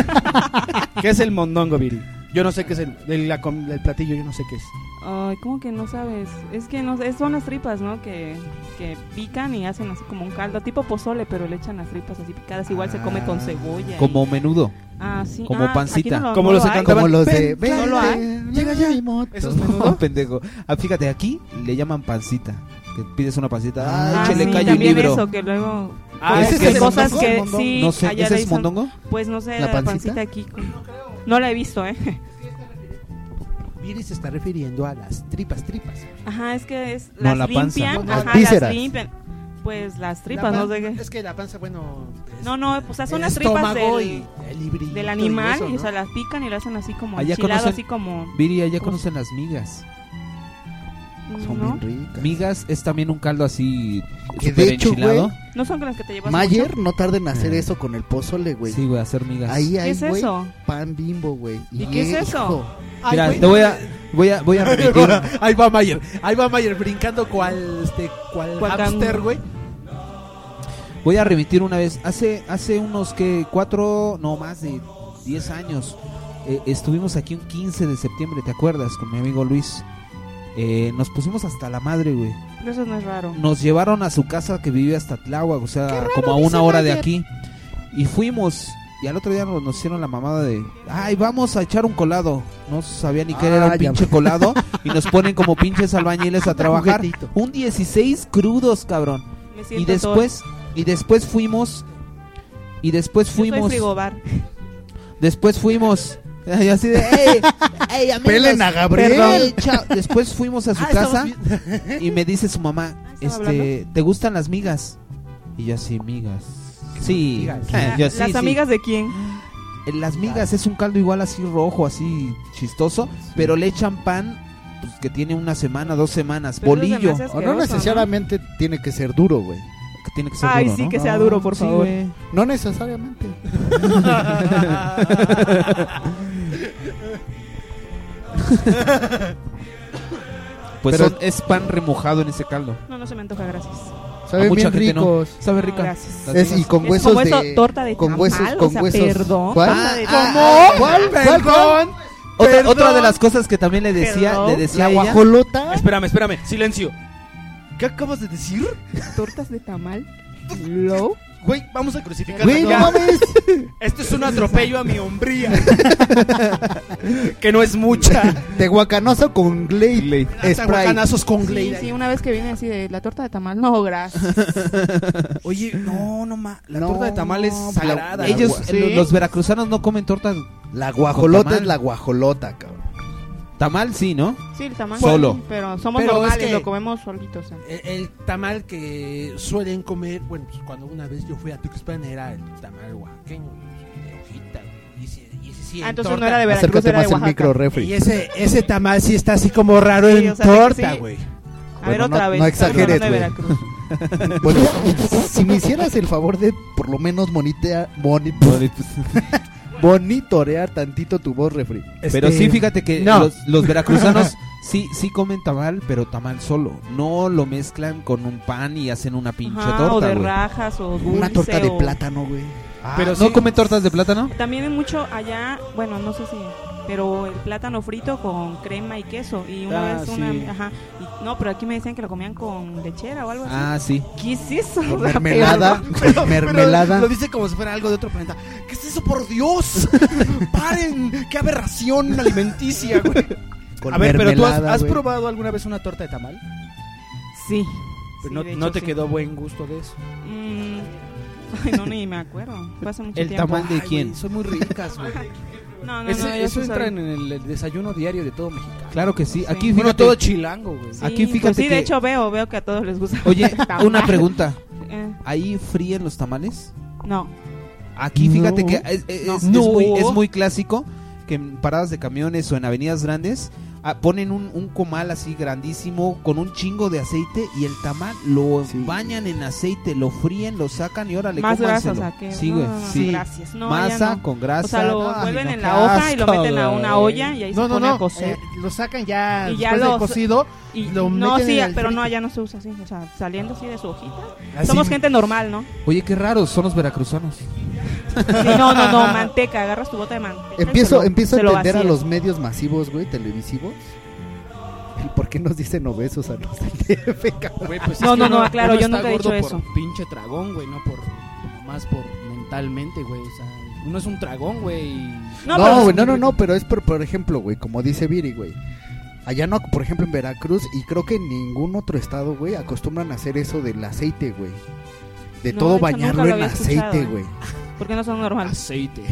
Speaker 5: ¿Qué es el mondongo, Viri? Yo no sé qué es el, el- la com- el platillo, yo no sé qué es.
Speaker 8: Ay, ¿cómo que no sabes? Es que no, es- son las tripas, ¿no? Que, que pican y hacen así como un caldo, tipo pozole, pero le echan las tripas así picadas. Igual se come con cebolla. y-
Speaker 6: Como menudo.
Speaker 8: Ah, sí.
Speaker 6: Como
Speaker 8: Ah,
Speaker 6: pancita.
Speaker 8: aquí no lo- Como no los lo que hay. cantaban,
Speaker 6: Como los de.
Speaker 8: "Ven, no lo hay".
Speaker 6: "Vente,
Speaker 8: Llega ya mi moto.
Speaker 6: Esos menudo. pendejo. Ah, fíjate, aquí le llaman pancita. Que pides una pancita.
Speaker 8: Ah,
Speaker 6: Ay, che, le
Speaker 8: sí,
Speaker 6: cae un
Speaker 8: también
Speaker 6: libro.
Speaker 8: eso, que luego...
Speaker 6: Ah,
Speaker 8: pues,
Speaker 6: ¿ese es el
Speaker 8: cosas
Speaker 6: mondongo?
Speaker 8: que
Speaker 6: ¿El mondongo?
Speaker 8: sí,
Speaker 6: No sé,
Speaker 8: allá
Speaker 6: ¿ese
Speaker 8: le
Speaker 6: es
Speaker 8: dicen-
Speaker 6: mondongo?
Speaker 8: Pues no sé,
Speaker 6: ¿La
Speaker 8: la pancita,
Speaker 6: pancita
Speaker 8: aquí. No la he visto, ¿eh?
Speaker 4: Viri se está refiriendo a las tripas, tripas.
Speaker 8: Ajá, es que es,
Speaker 4: No,
Speaker 8: las
Speaker 4: la panza.
Speaker 8: limpian,
Speaker 6: Ah,
Speaker 4: Las
Speaker 8: ajá,
Speaker 4: vísceras.
Speaker 8: las limpian. Pues las tripas,
Speaker 4: La pan-
Speaker 8: no sé qué.
Speaker 4: Es que la panza, bueno. es-
Speaker 8: No, no, pues o sea, son
Speaker 4: el
Speaker 8: las tripas
Speaker 4: estómago
Speaker 8: del,
Speaker 4: y el librito
Speaker 8: del
Speaker 4: y
Speaker 8: animal,
Speaker 4: eso,
Speaker 8: y, o
Speaker 4: ¿no?
Speaker 8: sea, las pican y lo hacen así como
Speaker 6: Allá
Speaker 8: enchilado,
Speaker 6: conocen-
Speaker 8: así como...
Speaker 6: Viri, allá
Speaker 8: como-
Speaker 6: conocen las migas.
Speaker 8: Son ¿no?
Speaker 7: bien ricas.
Speaker 6: Migas es también un caldo así.
Speaker 7: Que
Speaker 6: súper
Speaker 7: de hecho,
Speaker 6: enchilado.
Speaker 7: güey.
Speaker 8: No son con las que te llevas
Speaker 7: Mayer
Speaker 8: mucho.
Speaker 7: no tarden en
Speaker 6: Eh.
Speaker 7: hacer eso con el pozole, güey.
Speaker 6: Sí, güey, hacer migas.
Speaker 7: Ahí
Speaker 8: ¿Qué
Speaker 7: hay,
Speaker 8: es
Speaker 7: güey,
Speaker 8: eso?
Speaker 7: pan bimbo, güey.
Speaker 8: ¿Y qué es eso?
Speaker 4: Ay,
Speaker 6: Mira,
Speaker 4: güey.
Speaker 6: te voy a. Voy a, voy a repetir.
Speaker 4: ahí va Mayer, ahí va Mayer brincando cual, este, cual,
Speaker 6: Cual can-
Speaker 4: hamster, güey.
Speaker 6: Voy a remitir una vez. Hace, hace unos que cuatro, no más de 10 años. eh, estuvimos aquí un 15 de septiembre, ¿te acuerdas? Con mi amigo Luis. Eh, nos pusimos hasta la madre, güey.
Speaker 8: Pero eso no es raro.
Speaker 6: Nos llevaron a su casa que vivía hasta Tláhuac, o sea, como a
Speaker 8: dice
Speaker 6: una hora de
Speaker 8: Mayer.
Speaker 6: aquí. Y fuimos. Y al otro día nos, nos hicieron la mamada de, ay, vamos a echar un colado. No sabía ni qué era
Speaker 7: Ah,
Speaker 6: un
Speaker 7: ya.
Speaker 6: pinche colado. y nos ponen como pinches albañiles a trabajar.
Speaker 7: Juguetito.
Speaker 6: Un 16 crudos, cabrón.
Speaker 8: Me siento
Speaker 6: Y después, y después fuimos. Y después
Speaker 8: Yo soy
Speaker 6: fuimos.
Speaker 8: frigobar.
Speaker 6: Después fuimos. Y así de, "Ey, ey, amigos,
Speaker 7: Pelen a Gabriel".
Speaker 6: perdón, chao". Después fuimos a su
Speaker 7: Ah,
Speaker 6: casa
Speaker 7: estamos
Speaker 6: y me dice su
Speaker 8: Ah,
Speaker 6: mamá,
Speaker 7: ¿estaba
Speaker 6: este, ¿te gustan las migas? Y yo así, migas. Sí, eh, yo sí,
Speaker 8: ¿Las
Speaker 6: sí.
Speaker 8: amigas de quién?
Speaker 6: Eh, Las migas es un caldo igual así rojo, así chistoso, pero le echan pan pues, que tiene una semana, dos semanas,
Speaker 8: Pero eso se me
Speaker 6: bolillo.
Speaker 8: hace
Speaker 7: O no
Speaker 8: asqueroso,
Speaker 7: necesariamente tiene que ser duro, güey.
Speaker 6: Que tiene que
Speaker 8: ser Ay, duro, sí, ¿no?
Speaker 6: Ah.
Speaker 8: que sea duro, por favor.
Speaker 7: No necesariamente.
Speaker 6: Pues
Speaker 7: Pero-
Speaker 6: son- es pan remojado en ese caldo.
Speaker 8: No, no se me antoja, gracias.
Speaker 7: Saben
Speaker 6: A mucha
Speaker 7: bien
Speaker 6: gente no.
Speaker 7: ricos.
Speaker 6: Sabe rica.
Speaker 8: Gracias.
Speaker 7: Es, y con huesos
Speaker 8: como eso,
Speaker 7: de-
Speaker 8: torta de
Speaker 7: con
Speaker 8: tamal,
Speaker 7: huesos-
Speaker 8: o
Speaker 7: con
Speaker 8: sea,
Speaker 7: huesos.
Speaker 8: Perdón,
Speaker 7: ¿Cuál?
Speaker 8: torta de
Speaker 7: Ah,
Speaker 8: tamal.
Speaker 7: ah, ¿Cuál? ¿Cuál? ¿Cuál?
Speaker 6: Otra, otra de las cosas que también le decía,
Speaker 5: Perdón.
Speaker 6: le decía
Speaker 5: ¿La
Speaker 6: ella-
Speaker 7: guajolota?
Speaker 5: Espérame, espérame, silencio. ¿Qué acabas de decir?
Speaker 8: ¿Tortas de tamal?
Speaker 5: Güey, vamos a crucificar.
Speaker 2: Güey, no mames.
Speaker 5: Esto es un atropello a mi hombría. que no es mucha.
Speaker 7: Tehuacanazo con Glade. Sprite.
Speaker 5: Tehuacanazos con
Speaker 8: Sí, sí, una vez que viene así de la torta de tamal, no, gracias.
Speaker 5: Oye, no, no ma, la torta de tamal es
Speaker 7: la- eh,
Speaker 5: sagrada.
Speaker 6: Ellos,
Speaker 5: güey.
Speaker 6: lo- los veracruzanos no comen torta.
Speaker 7: La guajolota es
Speaker 6: tamal.
Speaker 7: la guajolota, cabrón.
Speaker 6: Tamal sí, ¿no?
Speaker 8: Sí, el tamal.
Speaker 6: Solo.
Speaker 8: Pero somos
Speaker 4: Pero es
Speaker 8: normales,
Speaker 4: que- Eh,
Speaker 8: lo comemos solitos. ¿eh? o sea.
Speaker 4: El, E, el tamal que suelen comer, bueno, pues cuando una vez yo fui a Tuxpan era el tamal oaxaqueño, de hojita. Y ese, y ese sí,
Speaker 8: Ah,
Speaker 4: en
Speaker 8: entonces
Speaker 4: torta.
Speaker 8: no era de Veracruz, Acércate era de más al Oaxaca. micro,
Speaker 7: refri.
Speaker 4: Y ese, ese tamal sí está así como raro
Speaker 8: Sí,
Speaker 4: en
Speaker 8: o sea, de que
Speaker 4: torta,
Speaker 8: sí.
Speaker 4: güey.
Speaker 8: A ver, otra
Speaker 7: no,
Speaker 8: vez.
Speaker 7: No
Speaker 8: estamos
Speaker 7: exageres,
Speaker 8: hablando de Veracruz.
Speaker 7: güey. bueno, si me hicieras el favor de por lo menos monitea, moni- monitorear tantito tu voz, refri.
Speaker 5: Este,
Speaker 6: Pero sí, fíjate que
Speaker 7: Este, No.
Speaker 6: los, los veracruzanos sí, sí comen tamal, pero tamal solo. No lo mezclan con un pan y hacen una pinche
Speaker 8: Ajá,
Speaker 6: torta,
Speaker 8: o de
Speaker 6: güey.
Speaker 8: rajas, o dulce,
Speaker 7: Una torta de
Speaker 8: o-
Speaker 7: plátano, güey.
Speaker 6: Ah,
Speaker 7: Pero
Speaker 6: ¿No
Speaker 7: sí.
Speaker 6: comen tortas de plátano?
Speaker 8: También hay mucho allá, bueno, no sé si, pero el plátano frito con crema y queso. Y una
Speaker 6: Ah,
Speaker 8: vez
Speaker 6: sí.
Speaker 8: una, ajá, y- no, pero aquí me decían que lo comían con lechera o algo así.
Speaker 6: Ah, sí.
Speaker 8: ¿Qué es eso?
Speaker 7: Con
Speaker 8: O sea,
Speaker 7: mermelada,
Speaker 8: pero-
Speaker 7: con
Speaker 4: Pero- pero
Speaker 7: mermelada.
Speaker 4: lo dice como si fuera algo de otro planeta. ¿Qué es eso, por Dios? ¡Paren! ¡Qué aberración alimenticia, güey!
Speaker 7: Con
Speaker 5: a ver, pero tú has,
Speaker 7: mermelada,
Speaker 5: has
Speaker 7: güey.
Speaker 5: probado alguna vez una torta de tamal?
Speaker 8: Sí.
Speaker 5: Pero
Speaker 8: Sí,
Speaker 5: no,
Speaker 8: de
Speaker 5: no
Speaker 8: hecho,
Speaker 5: te
Speaker 8: sí.
Speaker 5: quedó buen gusto de eso.
Speaker 8: Mm, ay, no, ni me acuerdo. Fue hace mucho
Speaker 5: ¿El
Speaker 8: tiempo.
Speaker 5: tamal de
Speaker 8: Ay,
Speaker 5: quién?
Speaker 8: güey,
Speaker 5: son muy ricas, güey.
Speaker 8: No, no,
Speaker 5: Ese-
Speaker 8: no, yo
Speaker 5: eso
Speaker 8: sí
Speaker 5: entra
Speaker 8: soy-
Speaker 5: en el, el desayuno diario de todo mexicano.
Speaker 6: Claro que sí. Aquí
Speaker 5: Bueno,
Speaker 6: fíjate-
Speaker 5: todo chilango, güey.
Speaker 8: Sí,
Speaker 6: Aquí
Speaker 8: pues
Speaker 6: fíjate
Speaker 8: sí,
Speaker 6: que-
Speaker 8: de hecho veo, veo que a todos les gusta.
Speaker 6: Oye,
Speaker 8: el tamal.
Speaker 6: una pregunta.
Speaker 8: Eh.
Speaker 6: ¿Ahí fríen los tamales?
Speaker 8: No.
Speaker 6: Aquí fíjate
Speaker 8: No.
Speaker 6: que es, es-
Speaker 8: No.
Speaker 6: es
Speaker 8: No.
Speaker 6: muy, es muy clásico que en paradas de camiones o en avenidas grandes ah, ponen un, un comal así grandísimo con un chingo de aceite y el tamal lo bañan en aceite, lo fríen, lo sacan y ahora le
Speaker 8: Más grasa, o sea, que-
Speaker 6: Sí,
Speaker 8: no,
Speaker 6: güey,
Speaker 8: no, no,
Speaker 6: sí.
Speaker 8: gracias. No, ya
Speaker 6: Masa
Speaker 8: no.
Speaker 6: con grasa.
Speaker 8: O sea, lo
Speaker 6: Ay,
Speaker 8: envuelven
Speaker 6: no,
Speaker 8: en
Speaker 6: qué
Speaker 8: la hoja y lo
Speaker 6: asco,
Speaker 8: meten a una
Speaker 6: güey.
Speaker 8: olla y ahí se pone a cocer.
Speaker 4: eh, lo sacan ya
Speaker 8: Y ya
Speaker 4: después
Speaker 8: los-
Speaker 4: del cocido.
Speaker 8: Y
Speaker 4: lo
Speaker 8: no,
Speaker 4: meten
Speaker 8: sí,
Speaker 4: en el
Speaker 8: pero no,
Speaker 4: frito.
Speaker 8: allá no se usa así. O sea, saliendo así de su hojita.
Speaker 6: Eh, Así.
Speaker 8: Somos gente normal, ¿no?
Speaker 6: Oye, qué raros son los veracruzanos.
Speaker 8: Sí, no, no, no, manteca. Agarras tu bota de manteca. y se
Speaker 7: Empiezo,
Speaker 8: lo-
Speaker 7: empiezo a
Speaker 8: se lo
Speaker 7: entender a
Speaker 8: vacías.
Speaker 7: los medios masivos, güey, televisivos. el ¿Por qué nos dicen obesos a los del DF, cabrón?
Speaker 8: Ah, No, no, no, claro,
Speaker 5: Pues
Speaker 8: yo
Speaker 5: uno está
Speaker 8: nunca he dicho
Speaker 5: gordo
Speaker 8: eso.
Speaker 5: por pinche tragón, güey, no por más por mentalmente, güey, o sea, uno es un tragón, güey.
Speaker 7: No,
Speaker 8: pues
Speaker 7: no, güey, no, no, no, pero es por, por ejemplo, güey, como dice Viri, güey. Allá no, por ejemplo, en Veracruz y creo que en ningún otro estado, güey, acostumbran a hacer eso del aceite, güey. De
Speaker 8: No,
Speaker 7: todo
Speaker 8: hecho, nunca
Speaker 7: bañarlo
Speaker 8: lo
Speaker 7: en
Speaker 8: había escuchado,
Speaker 7: aceite,
Speaker 8: ¿eh?
Speaker 7: güey.
Speaker 8: ¿Por qué no son normales?
Speaker 5: Aceite.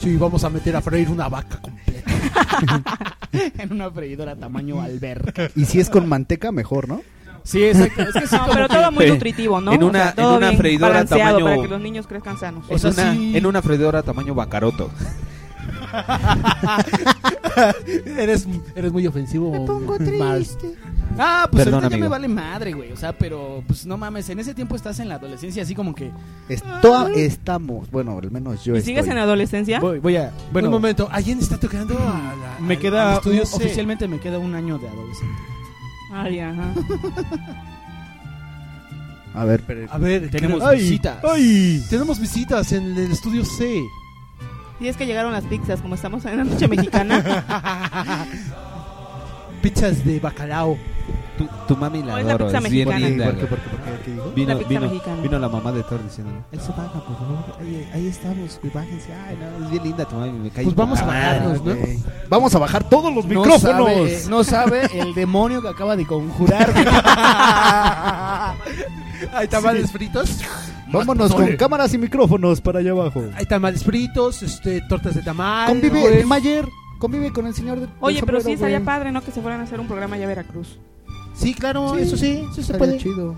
Speaker 4: Sí, vamos a meter a freír una vaca completa.
Speaker 5: en una freidora tamaño alberca.
Speaker 7: Y si es con manteca, mejor, ¿no?
Speaker 5: Sí, exacto. Es que sí,
Speaker 8: eh. No,
Speaker 5: como
Speaker 8: pero
Speaker 5: que-
Speaker 8: todo muy
Speaker 6: Sí.
Speaker 8: nutritivo, ¿no?
Speaker 6: En
Speaker 8: O
Speaker 6: una-
Speaker 8: sea,
Speaker 6: en
Speaker 8: todo
Speaker 6: una
Speaker 8: bien
Speaker 6: freidora
Speaker 8: balanceado
Speaker 6: tamaño-
Speaker 8: Para que los niños crezcan sanos.
Speaker 6: En, una, en una freidora tamaño bacaroto.
Speaker 4: eres, eres muy ofensivo. Me pongo triste.
Speaker 5: Ah, pues
Speaker 6: Perdón,
Speaker 5: ahorita ya
Speaker 6: amigo.
Speaker 5: me vale madre, güey. O sea, pero pues no mames, en ese tiempo estás en la adolescencia así como que
Speaker 7: Esto- estamos, bueno, al menos yo
Speaker 5: ¿Y
Speaker 7: estoy.
Speaker 5: sigues en adolescencia? Voy- voy a- bueno.
Speaker 4: un momento, ¿alguien está tocando a la-
Speaker 5: me
Speaker 4: al-
Speaker 5: queda
Speaker 4: al estudio
Speaker 5: un-
Speaker 4: C?
Speaker 5: oficialmente me queda un año de adolescente.
Speaker 8: Ay, ajá.
Speaker 7: A ver, pero...
Speaker 4: A ver,
Speaker 5: Tenemos
Speaker 4: ay,
Speaker 5: visitas.
Speaker 4: ay, tenemos visitas en el estudio C.
Speaker 8: Y es que llegaron las pizzas, como estamos en la noche mexicana.
Speaker 4: Pizzas de bacalao.
Speaker 6: Tu, tu mami la
Speaker 8: Oh, es la
Speaker 6: adoro,
Speaker 8: pizza
Speaker 6: es bien
Speaker 8: mexicana.
Speaker 6: linda,
Speaker 8: ¿Por qué,
Speaker 6: güey.
Speaker 8: por qué, por qué? ¿Qué dijo?
Speaker 6: Vino,
Speaker 8: La pizza
Speaker 6: vino,
Speaker 8: mexicana.
Speaker 6: vino la mamá de Thor diciendo,
Speaker 2: Eso paga, por favor. Ahí, ahí estamos, güey, bájense. Ay, no.
Speaker 6: es bien linda tu mami, me cae
Speaker 2: Pues vamos a
Speaker 6: mal,
Speaker 2: bajarnos, ¿no?
Speaker 6: güey.
Speaker 7: Vamos a bajar todos los
Speaker 5: No
Speaker 7: micrófonos.
Speaker 5: sabe, no sabe el demonio que acaba de conjurar. güey.
Speaker 4: Hay tamales fritos.
Speaker 7: Vámonos
Speaker 4: Más
Speaker 7: con
Speaker 4: pozole.
Speaker 7: cámaras y micrófonos para allá abajo.
Speaker 4: Hay tamales fritos, este, tortas de tamal.
Speaker 7: Convive
Speaker 4: ¿no?
Speaker 7: el
Speaker 4: Es-
Speaker 7: Mayer, convive con el señor del
Speaker 8: Oye, pero
Speaker 7: sombrero,
Speaker 8: sí
Speaker 7: güey.
Speaker 8: estaría padre, ¿no? Que se fueran a hacer un programa ya a Veracruz.
Speaker 4: Sí, claro,
Speaker 8: Sí,
Speaker 4: eso sí, eso se
Speaker 8: estaría
Speaker 4: puede.
Speaker 7: chido.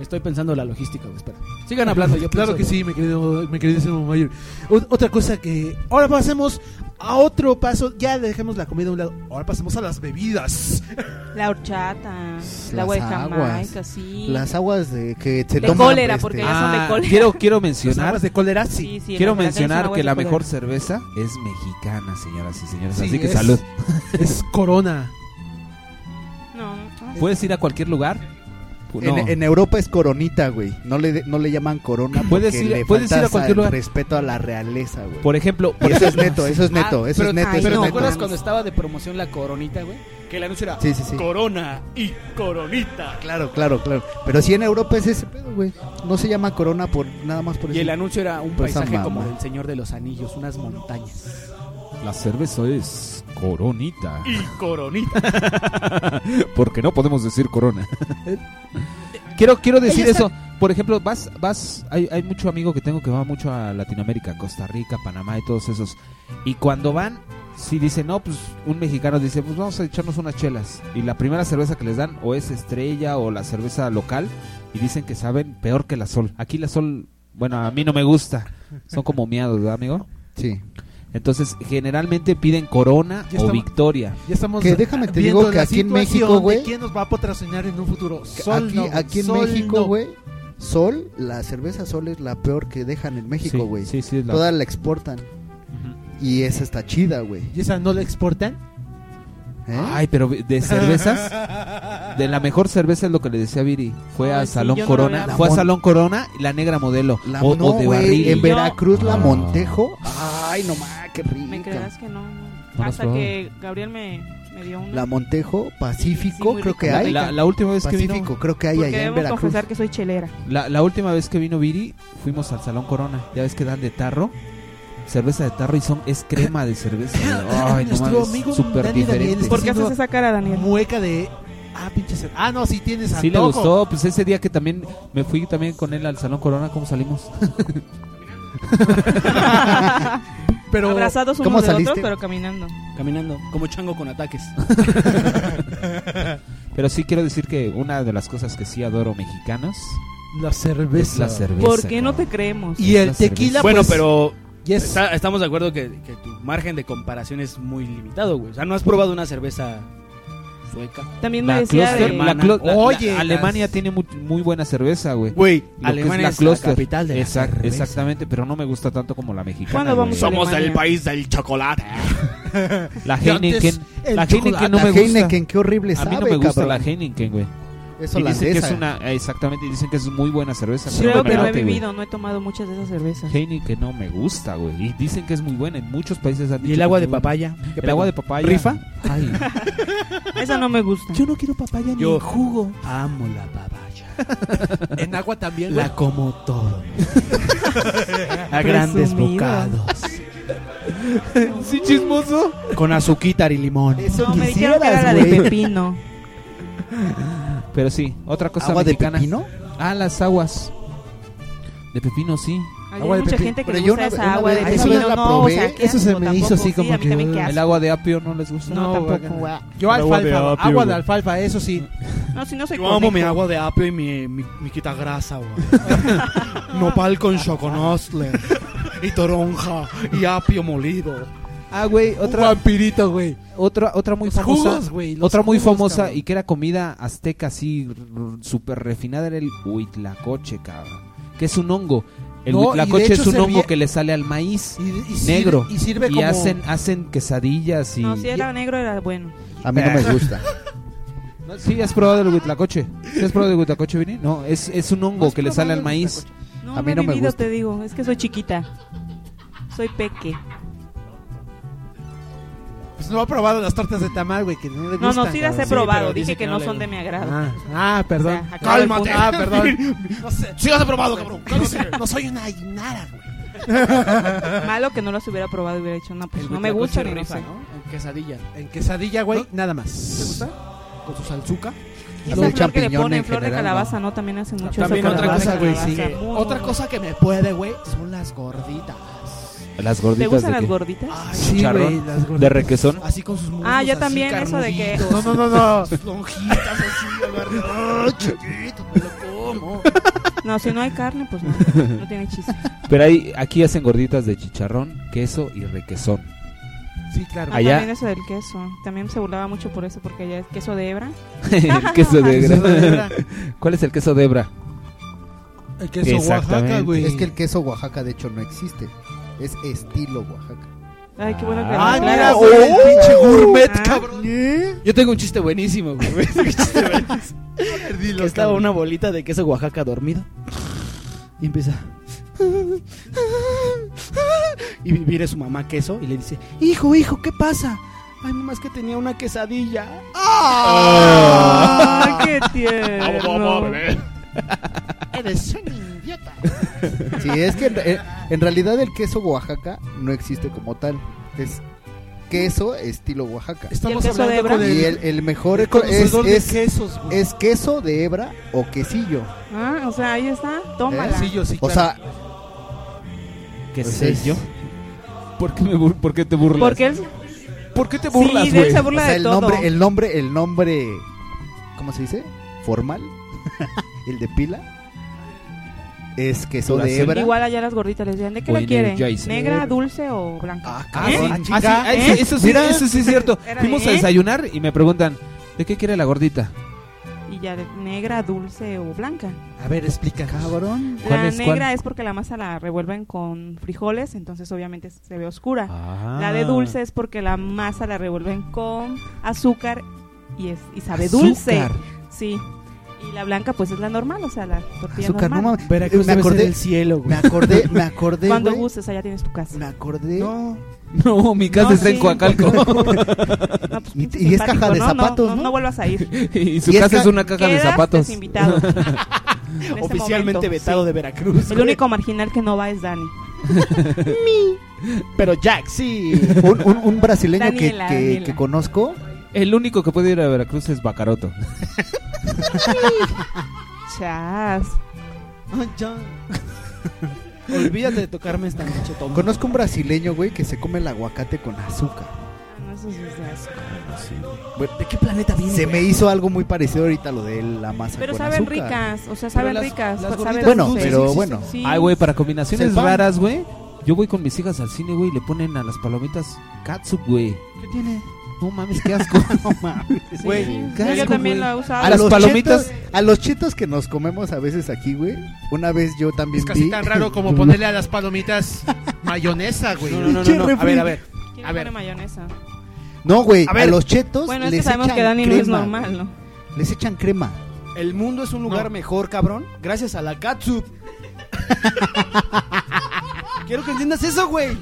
Speaker 5: Estoy pensando la logística, güey, espera. Sigan hablando, yo
Speaker 4: Claro que
Speaker 5: pienso-
Speaker 4: sí, mi querido, mi queridísimo Mayer. O- otra cosa que. Ahora pasemos a otro paso. Ya dejemos la comida a un lado. Ahora pasemos a las bebidas.
Speaker 8: La horchata, la agua de
Speaker 7: Las
Speaker 8: Jamaica, sí.
Speaker 7: Las aguas de que se
Speaker 8: De
Speaker 7: toman. este,
Speaker 8: cólera, porque ya son de
Speaker 6: Ah,
Speaker 8: cólera.
Speaker 6: Quiero, quiero mencionar.
Speaker 4: aguas de cólera, sí.
Speaker 8: Sí, sí, las de la
Speaker 6: quiero
Speaker 8: calle son
Speaker 6: mencionar
Speaker 8: aguas
Speaker 6: que
Speaker 8: de
Speaker 6: la
Speaker 8: cólera.
Speaker 6: mejor cerveza es mexicana, señoras y señores.
Speaker 4: Sí,
Speaker 6: Así que
Speaker 4: es-
Speaker 6: salud.
Speaker 4: Es corona.
Speaker 8: No,
Speaker 6: Puedes ir a cualquier lugar. No.
Speaker 7: En, en Europa es coronita, güey. No le, de- no le llaman corona
Speaker 6: Puedes
Speaker 7: porque
Speaker 6: ir-
Speaker 7: le
Speaker 6: puedes ir a
Speaker 7: faltas
Speaker 6: cualquier
Speaker 7: al
Speaker 6: lugar.
Speaker 7: respeto a la realeza, güey.
Speaker 6: Por ejemplo,
Speaker 7: Y eso es neto, eso es neto,
Speaker 6: Ah,
Speaker 7: eso
Speaker 5: Ah, pero,
Speaker 7: es neto.
Speaker 5: Pero
Speaker 7: eso es
Speaker 5: ¿te
Speaker 7: neto.
Speaker 5: acuerdas cuando estaba de promoción la coronita, güey? Que el anuncio era
Speaker 7: Sí, sí, sí.
Speaker 5: Corona y coronita.
Speaker 7: Claro, claro, claro. Pero sí en Europa es ese pedo, güey. No se llama corona por nada más por
Speaker 5: Y
Speaker 7: eso.
Speaker 5: el anuncio era un
Speaker 7: Por Pues esa
Speaker 5: paisaje como
Speaker 7: mamá.
Speaker 5: del Señor de los Anillos, unas montañas.
Speaker 6: La cerveza es coronita.
Speaker 5: Y coronita.
Speaker 6: Porque no podemos decir corona. quiero, quiero decir
Speaker 5: Ella está-
Speaker 6: eso. Por ejemplo, vas, vas, hay, hay mucho amigo que tengo que va mucho a Latinoamérica, Costa Rica, Panamá y todos esos. Y cuando van, si dicen, no, pues un mexicano dice, pues vamos a echarnos unas chelas. Y la primera cerveza que les dan o es estrella o la cerveza local. Y dicen que saben peor que la sol. Aquí la sol, bueno, a mí no me gusta. Son como miados, ¿verdad, amigo?
Speaker 7: Sí.
Speaker 6: Entonces, generalmente piden corona
Speaker 4: Ya
Speaker 6: o
Speaker 4: estamos-
Speaker 6: victoria.
Speaker 4: Ya estamos
Speaker 7: Que déjame te
Speaker 4: viendo
Speaker 7: digo que
Speaker 4: la
Speaker 7: aquí en
Speaker 4: situación
Speaker 7: México,
Speaker 4: de
Speaker 7: güey-
Speaker 4: ¿Quién nos va a patrocinar en un futuro? Sol
Speaker 7: aquí,
Speaker 4: no, güey.
Speaker 7: aquí en
Speaker 4: Sol
Speaker 7: México,
Speaker 4: no.
Speaker 7: güey. Sol, la cerveza Sol es la peor que dejan en México,
Speaker 6: Sí,
Speaker 7: güey.
Speaker 6: sí, sí, es la-
Speaker 7: Todas la exportan. Y esa está chida, güey.
Speaker 4: ¿Y esa no la exportan?
Speaker 7: ¿Eh?
Speaker 6: Ay, pero de cervezas, de la mejor cerveza es lo que le decía Viri. Fue a
Speaker 7: sí,
Speaker 6: Salón
Speaker 7: yo no
Speaker 6: Corona,
Speaker 7: lo veo.
Speaker 6: fue a
Speaker 7: La mon-
Speaker 6: Salón Corona y la negra modelo
Speaker 7: La-
Speaker 6: o, o
Speaker 7: no,
Speaker 6: de
Speaker 7: güey,
Speaker 6: barril.
Speaker 7: En Veracruz, la
Speaker 6: Ah.
Speaker 7: Montejo. Ay, no más, qué rica.
Speaker 8: Me creerás que no. no.
Speaker 7: No las
Speaker 8: Hasta
Speaker 7: probaba.
Speaker 8: que Gabriel me, me dio una.
Speaker 7: La Montejo, Pacífico,
Speaker 8: muy
Speaker 7: creo
Speaker 8: rica,
Speaker 7: que
Speaker 6: muy
Speaker 7: hay.
Speaker 6: rica. La- la última vez que vino-
Speaker 7: Pacífico, creo que hay
Speaker 8: Porque
Speaker 7: allá en
Speaker 8: debemos
Speaker 7: Veracruz.
Speaker 8: confesar que soy chelera.
Speaker 6: La, la última vez que vino Viri, fuimos al Salón Corona. Ya ves que dan de tarro, cerveza de tarro y son es crema de cerveza. Ay, no
Speaker 4: Nuestro
Speaker 6: mames,
Speaker 4: amigo
Speaker 6: súper
Speaker 4: Dani Daniel
Speaker 6: diferente.
Speaker 4: está haciendo Mueca de. Ah, pinche cer- Ah, no, sí tienes
Speaker 6: Sí le
Speaker 4: antojo.
Speaker 6: gustó, pues ese día que también me fui también con él al Salón Corona, ¿cómo salimos?
Speaker 4: Pero-
Speaker 8: Abrazados unos
Speaker 5: ¿Cómo
Speaker 8: de
Speaker 5: saliste?
Speaker 8: otros, pero caminando.
Speaker 5: Caminando, como chango con ataques.
Speaker 6: Pero sí quiero decir que una de las cosas que sí adoro mexicanas
Speaker 4: La cerveza.
Speaker 6: es la cerveza.
Speaker 8: ¿Por qué no te creemos?
Speaker 4: Y el tequila,
Speaker 5: Bueno,
Speaker 4: pues,
Speaker 5: pero
Speaker 4: yes.
Speaker 5: está- estamos de acuerdo que, que tu margen de comparación es muy limitado, güey. O sea, no has probado una cerveza sueca.
Speaker 8: También me decía de-
Speaker 6: la clo- la-
Speaker 5: Oye,
Speaker 6: la- Alemania tiene mu- muy, buena cerveza, güey.
Speaker 5: Güey,
Speaker 6: Lo que
Speaker 5: Alemania es la
Speaker 6: Kloster.
Speaker 5: capital de la
Speaker 6: Exact-
Speaker 5: cerveza.
Speaker 6: Exactamente, pero no me gusta tanto como la mexicana.
Speaker 5: ¿Cuándo vamos
Speaker 6: güey.
Speaker 5: a Somos Alemania? el
Speaker 6: país del chocolate. La
Speaker 7: Y antes,
Speaker 6: Heineken,
Speaker 7: el
Speaker 6: la
Speaker 7: chocolate.
Speaker 6: Heineken no me gusta.
Speaker 7: Heineken, qué horrible
Speaker 6: A mí no
Speaker 7: sabe,
Speaker 6: me gusta
Speaker 7: cabrón.
Speaker 6: la Heineken, güey.
Speaker 7: Es
Speaker 6: Y dicen que es
Speaker 7: holandesa.
Speaker 6: una, eh, exactamente, y dicen que es muy buena cerveza. pero
Speaker 8: Creo
Speaker 6: no me
Speaker 8: que no he
Speaker 6: late, güey.
Speaker 8: vivido, no he tomado muchas de esas cervezas.
Speaker 6: Heineken no me gusta, güey. Y dicen que es muy buena. En muchos países han
Speaker 5: ¿Y
Speaker 6: dicho
Speaker 5: el
Speaker 6: que
Speaker 5: agua
Speaker 6: es
Speaker 5: de
Speaker 6: muy buena.
Speaker 5: papaya? ¿Qué
Speaker 6: El
Speaker 5: pedo?
Speaker 6: agua de papaya.
Speaker 5: ¿Rifa?
Speaker 6: Ay.
Speaker 8: Esa no me gusta.
Speaker 2: Yo no quiero papaya ni
Speaker 5: Yo-
Speaker 2: en jugo.
Speaker 5: Amo la papaya.
Speaker 4: En agua también.
Speaker 5: La como todo. A grandes
Speaker 2: Presumido.
Speaker 5: bocados.
Speaker 2: sí, chismoso.
Speaker 5: Con azuquitar y limón.
Speaker 8: No, me dijeron que era la de pepino.
Speaker 6: Pero sí, otra cosa
Speaker 5: ¿Agua de
Speaker 6: mexicana. pepino? Ah, las aguas. De pepino, sí.
Speaker 8: Hay Agua de mucha pepi- gente que le gusta esa agua de
Speaker 6: esa
Speaker 8: pepino,
Speaker 6: vez la
Speaker 8: no, o
Speaker 6: probé,
Speaker 8: sea, qué
Speaker 6: eso se
Speaker 8: asco,
Speaker 6: me hizo
Speaker 8: tampoco,
Speaker 6: así
Speaker 8: sí,
Speaker 6: como
Speaker 8: a mí también,
Speaker 6: que
Speaker 8: qué
Speaker 6: el
Speaker 8: asco.
Speaker 6: agua de apio no les gusta.
Speaker 8: No,
Speaker 6: güey.
Speaker 8: tampoco, güey.
Speaker 4: Yo
Speaker 6: El agua de
Speaker 4: alfalfa,
Speaker 6: apio,
Speaker 4: agua de
Speaker 6: güey.
Speaker 4: alfalfa, eso sí.
Speaker 8: No, si no soy
Speaker 5: Yo amo
Speaker 8: conejo.
Speaker 5: mi agua de apio y mi, mi, mi quitagrasa, güey. Nopal con choconostle. Y toronja. Y apio molido.
Speaker 6: Ah, güey, otra.
Speaker 4: vampirito, güey.
Speaker 6: Otra, otra muy
Speaker 4: Los
Speaker 6: famosa.
Speaker 4: jugos, güey, los
Speaker 6: otra muy
Speaker 4: jugos,
Speaker 6: famosa
Speaker 4: cabrón.
Speaker 6: y que era comida azteca así r- r- súper refinada era el huitlacoche, cabrón. Que es un hongo. El
Speaker 4: No, y de
Speaker 6: huitlacoche
Speaker 4: hecho
Speaker 6: es un
Speaker 4: servía-
Speaker 6: hongo que le sale al maíz
Speaker 4: y sirve-
Speaker 6: negro.
Speaker 4: y sirve como-
Speaker 6: hacen, hacen quesadillas y.
Speaker 8: No, si era negro era bueno.
Speaker 6: A mí no me gusta. No, ¿Sí has probado el huitlacoche? ¿Sí has probado el huitlacoche, Vini? No, es, es un hongo que le sale al maíz.
Speaker 8: No,
Speaker 6: a mí no
Speaker 8: he
Speaker 6: me
Speaker 8: vivido,
Speaker 6: gusta.
Speaker 8: te digo, es que soy chiquita. Soy peque.
Speaker 4: Pues no ha probado las tortas de tamal, güey, que no le
Speaker 8: No,
Speaker 4: gustan.
Speaker 8: no, sí las he
Speaker 4: cabrón.
Speaker 8: probado,
Speaker 4: pero
Speaker 8: dije
Speaker 4: dice
Speaker 8: que no
Speaker 4: le
Speaker 8: son de
Speaker 4: gusta.
Speaker 8: mi agrado.
Speaker 4: Ah, ah, perdón.
Speaker 8: O sea, acabo el punto.
Speaker 4: Ah, perdón.
Speaker 8: No sé.
Speaker 4: Sí las he probado, cabrón.
Speaker 8: Cálmate.
Speaker 4: No soy una nada, güey.
Speaker 8: Malo que no las hubiera probado, hubiera dicho, no, pues
Speaker 4: El
Speaker 8: no me
Speaker 4: huitlacoche
Speaker 8: gusta ni no
Speaker 4: rifa,
Speaker 8: sé.
Speaker 4: ¿no?
Speaker 5: En quesadilla.
Speaker 4: En quesadilla, güey, nada más. ¿Te gusta?
Speaker 5: Con su salzuca.
Speaker 8: Y esa flor que le ponen, flor de calabaza, ¿no? También hace mucho
Speaker 5: También
Speaker 8: eso con
Speaker 5: otra
Speaker 8: la
Speaker 5: cosa,
Speaker 8: flor de
Speaker 5: güey, sí.
Speaker 8: calabaza. Muy
Speaker 5: Otra
Speaker 8: bueno.
Speaker 5: cosa que me puede, güey, son las gorditas.
Speaker 6: Las gorditas.
Speaker 8: ¿Te gustan
Speaker 6: de
Speaker 8: las
Speaker 6: qué?
Speaker 8: gorditas? Ay,
Speaker 5: sí,
Speaker 6: Chicharrón,
Speaker 5: güey, las gorditas.
Speaker 6: ¿De requesón?
Speaker 5: Así con sus muslos
Speaker 8: Ah, yo
Speaker 5: así,
Speaker 8: también, eso de que-
Speaker 5: carnuditos.
Speaker 8: No, no, no, no.
Speaker 5: Sus lonjitas así, agarra- ¡Ah, chiquito, me lo como!
Speaker 8: No, si no hay carne, pues no. No tiene chiste.
Speaker 6: Pero ahí, aquí hacen gorditas de chicharrón, queso y requesón.
Speaker 4: Sí, claro.
Speaker 8: Ah,
Speaker 6: Allá,
Speaker 8: También eso del queso. También se burlaba mucho por eso, porque allá es queso de hebra.
Speaker 6: el queso de
Speaker 8: Queso de hebra.
Speaker 6: hebra. ¿Cuál es el queso de hebra?
Speaker 4: El
Speaker 6: queso Exactamente. Oaxaca, güey.
Speaker 7: Es que el queso Oaxaca, de hecho, no existe. Es estilo Oaxaca.
Speaker 8: Ay, qué bueno que
Speaker 7: Ah,
Speaker 8: lo
Speaker 7: mira,
Speaker 8: aclaras.
Speaker 7: soy
Speaker 4: Oh.
Speaker 7: el pinche gourmet,
Speaker 8: Ah,
Speaker 5: cabrón. Yo tengo un chiste buenísimo, güey. Un chiste buenísimo. Que estaba una bolita de queso Oaxaca dormida. Y empieza. Y viene su mamá queso y le dice: Hijo, hijo, ¿qué pasa? Ay, mamá, es que tenía una quesadilla.
Speaker 8: Ah, qué tierno. Vamos, vamos, bebé.
Speaker 5: Eres un idiota.
Speaker 7: Sí, es que eh, en, en- en realidad el queso Oaxaca no existe como tal. Es queso estilo Oaxaca.
Speaker 4: Estamos queso hablando de hebra? con el-
Speaker 7: Y el, el mejor
Speaker 4: el
Speaker 7: co- es,
Speaker 4: conocedor de
Speaker 7: es-
Speaker 4: quesos, güey.
Speaker 7: es queso de hebra o quesillo.
Speaker 8: Ah, o sea, ahí está. Tómala.
Speaker 7: ¿eh? o sea,
Speaker 6: ¿Qué
Speaker 7: Pues
Speaker 6: sé
Speaker 7: es-
Speaker 6: yo? ¿Por qué, me bur- por qué te burlas?
Speaker 8: Porque él...
Speaker 6: ¿Por qué te
Speaker 8: burlas, Sí, de él güey? se burla
Speaker 7: O sea,
Speaker 8: de
Speaker 7: el
Speaker 8: todo.
Speaker 7: Nombre, el nombre, el nombre, ¿cómo se dice? Formal. el de pila. Es queso de hebra.
Speaker 8: Igual allá las gorditas les decían, ¿de qué
Speaker 7: O
Speaker 8: la
Speaker 7: en
Speaker 8: quiere?
Speaker 7: el Jason.
Speaker 8: ¿Negra, dulce o blanca?
Speaker 6: Ah, sí,
Speaker 8: ¿Eh?
Speaker 6: ah, sí, ah,
Speaker 8: ¿Eh?
Speaker 6: eso, eso sí,
Speaker 8: Mira.
Speaker 6: eso sí es cierto.
Speaker 8: Era de,
Speaker 6: Fuimos a
Speaker 8: ¿eh?
Speaker 6: desayunar y me preguntan, ¿de qué quiere la gordita?
Speaker 8: Y ya, de negra, dulce o blanca.
Speaker 4: A ver, explica.
Speaker 7: Cabrón.
Speaker 8: La negra es porque la masa la revuelven con frijoles, entonces obviamente se ve oscura.
Speaker 6: Ah.
Speaker 8: La de dulce es porque la masa la revuelven con azúcar y es y sabe
Speaker 7: Azúcar.
Speaker 8: dulce. Sí. Y la blanca pues es la normal, o sea, la tortilla
Speaker 7: Azúcar, no
Speaker 8: normal.
Speaker 7: mames. Veracruz debe ser el
Speaker 5: cielo,
Speaker 7: Me acordé, me acordé,
Speaker 8: Cuando
Speaker 7: güey.
Speaker 8: gustes, allá tienes tu casa.
Speaker 7: Me acordé. No.
Speaker 6: No, mi casa
Speaker 8: No,
Speaker 6: está en
Speaker 8: sí. pues,
Speaker 6: Coacalco.
Speaker 7: Y- y es caja de
Speaker 8: No, no,
Speaker 7: zapatos,
Speaker 8: no,
Speaker 7: ¿no?
Speaker 8: no vuelvas a ir. este
Speaker 6: y su
Speaker 7: Y es
Speaker 6: casa es
Speaker 7: ca-
Speaker 6: una caja de
Speaker 8: Quedas
Speaker 6: zapatos.
Speaker 8: desinvitado. En este
Speaker 5: Oficialmente
Speaker 8: momento,
Speaker 5: vetado
Speaker 8: sí.
Speaker 5: de Veracruz.
Speaker 8: El
Speaker 5: güey.
Speaker 8: único marginal que no va es Dani.
Speaker 5: Pero Jack, sí.
Speaker 7: Un, un- un brasileño que-
Speaker 8: Daniela,
Speaker 7: que,
Speaker 8: Daniela.
Speaker 7: que conozco.
Speaker 6: El único que puede ir a Veracruz es Bacaroto.
Speaker 8: Chas.
Speaker 5: Olvídate de tocarme esta noche, Tom.
Speaker 7: Conozco un brasileño, güey, que se come el aguacate con azúcar.
Speaker 8: No, Ah, eso sí es de asco.
Speaker 5: ¿De qué planeta viene?
Speaker 7: Se me hizo algo muy parecido ahorita a lo de la masa
Speaker 8: Pero
Speaker 7: con
Speaker 8: saben
Speaker 7: azúcar.
Speaker 8: ricas, o sea, saben
Speaker 5: las-
Speaker 8: ricas.
Speaker 5: las
Speaker 8: saben
Speaker 5: gorditas
Speaker 7: Bueno,
Speaker 8: dulces.
Speaker 7: pero bueno.
Speaker 8: Sí.
Speaker 6: Ay, güey, para combinaciones
Speaker 7: Sepan.
Speaker 6: raras, güey. Yo voy con mis hijas al cine, güey, y le ponen a las palomitas katsup, güey.
Speaker 5: ¿Qué tiene?
Speaker 6: No mames, qué asco. No mames.
Speaker 8: Güey,
Speaker 6: qué
Speaker 8: yo
Speaker 6: asco,
Speaker 8: también
Speaker 6: güey.
Speaker 8: la he usado.
Speaker 6: A las
Speaker 7: los
Speaker 6: palomitas.
Speaker 7: chetos- a los chetos que nos comemos a veces aquí, güey. Una vez yo también
Speaker 4: Es casi
Speaker 7: vi-
Speaker 4: tan raro como ponerle a las palomitas mayonesa, güey.
Speaker 7: No, no, no, no, no.
Speaker 4: A ver, a ver.
Speaker 8: ¿Quién
Speaker 4: A
Speaker 8: le pone
Speaker 4: ver.
Speaker 8: mayonesa?
Speaker 7: No, güey,
Speaker 8: A
Speaker 7: a,
Speaker 8: ver.
Speaker 7: los chetos
Speaker 8: Bueno, es que
Speaker 7: les
Speaker 8: sabemos
Speaker 7: echan
Speaker 8: que Dani no
Speaker 7: crema.
Speaker 8: es normal, ¿no?
Speaker 7: Les echan crema.
Speaker 5: El mundo es un lugar mejor, cabrón. Gracias a la Katsup. Quiero que entiendas eso, güey.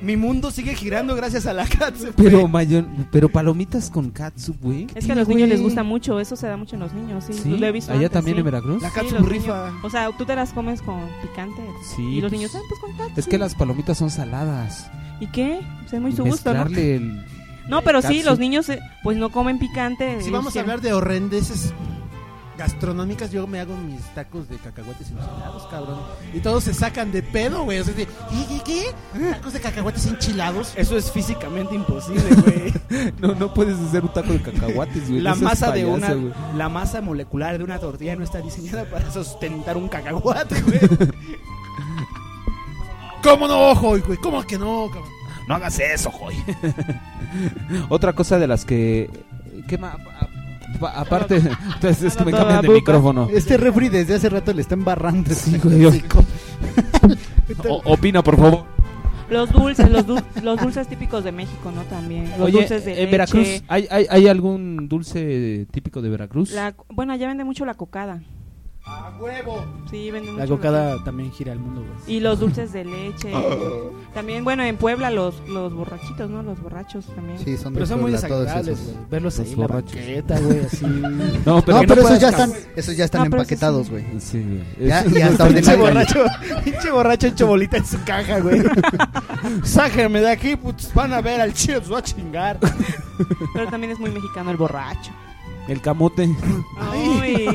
Speaker 5: Mi mundo sigue girando gracias a la Katsup. güey.
Speaker 6: Pero, mayon- pero palomitas con katsu, güey. ¿qué
Speaker 8: Es que a
Speaker 6: tiene,
Speaker 8: los niños
Speaker 6: güey?
Speaker 8: les gusta mucho, eso se da mucho en los niños, sí.
Speaker 6: ¿Sí?
Speaker 8: Lo he visto
Speaker 6: ¿Allá
Speaker 8: antes,
Speaker 6: también
Speaker 8: sí.
Speaker 6: en Veracruz? La
Speaker 8: Sí,
Speaker 6: katsu
Speaker 8: los
Speaker 6: rifa.
Speaker 8: niños- O sea, tú te las comes con picante.
Speaker 6: Sí.
Speaker 8: Y los
Speaker 6: pues,
Speaker 8: niños, ah, pues con katsu.
Speaker 6: Es que las palomitas son saladas.
Speaker 8: ¿Y qué? Pues es muy su gusto, ¿no?
Speaker 6: Mezclarle el.
Speaker 8: No, pero sí,
Speaker 6: katsu.
Speaker 8: los niños eh, pues no comen picante.
Speaker 4: Si
Speaker 8: ellos
Speaker 4: vamos a
Speaker 8: quieren-
Speaker 4: hablar de horrendeces gastronómicas, yo me hago mis tacos de cacahuates enchilados, cabrón. Y todos se sacan de pedo, güey. O sea, de, ¿qué, qué, qué? Tacos de cacahuates enchilados.
Speaker 5: Eso es físicamente imposible, güey.
Speaker 6: No, no puedes hacer un taco de cacahuates, güey.
Speaker 5: La
Speaker 6: no seas
Speaker 5: masa de
Speaker 6: payaso,
Speaker 5: una
Speaker 6: güey.
Speaker 5: la masa molecular de una tortilla no está diseñada para sostentar un cacahuate, güey.
Speaker 4: ¿Cómo no, ojo, güey? ¿Cómo que no, cabrón?
Speaker 6: No hagas eso, joy. Otra cosa de las que. ¿Qué más? Aparte, entonces es que me cambian de micrófono.
Speaker 7: Este refri desde hace rato le está embarrando. Sí,
Speaker 6: O- opina, por favor.
Speaker 8: Los dulces, los, du- los dulces típicos de México, ¿no? También. Los
Speaker 6: Oye,
Speaker 8: dulces de
Speaker 6: en
Speaker 8: leche.
Speaker 6: Veracruz, ¿hay, hay, hay algún dulce típico de Veracruz?
Speaker 8: La- bueno, allá vende mucho la cocada.
Speaker 4: ¡A huevo!
Speaker 8: Sí, vende mucho
Speaker 5: La cocada también gira al mundo, güey.
Speaker 8: Y los dulces de leche. también, bueno, en Puebla los, los borrachitos, ¿no? Los borrachos también.
Speaker 7: Sí, son de
Speaker 5: Pero son muy
Speaker 7: Puebla, todos
Speaker 5: desagradables,
Speaker 7: esos.
Speaker 5: güey. Verlos
Speaker 7: Los
Speaker 5: ahí en la
Speaker 7: borrachos.
Speaker 5: banqueta, güey, así.
Speaker 7: No, pero,
Speaker 5: Que no
Speaker 7: esos,
Speaker 5: puedas
Speaker 7: ya
Speaker 5: cam-
Speaker 7: están, esos ya están
Speaker 5: No, pero eso
Speaker 7: empaquetados,
Speaker 5: sí.
Speaker 7: güey.
Speaker 6: Sí, güey.
Speaker 7: Ya,
Speaker 6: Es-
Speaker 7: y hasta donde
Speaker 5: pinche
Speaker 7: salgan.
Speaker 5: borracho, pinche borracho hecho bolita en su caja, güey. Sáquenme de aquí, putz, van a ver al chido, los voy a chingar.
Speaker 8: Pero también es muy mexicano el borracho.
Speaker 6: El camote.
Speaker 8: Ay.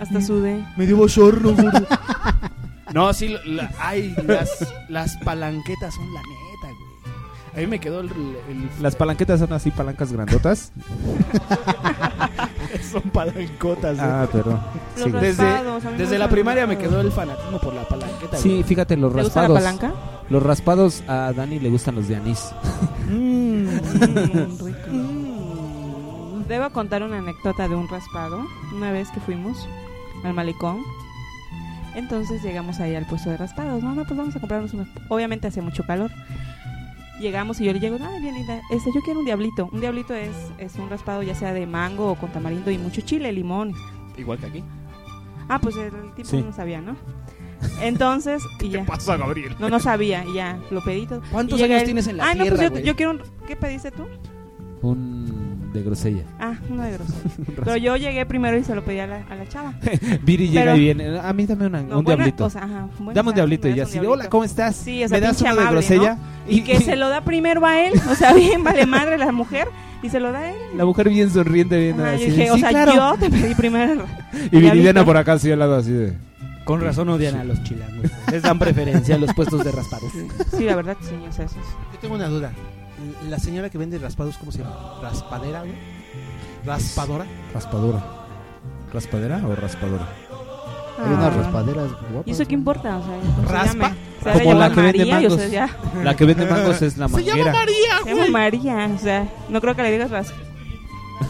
Speaker 8: Hasta sudé.
Speaker 5: Me dio bochorno, güey. No, sí, lo- la- ay, las, las palanquetas son la neta, güey. A mí me quedó el, el-
Speaker 6: Las palanquetas son así, palancas grandotas.
Speaker 5: son palancotas, güey.
Speaker 6: Ah, perdón.
Speaker 5: Los
Speaker 6: Sí, güey.
Speaker 5: raspados,
Speaker 8: a mí me
Speaker 5: Desde la
Speaker 8: gustan
Speaker 5: primaria
Speaker 8: los
Speaker 5: me quedó el fanatismo por la palanqueta,
Speaker 6: Sí,
Speaker 5: güey.
Speaker 6: fíjate, los
Speaker 5: ¿Te gusta la
Speaker 6: raspados.
Speaker 5: palanca?
Speaker 6: Los raspados a Dani le gustan los de anís.
Speaker 8: Mm, rico. Debo contar una anécdota de un raspado. Una vez que fuimos al malecón, entonces llegamos ahí al puesto de raspados. No, no, pues vamos a comprarnos unos. Obviamente hace mucho calor. Llegamos y yo le llego, ay, bien linda. Este, yo quiero un diablito. Un diablito es, es un raspado ya sea de mango o con tamarindo y mucho chile, limón.
Speaker 5: Igual que aquí.
Speaker 8: Ah, pues el tipo
Speaker 5: Sí.
Speaker 8: no sabía, ¿no? Entonces, y ya.
Speaker 5: pasa, Gabriel?
Speaker 8: No, no sabía, y ya, lo pedí todo.
Speaker 5: ¿Cuántos
Speaker 8: Y llega
Speaker 5: años
Speaker 8: él,
Speaker 5: tienes en la
Speaker 8: Ah, no,
Speaker 5: tierra,
Speaker 8: pues yo,
Speaker 5: güey?"
Speaker 8: yo quiero un... ¿Qué pediste tú?
Speaker 6: Un Mm, de grosella.
Speaker 8: Ah, uno de grosería. Pero yo llegué primero y se lo pedí a la, a la chava.
Speaker 6: Viri llega
Speaker 8: Pero-
Speaker 6: y viene. A mí dame una-
Speaker 8: No,
Speaker 6: un
Speaker 8: buena-
Speaker 6: diablito.
Speaker 8: o sea, ajá, buena
Speaker 6: dame un
Speaker 8: tarde,
Speaker 6: diablito
Speaker 8: me
Speaker 6: y ya
Speaker 8: das un
Speaker 6: así.
Speaker 8: diablito.
Speaker 6: Hola, ¿cómo estás?
Speaker 8: Sí, o sea,
Speaker 6: ¿Me das
Speaker 8: pinche
Speaker 6: uno de
Speaker 8: amable,
Speaker 6: grosella?
Speaker 8: ¿no? Y, que se lo da primero a él, o sea, bien vale madre la mujer, y se lo da a él.
Speaker 6: La mujer bien sonriente, bien
Speaker 8: Ajá,
Speaker 6: así.
Speaker 8: yo dije, o
Speaker 6: "Sí,
Speaker 8: sea,
Speaker 6: claro".
Speaker 8: yo te pedí primero.
Speaker 6: Y
Speaker 8: diablito.
Speaker 6: Viridiana por acá así al lado así de.
Speaker 5: Con razón odian a los chilangos. güey. Les dan preferencia a los puestos de raspados.
Speaker 8: Sí, la verdad, sí, o sea, eso es.
Speaker 4: Yo tengo una duda. La señora que vende raspados, ¿cómo se llama? ¿Raspadera, güey? ¿Raspadora?
Speaker 6: Raspadora. ¿Raspadera o raspadora?
Speaker 7: Hay
Speaker 6: Ah.
Speaker 7: unas raspaderas guapas.
Speaker 8: Ah. ¿Y eso qué importa? O sea, ¿cómo se
Speaker 4: Raspa.
Speaker 8: llame? O sea, ella llama María, y, o sea, ya.
Speaker 6: La que vende mangos es la
Speaker 8: Se
Speaker 6: manguera.
Speaker 8: María, Se llama María, o sea, no creo que le digas raspa.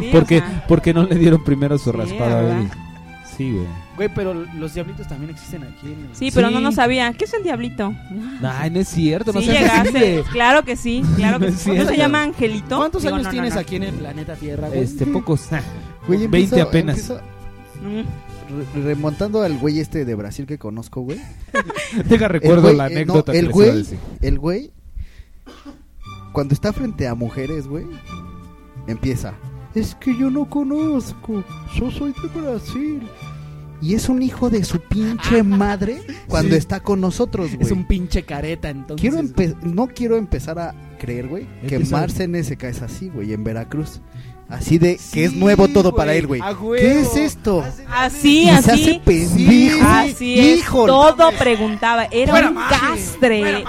Speaker 8: Sí, o
Speaker 6: porque,
Speaker 8: sea.
Speaker 6: porque no le dieron primero su raspado a
Speaker 8: ¿verdad?
Speaker 6: Viri. Sí, güey.
Speaker 5: Güey, pero los diablitos también existen aquí. En el-
Speaker 8: Sí, pero no no sabía. ¿Qué es el diablito?
Speaker 6: Ay, no es cierto. no
Speaker 8: sí,
Speaker 6: seas
Speaker 8: llegaste.
Speaker 6: sensible.
Speaker 8: Claro que sí, claro que
Speaker 6: No es
Speaker 8: sí. ¿Cómo se
Speaker 6: cierto.
Speaker 8: llama Angelito?
Speaker 5: ¿Cuántos
Speaker 8: Digo,
Speaker 5: años
Speaker 8: no, no,
Speaker 5: tienes
Speaker 8: no.
Speaker 5: aquí en el planeta Tierra, güey?
Speaker 6: Este, pocos.
Speaker 7: Güey,
Speaker 6: 20
Speaker 7: empiezo-
Speaker 6: apenas.
Speaker 7: empiezo
Speaker 8: Mm.
Speaker 7: re- remontando al güey este de Brasil que conozco, güey.
Speaker 6: Deja
Speaker 7: El
Speaker 6: recuerdo
Speaker 7: güey-
Speaker 6: la
Speaker 7: eh, no,
Speaker 6: anécdota que
Speaker 7: el
Speaker 6: les iba a
Speaker 7: güey,
Speaker 6: decir.
Speaker 7: el güey, cuando está frente a mujeres, güey, empieza. Es que yo no conozco. Yo soy de Brasil. Y es un hijo de su
Speaker 6: Ah.
Speaker 7: pinche madre cuando
Speaker 5: Sí.
Speaker 7: está con nosotros, güey.
Speaker 5: Es un pinche careta, entonces.
Speaker 7: Quiero empe- no quiero empezar a creer, güey, que
Speaker 5: Empieza-
Speaker 7: Marcene se cae así, güey, en Veracruz. Así de que es
Speaker 5: Sí,
Speaker 7: nuevo todo
Speaker 5: güey,
Speaker 7: para él, güey.
Speaker 8: Ah,
Speaker 5: a
Speaker 7: ¿Qué
Speaker 5: huevo.
Speaker 7: es esto?
Speaker 8: Así,
Speaker 7: Y se
Speaker 8: así.
Speaker 7: hace pendejo.
Speaker 8: Así es.
Speaker 7: Híjole.
Speaker 8: Todo preguntaba. Era un castre.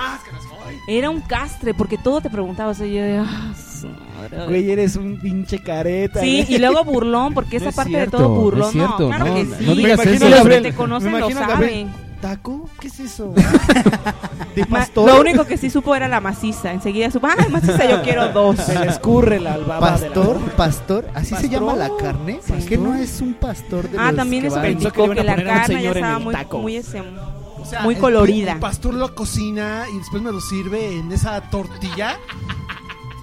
Speaker 8: Era un castre porque todo te preguntaba. O sea, yo de, ah, su madre.
Speaker 5: Güey, eres un pinche careta.
Speaker 8: Sí,
Speaker 5: güey.
Speaker 8: y luego burlón, porque
Speaker 5: No
Speaker 8: esa
Speaker 5: es
Speaker 8: parte
Speaker 5: cierto,
Speaker 8: de todo
Speaker 5: no es
Speaker 8: burlón. No,
Speaker 5: cierto,
Speaker 8: claro
Speaker 5: no,
Speaker 8: que
Speaker 5: no
Speaker 8: sí.
Speaker 5: digas
Speaker 8: Los
Speaker 5: eso,
Speaker 8: que
Speaker 5: Gabriel.
Speaker 8: te
Speaker 5: Me
Speaker 8: conocen lo
Speaker 5: imagino a Gabriel.
Speaker 8: saben.
Speaker 5: ¿Taco? ¿Qué es eso? de
Speaker 8: Ma-
Speaker 5: pastor.
Speaker 8: Lo único que sí supo era la maciza. Enseguida supo, ah, maciza, yo quiero dos.
Speaker 5: Se le escurre la albaba de la-
Speaker 7: Pastor, pastor, así se
Speaker 5: Pastor.
Speaker 7: llama la carne. Que no es un pastor de
Speaker 8: Ah,
Speaker 7: los
Speaker 8: también
Speaker 7: que
Speaker 8: eso
Speaker 7: van-
Speaker 8: me indicó que, la carne ya estaba muy, muy, ese- muy
Speaker 4: el-
Speaker 8: colorida.
Speaker 4: El pastor lo cocina y después me lo sirve en esa tortilla.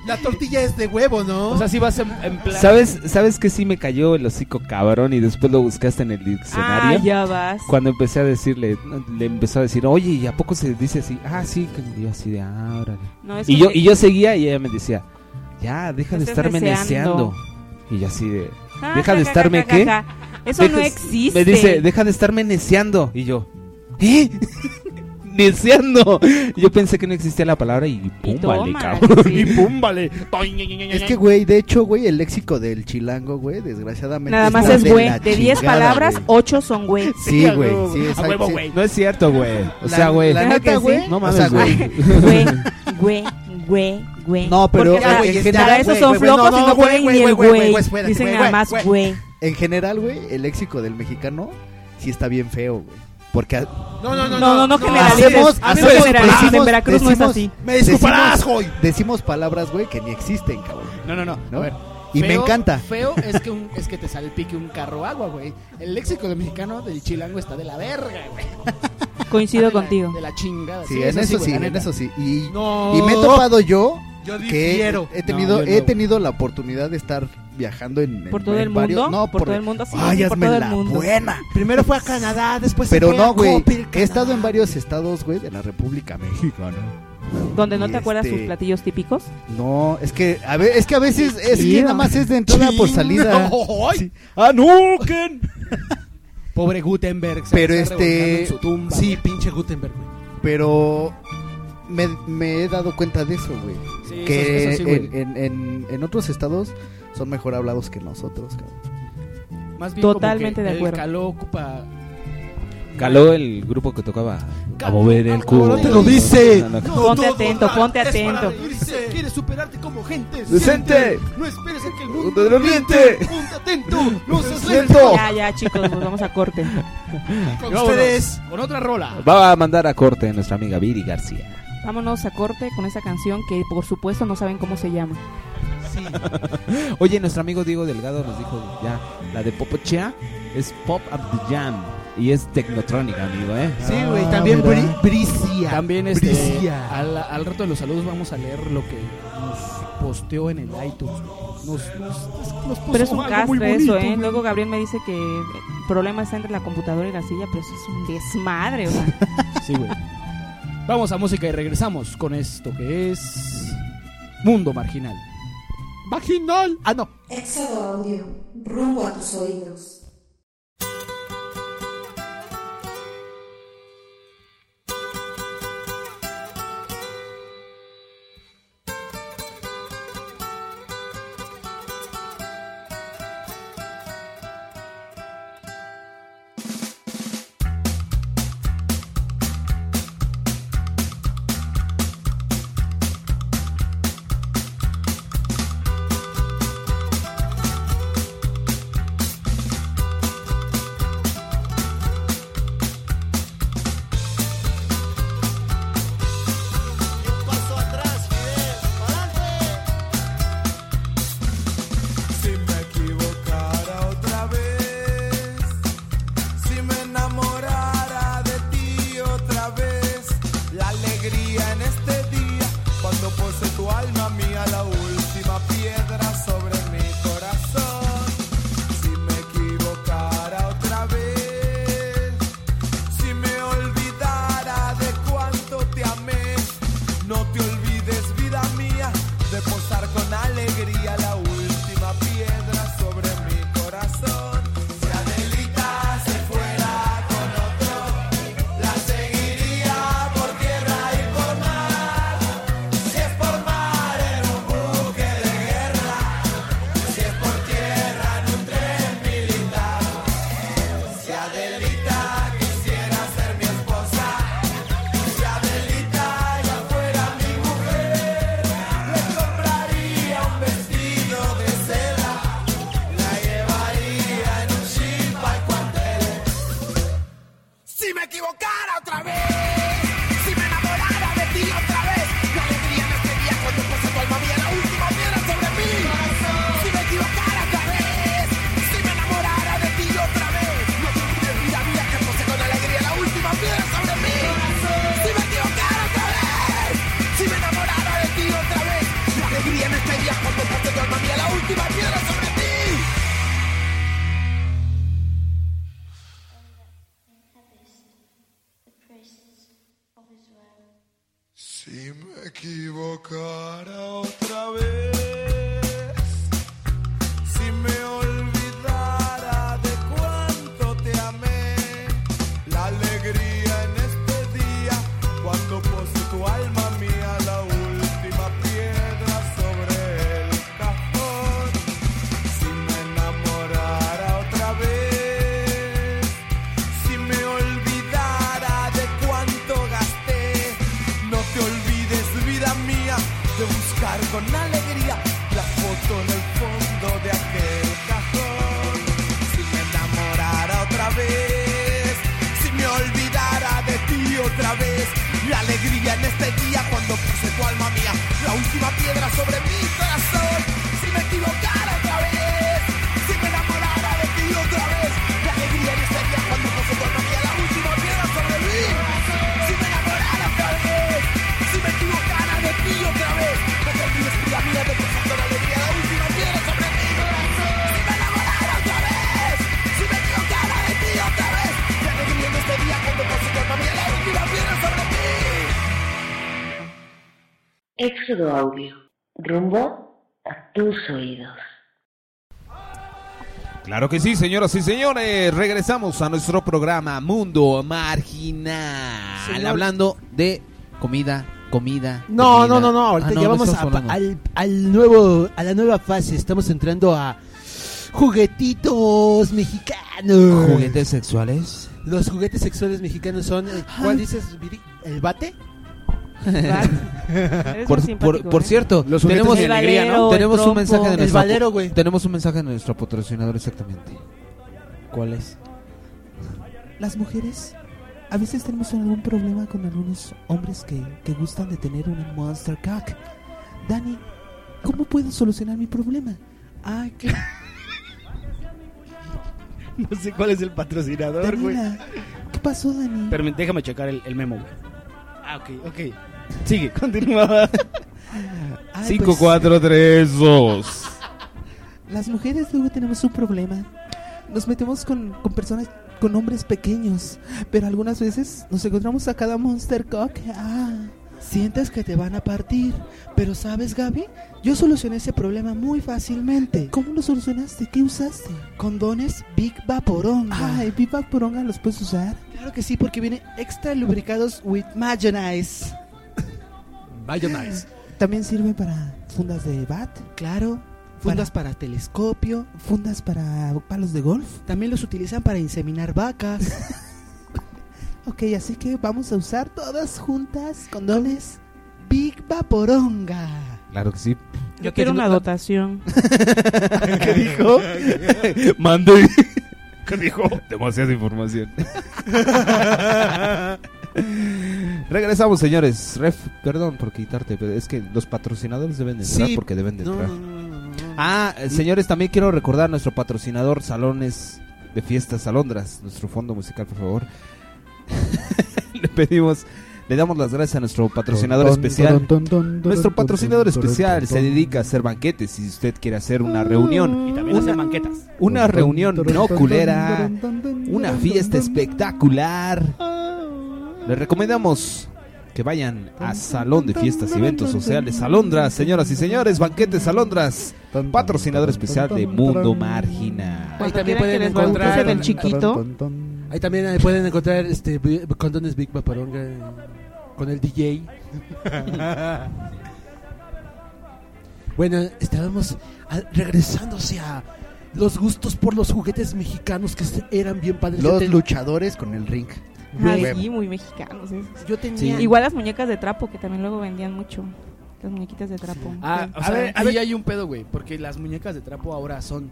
Speaker 4: La tortilla es de huevo, ¿no? O sea,
Speaker 5: si vas en, plan.
Speaker 6: ¿Sabes, ¿Sabes que sí me cayó el hocico cabrón y después lo buscaste en el diccionario?
Speaker 8: Ah, ya vas.
Speaker 6: Cuando empecé a decirle, le empezó a decir, oye, ¿y a poco se dice así? Ah, sí, que y yo así de, ah, órale.
Speaker 8: No, es
Speaker 6: y,
Speaker 8: como
Speaker 6: yo,
Speaker 8: que-
Speaker 6: y yo seguía y ella me decía, ya, deja de
Speaker 8: Estás
Speaker 6: estarme
Speaker 8: neceando.
Speaker 6: neceando. Y yo así de,
Speaker 8: Ah,
Speaker 6: deja de
Speaker 8: ja, ja,
Speaker 6: estarme
Speaker 8: ja, ja,
Speaker 6: qué.
Speaker 8: ja. Eso no existe.
Speaker 6: Me dice, deja de estarme neceando. Y yo, ¿eh? neceando. Yo pensé que no existía la palabra y pum, vale,
Speaker 7: tómala,
Speaker 6: cabrón.
Speaker 7: sí.
Speaker 6: Y pum, vale.
Speaker 7: Es que, güey, de hecho, güey, el léxico del chilango, güey, desgraciadamente.
Speaker 8: Nada más
Speaker 7: está
Speaker 8: es
Speaker 7: de
Speaker 8: güey.
Speaker 7: la
Speaker 8: De 10
Speaker 7: chingada,
Speaker 8: palabras,
Speaker 7: güey.
Speaker 8: 8 son güey.
Speaker 7: Sí, güey, sí, exacto. sí.
Speaker 6: No es cierto, güey. O
Speaker 7: La-
Speaker 6: sea, güey.
Speaker 7: la
Speaker 8: Claro
Speaker 7: neta,
Speaker 8: que
Speaker 7: güey,
Speaker 8: sí.
Speaker 6: No
Speaker 7: o
Speaker 6: mames,
Speaker 7: sea,
Speaker 6: güey.
Speaker 8: Güey, güey, güey, güey.
Speaker 7: No, pero
Speaker 8: Porque
Speaker 7: ya,
Speaker 8: para,
Speaker 7: güey, en
Speaker 8: para
Speaker 7: general,
Speaker 8: esos
Speaker 7: güey,
Speaker 8: son
Speaker 7: güey,
Speaker 8: flojos
Speaker 7: no,
Speaker 8: y
Speaker 7: no,
Speaker 8: no
Speaker 7: güey,
Speaker 8: pueden
Speaker 7: güey,
Speaker 8: ni el
Speaker 7: güey,
Speaker 8: güey.
Speaker 7: güey, espérate,
Speaker 8: Dicen
Speaker 7: güey,
Speaker 8: nada
Speaker 7: güey,
Speaker 8: más güey.
Speaker 7: En general, güey, el léxico del mexicano sí está bien feo, güey. Porque. a-
Speaker 4: No, no, no,
Speaker 8: No, no, no generalices.
Speaker 7: Hacemos,
Speaker 8: Ah, no
Speaker 7: hacemos-
Speaker 8: generalices. En
Speaker 7: decimos-
Speaker 8: Veracruz no es
Speaker 7: decimos-
Speaker 8: así.
Speaker 4: Me disculparás,
Speaker 7: decimos-
Speaker 4: hoy.
Speaker 7: Decimos palabras, güey, que ni existen, cabrón.
Speaker 5: No, no, no. A ver.
Speaker 7: y me
Speaker 5: Feo-
Speaker 7: encanta.
Speaker 5: feo
Speaker 2: es que, un- es que te salpique un carro agua, güey. El léxico del mexicano del chilango está de la verga, güey.
Speaker 8: Coincido contigo.
Speaker 2: De la chingada.
Speaker 7: Sí, en eso
Speaker 2: güey,
Speaker 7: sí,
Speaker 2: la
Speaker 7: en
Speaker 2: neta.
Speaker 7: eso sí. Y,
Speaker 2: No.
Speaker 7: y me he topado yo,
Speaker 2: Yo
Speaker 7: que
Speaker 2: difiero.
Speaker 7: he tenido,
Speaker 2: No, yo
Speaker 7: he
Speaker 2: no.
Speaker 7: tenido la oportunidad de estar viajando en, en-
Speaker 8: ¿Por todo
Speaker 7: en
Speaker 8: el
Speaker 7: varios-
Speaker 8: mundo?
Speaker 7: No,
Speaker 8: ¿Por todo el mundo? Sí,
Speaker 7: Ay,
Speaker 8: sí, por
Speaker 7: hazme
Speaker 8: todo el
Speaker 7: la
Speaker 8: mundo.
Speaker 7: buena.
Speaker 4: Primero fue a Canadá, después Pues se
Speaker 7: Pero
Speaker 4: fue a
Speaker 7: no, güey.
Speaker 4: Coppel,
Speaker 7: He estado en varios estados, güey, de la República Mexicana.
Speaker 8: Donde no
Speaker 7: Y
Speaker 8: te acuerdas
Speaker 7: este-
Speaker 8: sus platillos típicos.
Speaker 7: No, es que a ve- es que a veces es que
Speaker 8: Chido.
Speaker 7: nada más es de entrada por salida.
Speaker 4: ¡Ay!
Speaker 7: Ah, no, Ken.
Speaker 4: Pobre Gutenberg. se
Speaker 7: Pero
Speaker 4: está revolcando
Speaker 7: este-
Speaker 4: en su tumba,
Speaker 7: Sí,
Speaker 4: sí, pinche Gutenberg, güey.
Speaker 7: Pero me, me he dado cuenta de eso, güey.
Speaker 4: Sí,
Speaker 7: que
Speaker 4: eso- eso sí, güey.
Speaker 7: en, en- en- en otros estados son mejor hablados que nosotros, cabrón.
Speaker 2: Más bien
Speaker 8: Totalmente
Speaker 2: como que
Speaker 8: de acuerdo.
Speaker 2: El caló ocupa.
Speaker 6: Caló el grupo que tocaba a mover el cubo.
Speaker 2: Ahora te lo dice.
Speaker 6: No, no, no.
Speaker 8: Ponte atento, ponte atento.
Speaker 4: Dice, quieres superarte como gente.
Speaker 6: Decente.
Speaker 4: siente. No esperes a que el
Speaker 6: Mundo de
Speaker 4: mundo
Speaker 6: lo miente.
Speaker 4: Ponte atento. No seas
Speaker 6: Siento.
Speaker 4: lento.
Speaker 8: Ya, ya, chicos, nos vamos a corte.
Speaker 4: Con
Speaker 5: Vámonos.
Speaker 4: ustedes.
Speaker 5: Con otra rola.
Speaker 6: Va a mandar a corte a nuestra amiga Viri García.
Speaker 8: Vámonos a corte con esa canción que, por supuesto, no saben cómo se llama.
Speaker 6: Oye, nuestro amigo Diego Delgado nos dijo ya, la de Popochea es Pop Up the Jam y es Tecnotrónica, amigo, ¿eh?
Speaker 2: Sí, güey, también Bricia. Ah, También este, Al, al rato de los saludos vamos a leer lo que nos posteó en el iTunes. Nos, nos, nos
Speaker 8: Pero es
Speaker 2: puso
Speaker 8: un
Speaker 2: algo muy
Speaker 8: castre eso,
Speaker 2: bonito,
Speaker 8: ¿eh?
Speaker 2: güey.
Speaker 8: Luego Gabriel me dice que el problema está entre la computadora y la silla, pero eso es un desmadre, o sea.
Speaker 2: Sí, güey. Vamos a música y regresamos con esto que es Mundo Marginal. Marginal. Ah, no.
Speaker 1: Éxodo Audio, rumbo a tus oídos.
Speaker 3: Paso atrás, Fidel, Si me equivocara otra vez, si me enamorara de ti otra vez, la alegría en este día, cuando pose tu alma mía la última piedra sobre mi corazón. Si me equivocara otra vez, si me olvidara de cuánto te amé, no te olvides, vida mía, de posar con alegría la última piedra sobre mi corazón. Si Adelita se fuera con otro, la seguiría por tierra y por mar. Si es por mar en un buque de guerra, Si me equivocara otra vez, si me olvidara de cuánto te amé, la alegría en este día, cuando puse tu alma mía la última piedra sobre el cajón, si me enamorara otra vez, si me olvidara de cuánto gasté. No te olvides, vida mía, de buscar con alegría la foto en el fondo de aquel cajón. Si me enamorara otra vez, si me olvidara de ti otra vez, la alegría en este día cuando puse tu alma mía, la última piedra sobre mi corazón. Si me equivocara otra vez, si me enamorara de ti otra vez, la alegría en este día cuando puse tu alma mía, la última piedra sobre mi corazón. Si me enamorara otra vez, si me equivocara de ti otra vez, no te olvides, vida mía, de pasar con alegría la última piedra sobre mi corazón. Si me enamorara otra vez, si me equivocara de ti otra vez, la alegría en este día cuando puse tu alma mía, la última piedra sobre ti.
Speaker 11: Éxodo Audio, rumbo a tus oídos.
Speaker 6: Claro que sí, señoras y señores. Regresamos a nuestro programa Mundo Marginal.
Speaker 4: Señor.
Speaker 6: Hablando de comida, comida.
Speaker 4: No,
Speaker 6: comida.
Speaker 4: no, no, no. Ahorita
Speaker 6: Ah,
Speaker 4: ya
Speaker 6: no
Speaker 4: vamos a,
Speaker 6: estamos hablando.
Speaker 4: al, al nuevo, a la nueva fase. Estamos entrando a juguetitos mexicanos.
Speaker 6: juguetes sexuales.
Speaker 4: Los juguetes sexuales mexicanos son. eh, ¿Cuál dices, Viri? ¿El bate? Eres
Speaker 6: por,
Speaker 4: muy simpático,
Speaker 6: por- por
Speaker 4: ¿eh?
Speaker 6: cierto,
Speaker 4: Los juguetes
Speaker 6: tenemos,
Speaker 4: de El alegría, ¿no? valero,
Speaker 6: tenemos
Speaker 4: el
Speaker 6: un mensaje de
Speaker 4: trompo. El
Speaker 6: nuestro
Speaker 4: valero, güey.
Speaker 6: Tenemos un mensaje de nuestro patrocinador exactamente. ¿Cuál es?
Speaker 2: Las mujeres a veces tenemos algún problema con algunos hombres que, que gustan de tener un monster cock. Dani, ¿cómo puedo solucionar mi problema? Ah, claro.
Speaker 21: No sé cuál es el patrocinador, güey.
Speaker 2: Daniela, ¿qué pasó, Dani?
Speaker 21: Permíteme, déjame checar el, el memo, güey. Ah, ok, ok. Sigue, continúa. Ah,
Speaker 2: Ay,
Speaker 6: 5,
Speaker 2: pues,
Speaker 6: 4, 3, 2.
Speaker 2: Las mujeres luego tenemos un problema. Nos metemos con, con personas, con hombres pequeños, pero algunas veces nos encontramos a cada monster cock. Ah,
Speaker 22: Sientes que te van a partir, pero ¿sabes, Gaby? Yo solucioné ese problema muy fácilmente.
Speaker 2: ¿Cómo lo solucionaste? ¿Qué usaste?
Speaker 22: Condones Big Vaporonga.
Speaker 2: Ay, Big Vaporonga los puedes usar.
Speaker 22: Claro que sí, porque viene extra lubricados with mayonnaise.
Speaker 4: Mayonnaise.
Speaker 2: También sirve para fundas de bat.
Speaker 22: Claro. Fundas para, telescopio.
Speaker 2: Fundas para palos de golf.
Speaker 22: También los utilizan para inseminar vacas.
Speaker 2: Ok, así que vamos a usar todas juntas
Speaker 22: condones Big Vaporonga.
Speaker 6: Claro que sí.
Speaker 8: Yo quiero una dotación.
Speaker 6: ¿Qué dijo? Mando. y- ¿Qué dijo? Demasiada información. Regresamos, señores. Ref, perdón por quitarte, pero es que los patrocinadores deben de entrar
Speaker 4: Sí,
Speaker 6: porque deben de
Speaker 4: no,
Speaker 6: entrar.
Speaker 4: no,
Speaker 6: Ah, eh, señores, también quiero recordar a nuestro patrocinador Salones de Fiestas Alondras, nuestro fondo musical, por favor. le pedimos, le damos las gracias a nuestro patrocinador
Speaker 7: Ton, ton,
Speaker 6: especial.
Speaker 7: ton, ton, ton, ton,
Speaker 6: Nuestro
Speaker 7: ton,
Speaker 6: patrocinador
Speaker 7: ton, ton,
Speaker 6: especial
Speaker 7: ton,
Speaker 6: se
Speaker 7: ton.
Speaker 6: dedica a hacer banquetes si usted quiere hacer una reunión.
Speaker 21: Y también hacen
Speaker 6: Una-
Speaker 21: banquetas.
Speaker 6: Una
Speaker 21: Ton, ton,
Speaker 6: reunión
Speaker 21: ton,
Speaker 6: no
Speaker 21: ton,
Speaker 6: culera.
Speaker 21: ton, ton, ton, ton,
Speaker 6: Una
Speaker 21: ton,
Speaker 6: fiesta
Speaker 21: ton, ton.
Speaker 6: espectacular. Les recomendamos que vayan a Salón de Fiestas y Eventos Sociales Alondras, señoras y señores, Banquetes Alondras, patrocinador especial de Mundo Marginal.
Speaker 4: Ahí
Speaker 8: también pueden encontrar- el chiquito.
Speaker 4: Ahí también eh, pueden encontrar este bi- condones Big Vaporonga eh, con el DJ. bueno, estábamos ah, regresándose a los gustos por los juguetes mexicanos que se- eran bien padres.
Speaker 7: Los
Speaker 4: luchadores con el ring.
Speaker 8: Ay, sí, muy mexicanos. esos.
Speaker 4: Yo tenía- Sí.
Speaker 8: Igual las muñecas de trapo, que también luego vendían mucho. Las muñequitas de trapo.
Speaker 5: Ah, o
Speaker 8: a
Speaker 5: sea,
Speaker 8: ver,
Speaker 5: ahí hay un pedo, güey, porque las muñecas de trapo ahora son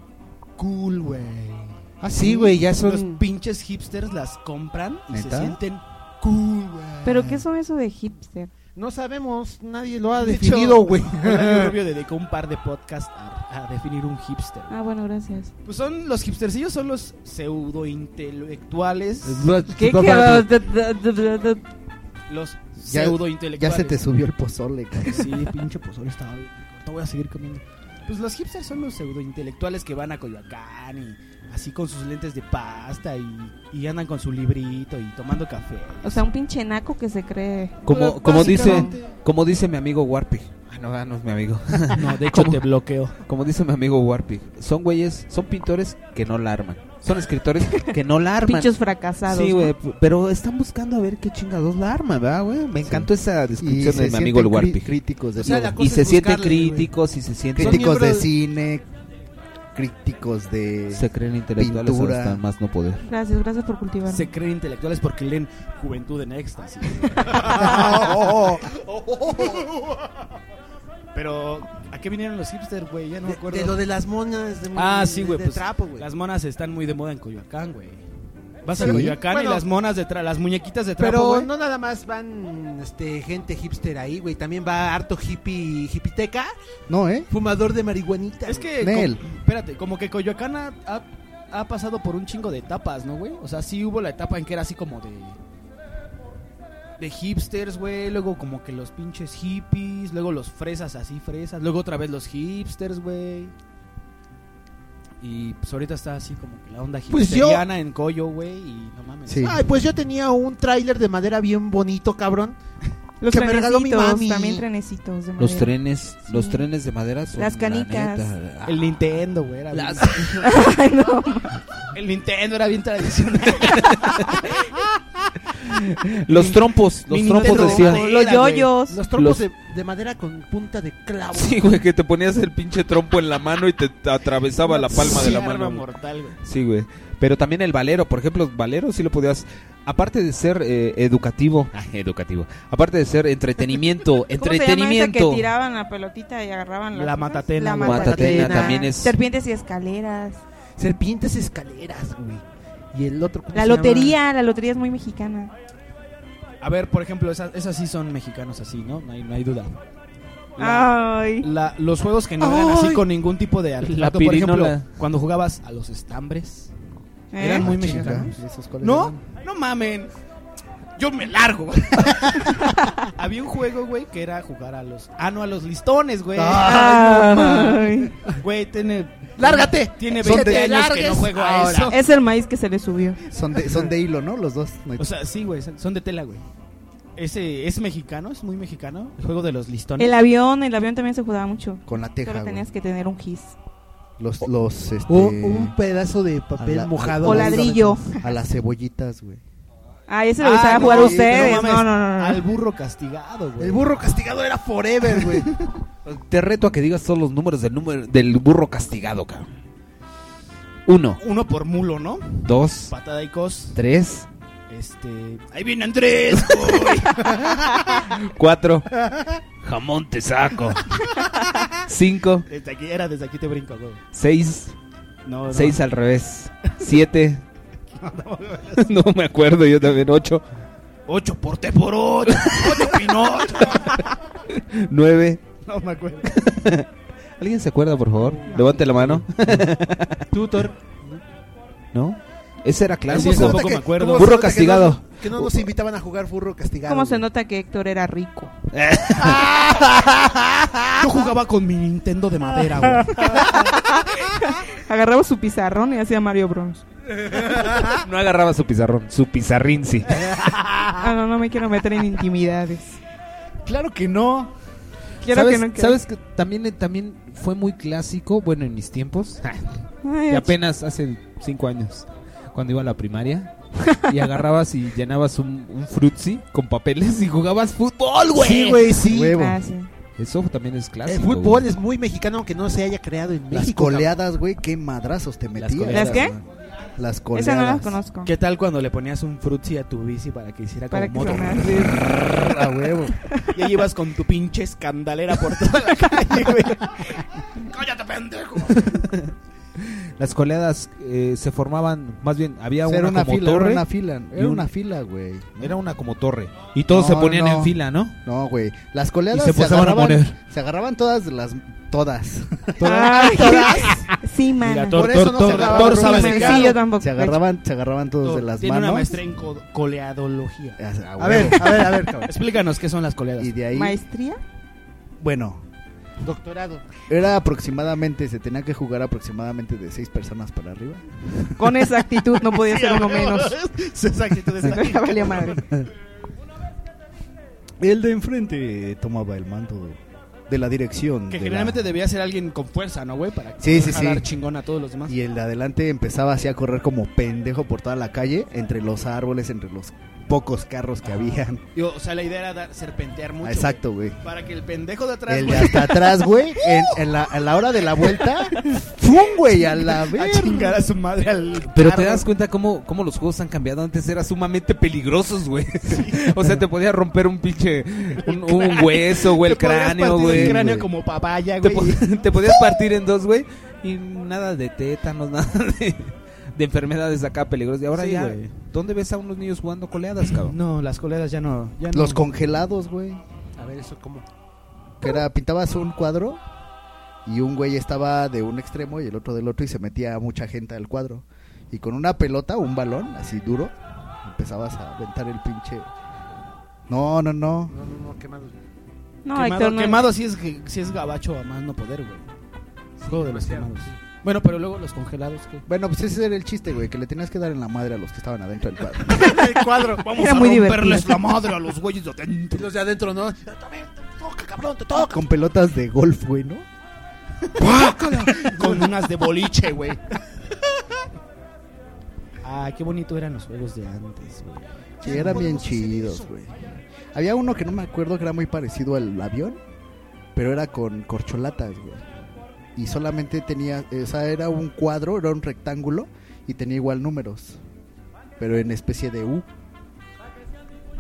Speaker 5: cool, güey.
Speaker 4: Ah, sí, güey, ya son-
Speaker 5: Los pinches hipsters las compran y
Speaker 4: ¿Neta?
Speaker 5: se sienten cool, güey.
Speaker 8: ¿Pero qué son eso de hipster?
Speaker 4: No sabemos, nadie lo ha
Speaker 5: De hecho,
Speaker 4: definido, güey.
Speaker 5: Hola, Rubio dedicó un par de podcasts a, a definir un hipster.
Speaker 8: Ah, bueno, gracias.
Speaker 5: Pues son los hipstercillos, son los pseudo intelectuales.
Speaker 8: ¿Qué? qué-
Speaker 5: Los
Speaker 7: Ya,
Speaker 5: pseudo intelectuales.
Speaker 7: ya se te subió el pozole, cabrón.
Speaker 5: Sí, pinche pozole estaba bien rico. No voy a seguir comiendo. Pues los hipsters son los pseudointelectuales que van a Coyoacán y así con sus lentes de pasta y, y andan con su librito y tomando café.
Speaker 8: O sea, un pinche naco que se cree. Pues,
Speaker 6: Como, como dice, como dice mi amigo Warpig. Ah, no, ah, no es mi amigo.
Speaker 5: No, de hecho, te bloqueo.
Speaker 6: Como dice mi amigo Warpig, son güeyes, son pintores que no la arman. Son escritores que no la arman.
Speaker 8: Pinchos fracasados,
Speaker 6: Sí, güey,
Speaker 8: ¿no?
Speaker 6: p- pero están buscando a ver qué chingados la arman, ¿verdad, güey? Me encantó esa
Speaker 7: Y
Speaker 6: descripción
Speaker 7: se
Speaker 6: de mi amigo el
Speaker 7: sienten cri-
Speaker 6: Warpig.
Speaker 7: críticos de
Speaker 6: Y se
Speaker 7: todo. Y
Speaker 6: sienten críticos y se sienten...
Speaker 7: críticos de cine, críticos de
Speaker 6: Se creen intelectuales
Speaker 7: pintura.
Speaker 6: hasta más no poder.
Speaker 8: Gracias, gracias por cultivar.
Speaker 5: Se creen intelectuales porque leen Juventud en Éxtasis.
Speaker 7: Oh,
Speaker 5: Pero, ¿a qué vinieron los hipsters, güey? Ya no me acuerdo.
Speaker 4: de lo de las monas de-
Speaker 5: ah, sí,
Speaker 4: de-
Speaker 5: güey.
Speaker 4: de
Speaker 5: Pues,
Speaker 4: trapo, güey.
Speaker 5: Las monas están muy de moda en Coyoacán, güey. Vas a
Speaker 4: Pero-
Speaker 5: Coyoacán
Speaker 4: bueno.
Speaker 5: y las monas de trapo, las muñequitas de trapo,
Speaker 4: Pero
Speaker 5: güey.
Speaker 4: no nada más van este gente hipster ahí, güey. También va harto hippie, hippiteca.
Speaker 7: No, ¿eh?
Speaker 4: Fumador de marihuanita.
Speaker 5: Es que,
Speaker 4: Nel.
Speaker 5: com- espérate, como que Coyoacán ha, ha- ha pasado por un chingo de etapas, ¿no, güey? O sea, sí hubo la etapa en que era así como de. De hipsters, güey. Luego, como que los pinches hippies. Luego, los fresas así, fresas. Luego, otra vez los hipsters, güey. Y pues ahorita está así como que la onda
Speaker 4: Pues yo-
Speaker 5: hipsteriana en Coyo, güey. Y no mames.
Speaker 4: Ay, pues yo tenía un tráiler de madera bien bonito, cabrón.
Speaker 8: Los
Speaker 4: que me regaló mi
Speaker 8: trenecitos,
Speaker 4: mami.
Speaker 8: También trenecitos de
Speaker 6: Los
Speaker 8: madera.
Speaker 6: trenes, los trenes de madera son
Speaker 8: Las canicas.
Speaker 6: la neta,
Speaker 5: El Nintendo, güey. Era
Speaker 6: Las-
Speaker 5: bien- El Nintendo era bien tradicional.
Speaker 6: Los trompos, los
Speaker 5: Mi
Speaker 6: trompos
Speaker 5: Nintendo
Speaker 6: decía.
Speaker 5: de madera, güey.
Speaker 4: Los trompos
Speaker 6: Los-
Speaker 4: De, de madera con punta de clavo.
Speaker 6: Sí, güey, que te ponías el pinche trompo en la mano y te t- atravesaba la palma de la
Speaker 4: Sí, arma
Speaker 6: mano. güey.
Speaker 4: mortal, güey.
Speaker 6: Sí, güey. Pero también el valero, por ejemplo, valero sí lo podías. Aparte de ser eh, educativo, ah, educativo. Aparte de ser entretenimiento,
Speaker 8: ¿Cómo se llama esa que
Speaker 6: entretenimiento.
Speaker 8: tiraban la pelotita y agarraban las
Speaker 6: La
Speaker 8: cosas?
Speaker 6: matatena,
Speaker 8: La
Speaker 6: güey. Matatena también es-
Speaker 8: Serpientes y escaleras.
Speaker 4: Serpientes y escaleras, güey. Y el otro. ¿cómo
Speaker 8: La
Speaker 4: se llama?
Speaker 8: lotería, la lotería es muy mexicana.
Speaker 5: A ver, por ejemplo, esas, esas sí son mexicanos así, ¿no? No hay, no hay duda.
Speaker 8: Ay.
Speaker 5: la- los juegos que no eran
Speaker 8: Ay.
Speaker 5: así con ningún tipo de
Speaker 6: La
Speaker 5: artefacto. Por ejemplo,
Speaker 6: pirinola.
Speaker 5: cuando jugabas a los estambres,
Speaker 6: ¿Eh?
Speaker 5: eran muy
Speaker 6: Ah, chinga,
Speaker 5: mexicanos.
Speaker 6: ¿esos cuáles
Speaker 5: No, no mamen. Yo me largo. Había un juego, güey, que era jugar a los. Ah, no, a los listones, güey.
Speaker 8: Ay, no
Speaker 5: Ay. Güey, tiene.
Speaker 4: ¡Lárgate!
Speaker 5: Tiene
Speaker 4: Son
Speaker 5: 20
Speaker 4: de-
Speaker 5: años que no
Speaker 4: largues
Speaker 5: juego
Speaker 8: Ah,
Speaker 5: a
Speaker 6: Ah,
Speaker 4: ahora.
Speaker 5: eso.
Speaker 8: Es el maíz que se le subió.
Speaker 7: Son de, son de hilo, ¿no? Los dos.
Speaker 5: O sea, sí, güey, son son de tela, güey. Ese es mexicano, es muy mexicano. El juego de los listones.
Speaker 8: El avión, el avión también se jugaba mucho.
Speaker 7: Con la teja,
Speaker 8: Solo
Speaker 7: güey.
Speaker 8: tenías que tener un gis.
Speaker 7: Los, los, este...
Speaker 4: O Oh, un pedazo de
Speaker 7: a
Speaker 4: papel
Speaker 7: la-
Speaker 4: mojado.
Speaker 8: O ladrillo.
Speaker 7: A las cebollitas, güey.
Speaker 8: Ah, ese le
Speaker 5: Ah,
Speaker 8: gustaba
Speaker 5: no,
Speaker 8: jugar a
Speaker 5: no,
Speaker 8: ustedes.
Speaker 5: no
Speaker 8: No,
Speaker 5: mames.
Speaker 8: no, no, no.
Speaker 5: Al burro castigado, güey.
Speaker 4: El burro castigado era forever, güey.
Speaker 6: Te reto a que digas todos los números del, número, del burro castigado, cabrón. Uno,
Speaker 5: Uno por mulo, ¿no?
Speaker 6: dos,
Speaker 5: Patada y cos.
Speaker 6: tres,
Speaker 5: Este. Ahí viene Andrés, güey.
Speaker 6: cuatro. Jamón te saco. Cinco,
Speaker 5: Desde aquí, era desde aquí te brinco, güey.
Speaker 6: seis,
Speaker 5: No, no.
Speaker 6: seis al revés. Siete.
Speaker 5: No, no,
Speaker 6: no me acuerdo, yo también. Ocho,
Speaker 5: Ocho por T por ocho. Ocho pinocho.
Speaker 6: nueve.
Speaker 5: No me acuerdo.
Speaker 6: ¿Alguien se acuerda, por favor? Levante la mano.
Speaker 5: Tutor.
Speaker 6: ¿No? Ese era
Speaker 4: ¿Cómo
Speaker 6: clásico.
Speaker 4: se nota que- cómo se
Speaker 6: Burro
Speaker 4: nota que no-
Speaker 6: castigado.
Speaker 4: Que no nos invitaban a jugar burro castigado.
Speaker 8: ¿Cómo se nota que Héctor era rico?
Speaker 5: Eh. Yo jugaba con mi Nintendo de madera, güey.
Speaker 8: Agarraba su pizarrón y hacía Mario Bros.
Speaker 6: No agarraba su pizarrón, su pizarrín sí.
Speaker 8: Ah, no, no me quiero meter en intimidades.
Speaker 5: Claro que no.
Speaker 8: Quiero
Speaker 6: ¿Sabes,
Speaker 8: que no.
Speaker 6: sabes que también, eh, también fue muy clásico, bueno, en mis tiempos?
Speaker 8: Ay,
Speaker 6: y apenas hace cinco años, cuando iba a la primaria. y agarrabas y llenabas un, un frutzi con papeles y jugabas fútbol, güey.
Speaker 4: Sí, güey, sí.
Speaker 6: Huevo.
Speaker 4: Ah, sí.
Speaker 6: Eso también es clásico.
Speaker 4: El fútbol
Speaker 6: güey.
Speaker 4: es muy mexicano aunque no se haya creado en
Speaker 7: Las
Speaker 4: México.
Speaker 7: coleadas, güey, qué madrazos te metías.
Speaker 5: coleadas, ¿Las qué?
Speaker 7: man. Las coleadas.
Speaker 8: Esa no las conozco.
Speaker 5: ¿Qué tal cuando le ponías un frutzi a tu bici para que hiciera
Speaker 8: Para
Speaker 5: como
Speaker 8: que
Speaker 5: moto?
Speaker 8: sonara.
Speaker 5: a huevo. Y ahí ibas con tu pinche escandalera por toda la calle, güey. ¡Cállate, pendejo!
Speaker 6: Las coleadas eh, se formaban, más bien, había
Speaker 7: O sea, era
Speaker 6: una,
Speaker 7: una
Speaker 6: como
Speaker 7: fila, era
Speaker 6: torre.
Speaker 7: una fila,
Speaker 6: y
Speaker 7: era
Speaker 6: un-
Speaker 7: una fila, güey.
Speaker 6: Era una como torre. Y todos se ponían en fila, ¿no?
Speaker 7: No, güey. Las coleadas
Speaker 6: Y se
Speaker 7: se,
Speaker 6: empezaban a
Speaker 7: agarraban,
Speaker 6: poner.
Speaker 7: se agarraban todas de las todas.
Speaker 8: Ay, Sí, man.
Speaker 7: Mira,
Speaker 5: Tor- Tor- Tor-
Speaker 7: agarraban
Speaker 5: Tor
Speaker 7: los
Speaker 5: sabe
Speaker 7: hombres.
Speaker 5: explicar. Sí, yo
Speaker 8: tampoco.
Speaker 7: Se agarraban, se agarraban todos de las
Speaker 5: Tiene una
Speaker 7: manos.
Speaker 5: maestría en co- coleadología.
Speaker 7: A ver, a ver, a ver, cabrón.
Speaker 5: Explícanos qué son las coleadas.
Speaker 7: Y de ahí
Speaker 8: ¿Maestría?
Speaker 7: Bueno,
Speaker 4: Doctorado.
Speaker 7: Era aproximadamente, se tenía que jugar aproximadamente de seis personas para arriba.
Speaker 8: Con esa actitud no podía
Speaker 4: Sí,
Speaker 8: ser uno
Speaker 4: a huevo.
Speaker 8: menos.
Speaker 4: Esa actitud es la-
Speaker 8: Ya valía madre.
Speaker 7: El de enfrente tomaba el mando de la dirección.
Speaker 5: Que
Speaker 7: de la-
Speaker 5: generalmente debía ser alguien con fuerza, ¿no, güey? Para
Speaker 7: Sí, sí,
Speaker 5: jalar
Speaker 7: sí.
Speaker 5: chingón a todos los demás.
Speaker 7: Y el de adelante empezaba así a correr como pendejo por toda la calle, entre los árboles, entre los pocos carros
Speaker 5: Ah.
Speaker 7: que habían.
Speaker 5: Y, o sea, la idea era dar- serpentear mucho.
Speaker 7: Exacto, güey.
Speaker 5: Para que el pendejo de atrás.
Speaker 7: El de
Speaker 5: güey,
Speaker 7: hasta atrás, güey, en, en la, a la hora de la vuelta, ¡fum, güey! A la vez. A chingar
Speaker 5: a su madre al.
Speaker 6: Pero te das cuenta cómo, cómo los juegos han cambiado. Antes eran sumamente peligrosos, güey. o sea, te podía romper un pinche. Un, un
Speaker 5: cráneo.
Speaker 6: hueso, güey, el
Speaker 5: Te podrías
Speaker 6: cráneo,
Speaker 5: partir
Speaker 6: güey.
Speaker 5: El cráneo como papaya,
Speaker 6: Te,
Speaker 5: güey.
Speaker 6: po- te podías partir en dos, güey. Y nada de tétanos, nada de, de enfermedades acá peligrosas. Y ahora
Speaker 5: Sí,
Speaker 6: ya.
Speaker 5: güey.
Speaker 6: ¿Dónde ves a unos niños jugando coleadas, cabrón?
Speaker 5: No, las coleras ya no. ya no.
Speaker 7: Los congelados, güey.
Speaker 4: A ver, eso cómo.
Speaker 7: Que era, pintabas un cuadro y un güey estaba de un extremo y el otro del otro y se metía mucha gente al cuadro. Y con una pelota, un balón, así duro, empezabas a aventar el pinche... No, no, no.
Speaker 4: No, no, no, quemados.
Speaker 8: No,
Speaker 5: quemado,
Speaker 8: Héctor, no.
Speaker 5: quemado sí es, que- sí es gabacho a más no poder, güey. Juego de los quemados. Bueno, pero luego los congelados, ¿qué?
Speaker 7: Bueno, pues ese era el chiste, güey, que le tenías que dar en la madre a los que estaban adentro del cuadro.
Speaker 5: el cuadro. Vamos
Speaker 7: Era
Speaker 5: a
Speaker 7: muy
Speaker 5: romperles
Speaker 7: divertido.
Speaker 5: la madre a los güeyes de adentro.
Speaker 4: Los de adentro, ¿no?
Speaker 5: Toca, cabrón, te toca.
Speaker 7: Con pelotas de golf, güey, ¿no?
Speaker 5: Con unas de boliche, güey. Ah, qué bonito eran los juegos de antes, güey.
Speaker 7: Sí, eran bien chidos, güey. Había uno que no me acuerdo que era muy parecido al avión, pero era con corcholatas, güey. Y solamente tenía, o sea, era un cuadro, era un rectángulo y tenía igual números, pero en especie de U.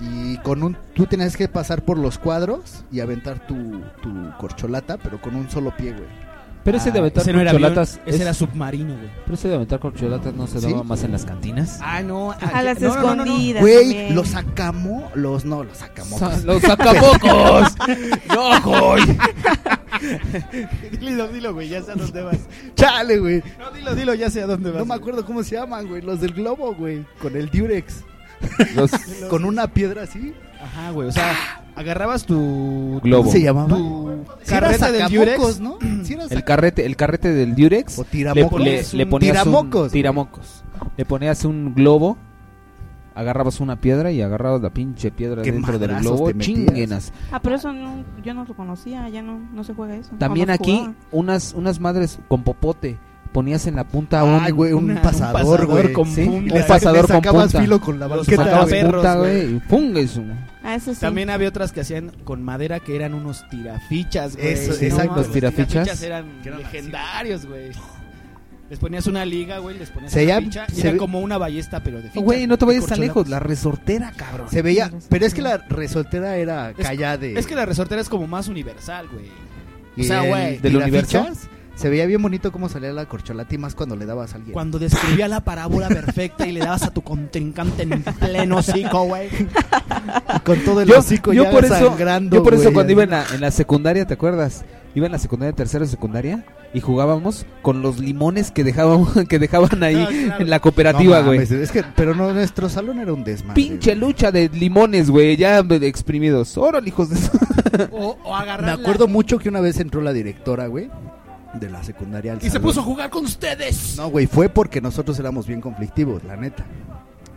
Speaker 7: Y con un, tú tenías que pasar por los cuadros y aventar tu, tu corcholata, pero con un solo pie, güey. Ah,
Speaker 6: Pero ese de aventar
Speaker 5: ese no era
Speaker 6: corcholatas.
Speaker 5: avión, ese era submarino, güey.
Speaker 6: Pero ese de aventar corcholatas no se
Speaker 7: ¿Sí?
Speaker 6: daba más en las cantinas.
Speaker 5: Ah, no.
Speaker 8: A las
Speaker 5: no, no, no, no.
Speaker 8: escondidas.
Speaker 7: Güey,
Speaker 8: también.
Speaker 7: los sacamo, los no, los sacamocos.
Speaker 6: Sa- los sacamocos. No, güey.
Speaker 5: Dilo, dilo, güey, ya sé a dónde vas.
Speaker 7: Chale, güey.
Speaker 5: No, dilo, dilo, ya sé a dónde vas.
Speaker 7: No me acuerdo cómo se llaman, güey. Los del globo, güey. Con el Durex.
Speaker 6: Los-
Speaker 7: Con una piedra así. Ah,
Speaker 5: Ajá, güey, o sea, agarrabas tu...
Speaker 6: Globo.
Speaker 7: ¿Cómo se llamaba?
Speaker 5: Tu
Speaker 7: Sí era
Speaker 5: carreta del Durex.
Speaker 7: sacamocos, ¿no? Sí era
Speaker 6: El carrete, el carrete del Durex.
Speaker 7: O tiramocos.
Speaker 6: Le, le- le
Speaker 7: Un
Speaker 6: ponías
Speaker 7: tiramocos,
Speaker 6: un
Speaker 7: güey.
Speaker 6: tiramocos. Le ponías un globo. Agarrabas una piedra y agarrabas la pinche piedra
Speaker 7: Qué
Speaker 6: dentro del
Speaker 7: madrazos
Speaker 6: globo.
Speaker 7: te metías.
Speaker 6: Chinguenas.
Speaker 8: Ah, pero eso no, yo no lo conocía, ya no, no se juega eso.
Speaker 6: También
Speaker 8: O no se
Speaker 6: aquí
Speaker 8: jugaba.
Speaker 6: unas, unas madres con popote. Ponías en la punta un,
Speaker 7: Ay, güey, un
Speaker 6: una-
Speaker 7: pasador, güey.
Speaker 6: con
Speaker 7: Sí.
Speaker 6: punta.
Speaker 7: Le
Speaker 6: Un pasador
Speaker 7: le
Speaker 6: con
Speaker 7: sacabas
Speaker 6: punta.
Speaker 7: filo con la
Speaker 6: Los
Speaker 7: banqueta,
Speaker 6: sacabas
Speaker 7: güey.
Speaker 6: punta,
Speaker 5: perros,
Speaker 6: güey. y pum, es un-
Speaker 8: Ah, eso sí.
Speaker 5: También había otras que hacían con madera que eran unos tirafichas, güey.
Speaker 7: Eso,
Speaker 5: No
Speaker 7: exacto.
Speaker 5: mames,
Speaker 6: Los tirafichas.
Speaker 5: eran, legendarios, güey. Les ponías una liga, güey, les ponías
Speaker 7: Se
Speaker 5: una
Speaker 7: ya-
Speaker 5: pincha y
Speaker 7: se
Speaker 5: era
Speaker 7: ve-
Speaker 5: como una ballesta, pero de fichas,
Speaker 6: Güey, no te
Speaker 5: de
Speaker 6: vayas tan
Speaker 5: corcholatas.
Speaker 6: lejos. La resortera, cabrón.
Speaker 7: Se veía. Pero es que la resoltera era calla de.
Speaker 5: Es que la resortera es como más universal, güey.
Speaker 7: y
Speaker 5: O sea,
Speaker 7: el
Speaker 5: güey,
Speaker 6: ¿Del universo?
Speaker 7: tirafichas, Se veía bien bonito cómo salía la corcholata y más cuando le dabas a alguien.
Speaker 5: cuando describía la parábola perfecta y le dabas a tu contrincante en pleno hocico, güey.
Speaker 7: Y Con todo el
Speaker 6: yo,
Speaker 7: hocico
Speaker 6: yo
Speaker 7: ya
Speaker 6: por eso,
Speaker 7: sangrando,
Speaker 6: yo por eso
Speaker 7: güey,
Speaker 6: cuando
Speaker 7: así.
Speaker 6: iba en la, en la secundaria, ¿te acuerdas? Iba en la secundaria, tercera secundaria y jugábamos con los limones que dejaban que dejaban ahí en la cooperativa,
Speaker 7: No
Speaker 6: güey.
Speaker 7: mames, es que, pero no, nuestro salón era un desmadre.
Speaker 6: Pinche lucha de limones, güey, ya de- de exprimidos. Órale, hijos de su-
Speaker 5: O, o
Speaker 7: Me
Speaker 5: agarrar
Speaker 7: acuerdo mucho que una vez entró la directora, güey, de la secundaria. al
Speaker 5: la- Y se
Speaker 7: salón.
Speaker 5: puso a jugar con ustedes.
Speaker 7: No, güey, fue porque nosotros éramos bien conflictivos, la neta.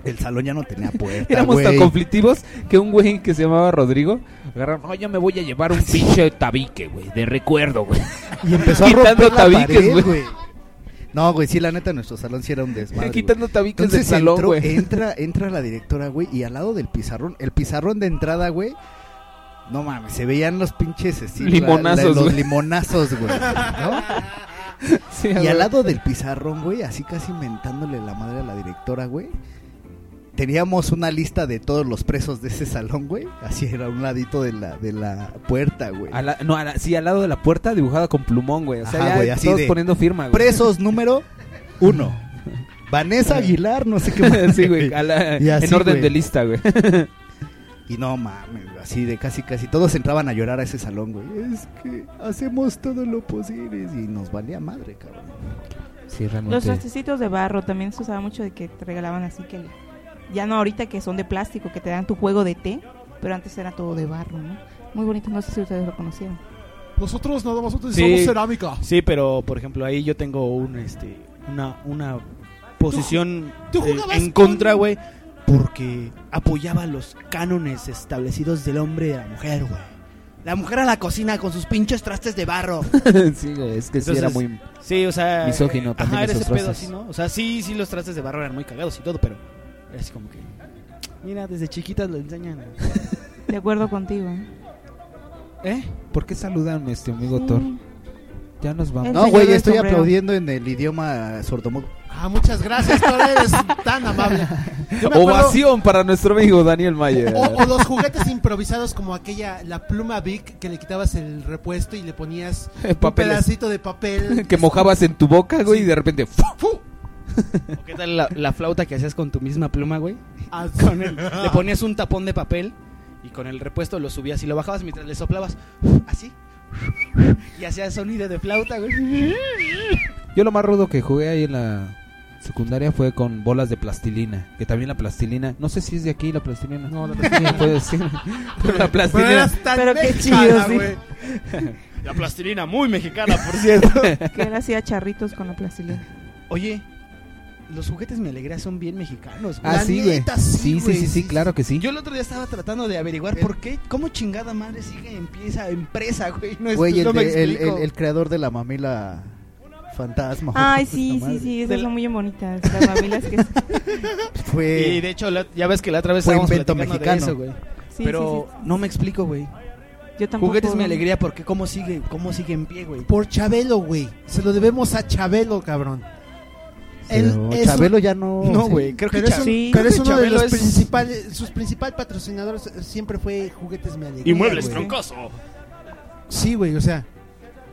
Speaker 7: El salón ya no tenía puerta,
Speaker 6: Éramos tan
Speaker 7: güey.
Speaker 6: conflictivos que un güey que se llamaba Rodrigo agarraron, no, yo me voy a llevar un pinche tabique, güey, de recuerdo, güey.
Speaker 7: Y empezó a
Speaker 6: quitando
Speaker 7: romper la
Speaker 6: tabiques,
Speaker 7: pared,
Speaker 6: güey.
Speaker 7: güey. No, güey, sí, la neta, nuestro salón sí era un desmadre. güey.
Speaker 6: Quitando tabiques del
Speaker 7: Entonces
Speaker 6: salón,
Speaker 7: entró-
Speaker 6: güey.
Speaker 7: entra, entra la directora, güey, y al lado del pizarrón, el pizarrón de entrada, güey, no mames, se veían los pinches así, la- la-
Speaker 6: Limonazos,
Speaker 7: los
Speaker 6: güey.
Speaker 7: limonazos, güey, ¿no?
Speaker 6: Sí,
Speaker 7: Y
Speaker 6: güey.
Speaker 7: al lado del pizarrón, güey, así casi mentándole la madre a la directora, güey. Teníamos una lista de todos los presos de ese salón, güey. Así era un ladito de la, de la puerta, güey.
Speaker 6: A la- no, a la- sí, al lado de la puerta dibujada con plumón, güey. O sea,
Speaker 7: Ajá,
Speaker 6: ya
Speaker 7: güey, así
Speaker 6: todos
Speaker 7: de-
Speaker 6: poniendo firma, güey.
Speaker 7: Presos número uno. Vanessa Aguilar, no sé qué más.
Speaker 6: sí, güey, a la-
Speaker 7: Y así,
Speaker 6: en orden
Speaker 7: güey.
Speaker 6: de lista, güey.
Speaker 7: Y no mames, así de casi casi. Todos entraban a llorar a ese salón, güey. Es que hacemos todo lo posible. Y nos valía madre, cabrón.
Speaker 6: Sí,
Speaker 8: Los
Speaker 6: realmente.
Speaker 8: trastecitos de barro también se usaba mucho de que te regalaban así que... Ya no ahorita que son de plástico, que te dan tu juego de té, pero antes era todo de barro, ¿no? Muy bonito, no sé si ustedes lo conocieron.
Speaker 4: Nosotros nada más utilizamos
Speaker 5: Sí,
Speaker 4: cerámica.
Speaker 5: Sí, pero por ejemplo, ahí yo tengo un este una una posición
Speaker 4: tú
Speaker 5: eh,
Speaker 4: jugabas
Speaker 5: en
Speaker 4: con-
Speaker 5: contra, güey, porque apoyaba los cánones establecidos del hombre y de la mujer, güey. La mujer a la cocina con sus pinches trastes de barro.
Speaker 6: sí, güey, es que sí
Speaker 5: Entonces,
Speaker 6: era muy
Speaker 5: Sí, o sea,
Speaker 6: misógino
Speaker 5: eh,
Speaker 6: también
Speaker 5: ajá, era
Speaker 6: esos
Speaker 5: ese pedo
Speaker 6: trozos.
Speaker 5: así, ¿no? O sea, sí, sí los trastes de barro eran muy cagados y todo, pero era así como que Mira, desde chiquitas lo enseñan.
Speaker 8: De acuerdo contigo.
Speaker 5: ¿Eh?
Speaker 6: ¿Por qué saludan este amigo Thor? Ya nos vamos.
Speaker 8: El
Speaker 7: No, güey, estoy aplaudiendo en el idioma sordomudo.
Speaker 4: Ah, muchas gracias, Thor, eres tan amable. Yo me acuerdo-
Speaker 6: Ovación para nuestro amigo Daniel Mayer.
Speaker 4: O, o los juguetes improvisados como aquella, la pluma Vic que le quitabas el repuesto y le ponías un
Speaker 6: Papeles.
Speaker 4: pedacito de papel.
Speaker 6: que mojabas en tu boca, güey, y de repente. ¡fu!
Speaker 5: ¿O qué tal la, la flauta que hacías con tu misma pluma, güey?
Speaker 4: Ah,
Speaker 5: Con el- le ponías un tapón de papel y con el repuesto lo subías y lo bajabas mientras le soplabas así. Y hacías sonido de flauta, güey.
Speaker 6: Yo lo más rudo que jugué ahí en la secundaria fue con bolas de plastilina. Que también la plastilina. No sé si es de aquí la plastilina. No, la
Speaker 5: plastilina.
Speaker 6: puede ser. Pero la plastilina.
Speaker 5: Pero eras tan Pero qué mexicana, chido, sí. güey. La plastilina muy mexicana, por cierto.
Speaker 8: Que él hacía charritos con la plastilina.
Speaker 5: Oye, los juguetes me alegra son bien mexicanos,
Speaker 6: Ah, sí, güey. Sí, sí, sí, sí, claro que sí.
Speaker 5: Yo el otro día estaba tratando de averiguar
Speaker 8: Eh.
Speaker 5: por qué, cómo chingada madre sigue en pie esa empresa, güey. No, es-
Speaker 7: Güey, el,
Speaker 5: no me
Speaker 7: de- el-
Speaker 5: explico.
Speaker 7: el- el creador de la mamila fantasma.
Speaker 8: Ay, sí,
Speaker 7: Puta
Speaker 8: sí,
Speaker 7: madre.
Speaker 8: sí, esas son muy bonitas. Las mamilas que...
Speaker 7: Fue-
Speaker 5: Y de hecho, la- ya ves que la otra vez
Speaker 7: Fue
Speaker 5: estábamos
Speaker 7: invento
Speaker 5: platicando de
Speaker 7: mexicano.
Speaker 5: eso, güey.
Speaker 8: Sí,
Speaker 5: Pero no me explico, güey.
Speaker 8: Yo tampoco.
Speaker 5: Juguetes me alegría porque cómo sigue, cómo sigue en pie, güey.
Speaker 4: Por Chabelo, güey. Se lo debemos a Chabelo, cabrón.
Speaker 7: Pero
Speaker 4: es
Speaker 7: Chabelo ya no-
Speaker 4: No,
Speaker 7: sí.
Speaker 4: güey. Creo que,
Speaker 7: Pero es un-
Speaker 4: Chabelo,
Speaker 7: creo
Speaker 4: es
Speaker 7: que
Speaker 4: uno de
Speaker 7: Chabelo
Speaker 4: los
Speaker 7: es-
Speaker 4: principales. Sus principal patrocinadores eh, siempre fue Juguetes Me Alegría. güey. Sí, güey, o sea.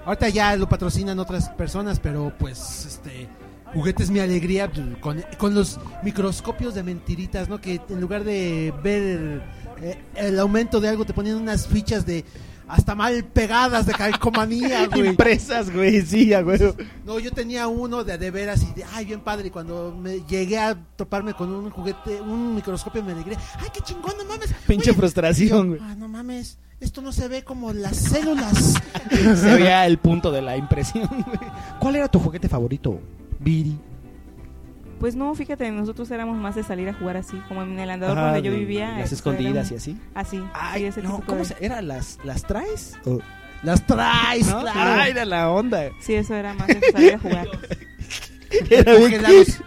Speaker 4: Ahorita ya lo patrocinan otras personas, pero pues, este. Juguetes Mi Alegría pues, con, con los microscopios de mentiritas, ¿no? Que en lugar de ver el, eh, el aumento de algo, te ponían unas fichas de. este, Hasta mal pegadas de calcomanía, güey.
Speaker 5: Impresas, güey, sí, ya, güey.
Speaker 4: No, yo tenía uno de, de veras y de, ay, bien padre. Y cuando me llegué a toparme con un juguete, un microscopio, me alegré. Ay, qué chingón, no mames.
Speaker 5: Pinche frustración, güey.
Speaker 4: Ah, no mames. Esto no se ve como las células.
Speaker 5: Se veía el punto de la impresión, güey. ¿Cuál era tu juguete favorito, Viri?
Speaker 8: Pues no, fíjate, nosotros éramos más de salir a jugar así, como en el andador
Speaker 5: Ajá,
Speaker 8: donde yo
Speaker 5: de-
Speaker 8: vivía.
Speaker 5: las
Speaker 8: eso
Speaker 5: escondidas
Speaker 8: era un-
Speaker 5: y así.
Speaker 8: Así.
Speaker 5: Ay,
Speaker 8: sí, ese
Speaker 5: no,
Speaker 8: tipo
Speaker 5: ¿cómo
Speaker 8: de-
Speaker 5: se- era? ¿Las, las traes?
Speaker 4: Las traes,
Speaker 5: ¿No?
Speaker 4: claro.
Speaker 5: Ay, era la onda.
Speaker 8: Sí, eso era más de salir a jugar.
Speaker 5: Era
Speaker 6: Oye,
Speaker 5: bien-
Speaker 6: Lagos,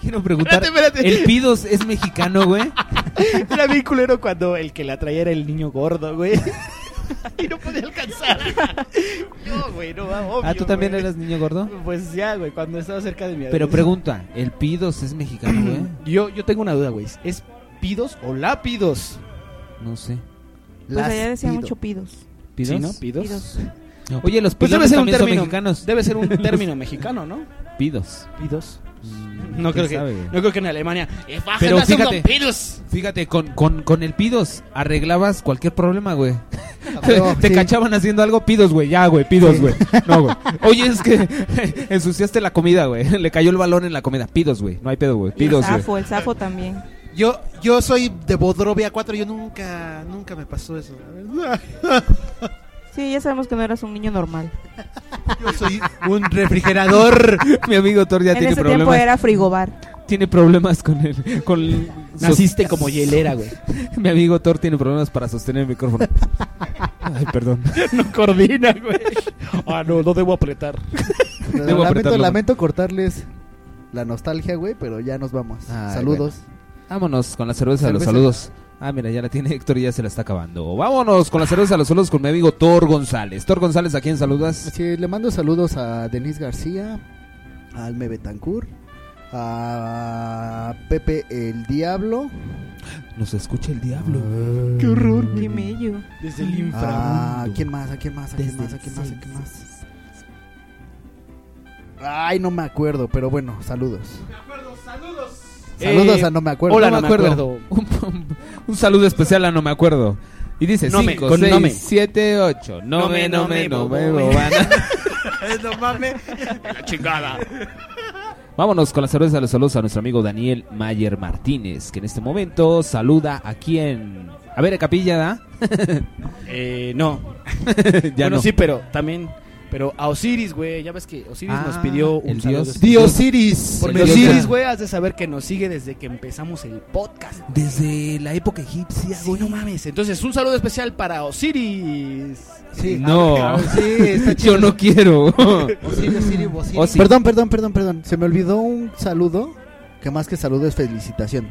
Speaker 6: Quiero preguntar.
Speaker 5: Espérate, espérate.
Speaker 6: ¿El Pidos es mexicano, güey?
Speaker 5: Era bien culero cuando el que la traía era el niño gordo, güey. y no podía alcanzar. No, güey, no, va, obvio,
Speaker 6: ah, ¿tú también
Speaker 5: güey.
Speaker 6: eras niño gordo?
Speaker 5: Pues ya, güey, cuando estaba cerca de mi
Speaker 6: Pero
Speaker 5: adolescencia.
Speaker 6: pregunta, ¿el Pidos es mexicano, güey?
Speaker 5: Yo, yo tengo una duda, güey. ¿Es pidos o lápidos?
Speaker 6: No sé.
Speaker 8: Pues allá decía mucho pidos.
Speaker 6: ¿Pidos?
Speaker 5: Sí, ¿no? ¿Pidos?
Speaker 8: Pidos.
Speaker 6: No. Oye, los
Speaker 5: Pues
Speaker 6: pilones
Speaker 5: debe ser un
Speaker 6: también
Speaker 5: término
Speaker 6: son mexicanos.
Speaker 5: Debe ser un término mexicano, ¿no?
Speaker 6: Pidos.
Speaker 5: Pidos.
Speaker 6: Mm, quién
Speaker 5: No creo, que,
Speaker 6: sabe, güey.
Speaker 5: no creo que en Alemania. eh, bájenlas
Speaker 6: Pero
Speaker 5: a unos
Speaker 6: fíjate,
Speaker 5: pidos.
Speaker 6: fíjate, con, con, con el pidos arreglabas cualquier problema, güey.
Speaker 5: huevo,
Speaker 6: Te cachaban haciendo algo, pidos, güey, ya, güey, pidos, güey. No, güey. Oye, es que ensuciaste la comida, güey. Le cayó el balón en la comida, pidos, güey. No hay pedo,
Speaker 8: Y
Speaker 6: güey,
Speaker 8: el
Speaker 6: pidos,
Speaker 5: ah,
Speaker 6: güey.
Speaker 8: zafo, el zafo también.
Speaker 4: Yo, yo soy de Bodrovia 4, yo nunca, nunca me pasó eso. la verdad.
Speaker 8: Sí, ya sabemos que no eras un niño normal.
Speaker 4: Yo soy un refrigerador.
Speaker 6: Mi amigo Thor ya
Speaker 8: en
Speaker 6: tiene
Speaker 8: ese
Speaker 6: problemas.
Speaker 8: tiempo era frigobar.
Speaker 6: Tiene problemas con el. Con el-
Speaker 5: Naciste como hielera, güey.
Speaker 6: Mi amigo Thor tiene problemas para sostener el micrófono. Ay, perdón.
Speaker 5: No coordina, güey. Ah, no, no debo apretar.
Speaker 6: Debo
Speaker 7: lamento,
Speaker 6: apretarlo.
Speaker 7: lamento cortarles la nostalgia, güey, pero ya nos vamos.
Speaker 6: Ay,
Speaker 7: Saludos.
Speaker 6: bueno. Vámonos con la cerveza de los
Speaker 7: Cerveza.
Speaker 6: saludos. Ah, mira, ya la tiene Héctor y ya se la está acabando. Vámonos con la cerveza de los saludos con mi amigo Thor González. Thor González, ¿a quién saludas?
Speaker 7: Sí, le mando saludos a Denise García, a Alme Betancourt, a Pepe el Diablo,
Speaker 6: Nos escucha el diablo.
Speaker 7: Qué horror.
Speaker 8: Qué mello.
Speaker 5: Desde el
Speaker 7: a quién más, a quién más, a quién más, a quién más, a quién más. Ay, no me acuerdo, pero bueno, saludos. Saludos
Speaker 6: Eh,
Speaker 7: a no me acuerdo.
Speaker 6: Hola, no me acuerdo. Un, un saludo especial a no me acuerdo. Y dice
Speaker 5: No me,
Speaker 6: 5,
Speaker 5: con no me.
Speaker 6: 6, 7, 8. No me, no me, no me, bobana.
Speaker 4: no mames.
Speaker 5: La chingada.
Speaker 6: Vámonos con la cerveza de los saludos a nuestro amigo Daniel Mayer Martínez, que en este momento saluda a quien. A ver, Capilla, ¿da?
Speaker 5: Eh, no.
Speaker 6: Ya
Speaker 5: bueno,
Speaker 6: no.
Speaker 5: sí, pero también. Pero a Osiris, güey, ya ves que Osiris
Speaker 6: Ah,
Speaker 5: nos pidió
Speaker 6: el
Speaker 5: un saludo
Speaker 6: dios.
Speaker 5: especial.
Speaker 6: Diosiris.
Speaker 5: Porque
Speaker 6: El dios
Speaker 5: Osiris,
Speaker 6: de-
Speaker 5: güey, has de saber que nos sigue desde que empezamos el podcast.
Speaker 6: Desde la época egipcia,
Speaker 5: güey, no mames. Entonces, un saludo especial para Osiris.
Speaker 7: Sí,
Speaker 6: No.
Speaker 7: Ah, cabrón, sí, está
Speaker 6: Yo
Speaker 7: chido.
Speaker 6: no quiero. Osiris.
Speaker 7: Perdón, perdón, perdón, perdón. Se me olvidó un saludo que más que saludo es felicitación.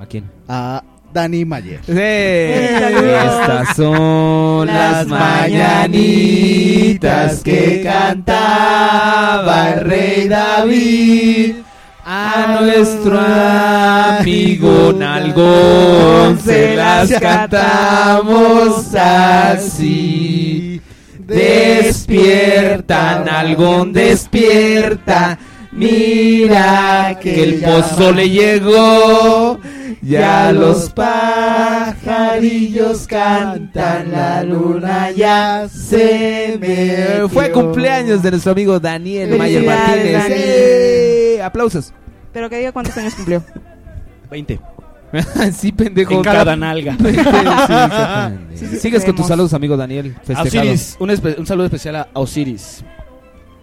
Speaker 6: ¿A quién?
Speaker 7: A Dani Mayer.
Speaker 6: Eh, Estas son las mañanitas que cantaba el rey David a nuestro amigo Nalgón. Se las cantamos así. Despierta, Nalgón, despierta. Mira que el pozo le llegó. Ya los pajarillos cantan, la luna ya se me Fue cumpleaños de nuestro amigo Daniel Mayer
Speaker 8: Felicidades,
Speaker 6: Martínez.
Speaker 8: Dani.
Speaker 6: ¡Eh! Aplausos.
Speaker 8: Pero que diga cuántos años cumplió.
Speaker 6: 20. sí, pendejo.
Speaker 5: En cada nalga.
Speaker 6: Sí, sí, sí, sí,
Speaker 5: Sí, sí,
Speaker 6: Sigues con
Speaker 5: creemos.
Speaker 6: tus saludos, amigo Daniel. Festejado.
Speaker 5: Osiris, un, espe- un saludo especial a Osiris.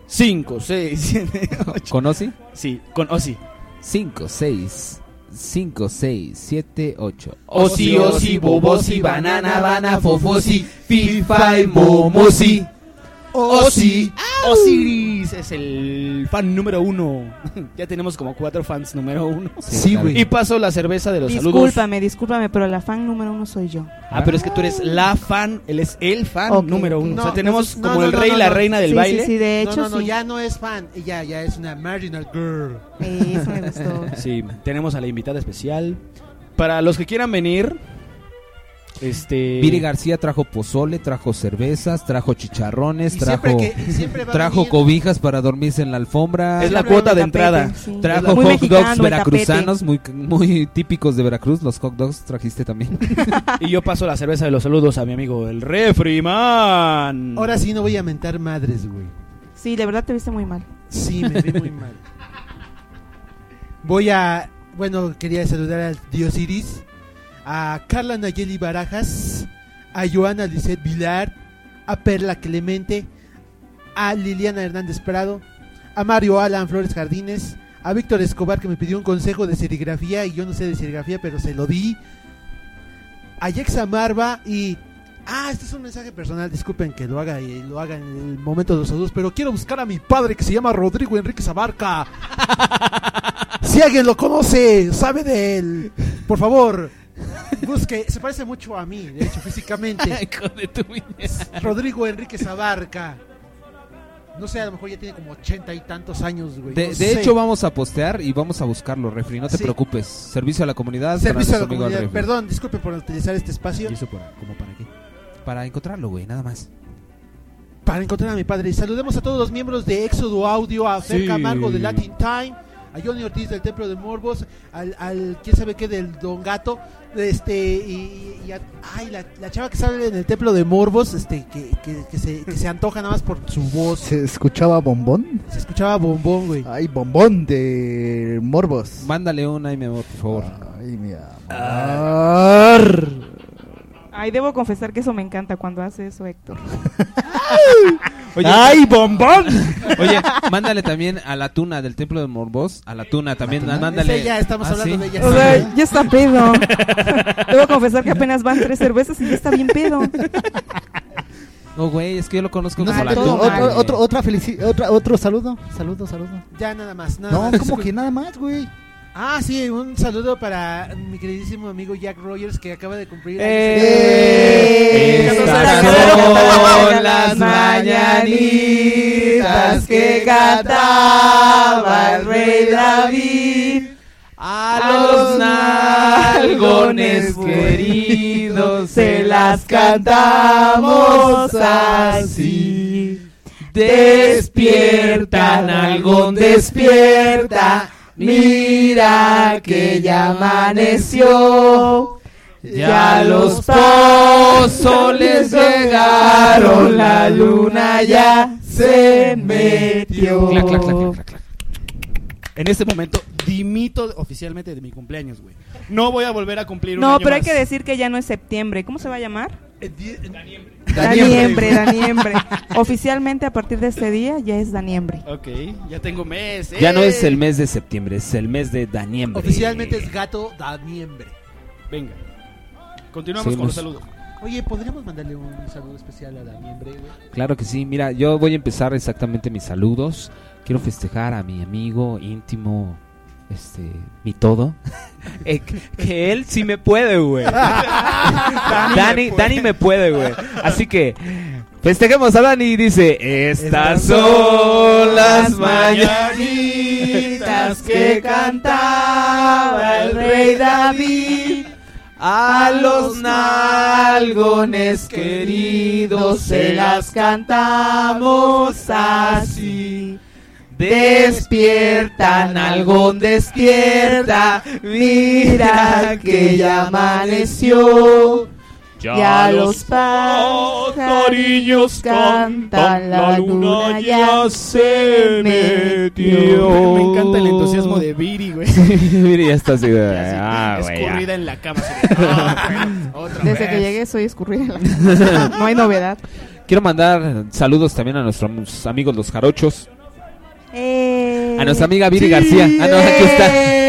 Speaker 5: 5, 6, 7, 8.
Speaker 6: ¿Con Osi?
Speaker 5: Sí, con Osi.
Speaker 6: 5, 6, 5, 6, 7, 8.
Speaker 5: Osi, osi, bobosi,
Speaker 6: banana, bana, fofosi, fifa y momosi.
Speaker 5: Osi. Osiris es el fan número uno. ya tenemos como cuatro fans número uno.
Speaker 6: Sí,
Speaker 5: güey. Y paso la cerveza de los saludos.
Speaker 8: Discúlpame, discúlpame, pero la fan número uno soy yo.
Speaker 5: Ah, pero es que tú eres la fan, él es el fan
Speaker 8: Ok.
Speaker 5: número uno. o
Speaker 4: No,
Speaker 5: sea, tenemos
Speaker 4: no,
Speaker 5: como
Speaker 4: no,
Speaker 5: el
Speaker 4: no,
Speaker 5: rey y
Speaker 4: no,
Speaker 5: la
Speaker 4: no.
Speaker 5: reina del baile.
Speaker 4: no, no, no, ya no es fan, ya, ya es una marginal girl.
Speaker 8: Eso me gustó.
Speaker 5: Sí, tenemos a la invitada especial. Para los que quieran venir, este.
Speaker 6: Viri García trajo pozole, trajo cervezas, trajo chicharrones, trajo,
Speaker 5: siempre que- siempre va a
Speaker 6: trajo
Speaker 5: venir-
Speaker 6: cobijas para dormirse en la alfombra.
Speaker 5: Es la Siempre cuota de el tapete, entrada. sí. Es la-
Speaker 6: Trajo
Speaker 5: Muy
Speaker 6: hot
Speaker 5: mexicano
Speaker 6: dogs
Speaker 5: el
Speaker 6: veracruzanos, muy, muy típicos de Veracruz. Los hot dogs trajiste también.
Speaker 5: Y yo paso la cerveza de los saludos a mi amigo, el Refriman.
Speaker 4: Ahora sí no voy a mentar madres, güey.
Speaker 8: Sí, de verdad te viste muy mal.
Speaker 4: Sí, me vi muy mal. Voy a. Bueno, quería saludar al Diosiris, a Carla Nayeli Barajas, a Joana Lisset Vilar, a Perla Clemente, a Liliana Hernández Prado, a Mario Alan Flores Jardines, a Víctor Escobar que me pidió un consejo de serigrafía y yo no sé de serigrafía, pero se lo di. A Yexa Marva y. Ah, este es un mensaje personal, disculpen que lo haga y lo haga en el momento de los saludos, pero quiero buscar a mi padre que se llama Rodrigo Enrique Zabarca. si alguien lo conoce, sabe de él, por favor, busque, se parece mucho a mí, de hecho, físicamente. Rodrigo Enrique Zabarca. No sé, a lo mejor ya tiene como ochenta y tantos años, güey.
Speaker 6: De,
Speaker 4: no
Speaker 6: de
Speaker 4: sé.
Speaker 6: hecho, vamos a postear y vamos a buscarlo, refri. No te
Speaker 4: Sí.
Speaker 6: preocupes. Servicio a la comunidad. para
Speaker 4: Servicio a la
Speaker 6: nuestro amigo el
Speaker 4: comunidad.
Speaker 6: refri.
Speaker 4: Perdón, disculpe por utilizar este espacio.
Speaker 6: ¿Y eso para, como para qué? Para encontrarlo, güey, nada más.
Speaker 4: para encontrar a mi padre. Saludemos a todos los miembros de Éxodo Audio, a Fer
Speaker 6: Sí.
Speaker 4: Camargo de Latin Time, a Johnny Ortiz del Templo de Morbos, al, al quién sabe qué del Don Gato, este y, y a- ay, la, la chava que sale en el Templo de Morbos, este que, que- que se, que se antoja nada más por su voz.
Speaker 7: ¿Se escuchaba bombón?
Speaker 4: Se escuchaba bombón, güey.
Speaker 7: Ay, bombón de morbos.
Speaker 6: Mándale una y me voy, por favor.
Speaker 7: Ay, mi amor.
Speaker 8: Ay, debo confesar que eso me encanta cuando hace eso, Héctor.
Speaker 6: ¡Ay, bombón! Oye, mándale también a la tuna del templo de Morbos. A la tuna también, mándale. Ah,
Speaker 4: Esa ya, estamos hablando de ella.
Speaker 8: O sea, ya está pedo. Debo confesar que apenas van tres cervezas y ya está bien pedo.
Speaker 6: No, güey, es que yo lo conozco
Speaker 7: No,
Speaker 4: Ah,
Speaker 6: como la
Speaker 7: pero
Speaker 6: tuna.
Speaker 7: otro, otro, otra felici- otra, otro saludo. Saludo, saludo.
Speaker 4: Ya nada más, nada
Speaker 7: No,
Speaker 4: más.
Speaker 7: como que nada más, güey.
Speaker 4: Ah, sí, un saludo para mi queridísimo amigo Jack Rogers que acaba de cumplir. este
Speaker 6: Eh,
Speaker 4: años.
Speaker 6: estas son las mañanitas que cantaba el rey David a los nalgones queridos se las cantamos así despierta nalgón despierta mira que ya amaneció ya los pozoles llegaron, la luna ya se metió.
Speaker 5: En este momento dimito oficialmente de mi cumpleaños, güey. No voy a volver a cumplir un
Speaker 8: No,
Speaker 5: año
Speaker 8: pero hay
Speaker 5: más.
Speaker 8: que decir que ya no es septiembre. ¿Cómo se va a llamar?
Speaker 5: Eh, Daniembre.
Speaker 8: Daniembre, Daniembre. Oficialmente a partir de ese día ya es Daniembre.
Speaker 5: Ok, ya tengo mes.
Speaker 6: Ya no es
Speaker 5: ¡eh!
Speaker 6: el mes de septiembre, es el mes de Daniembre.
Speaker 4: Oficialmente es gato Daniembre.
Speaker 5: Venga. Continuamos
Speaker 6: Seguimos.
Speaker 5: con los saludos.
Speaker 4: Oye, ¿podríamos mandarle un saludo especial a Daniembre, güey?
Speaker 6: Claro que sí, mira, yo voy a empezar exactamente mis saludos. Quiero festejar a mi amigo íntimo, este, mi todo. Eh, que- que él sí me puede, güey. Dani, Dani me puede. güey. Así que festejemos a Dani y dice, estas son las mañanas.
Speaker 23: mañanitas
Speaker 6: que
Speaker 23: cantaba
Speaker 6: el rey
Speaker 23: David
Speaker 6: a
Speaker 23: los nalgones queridos
Speaker 6: se las
Speaker 23: cantamos así. Despierta, nalgón, despierta, mira que ya amaneció.
Speaker 10: Ya los
Speaker 23: pajariños cantan, la luna ya se
Speaker 5: Me,
Speaker 23: metió.
Speaker 5: me encanta el entusiasmo de Viri, güey.
Speaker 6: Mira, ya está así, güey. Ah, güey, ya.
Speaker 5: Escurrida en la cama. así de, "Ah, pues, otra
Speaker 8: Desde
Speaker 5: vez".
Speaker 8: que llegué soy escurrida. en la casa. No hay novedad.
Speaker 6: Quiero mandar saludos también a nuestros amigos los jarochos.
Speaker 8: Eh,
Speaker 6: A nuestra amiga Viri García. Ah, no, aquí está.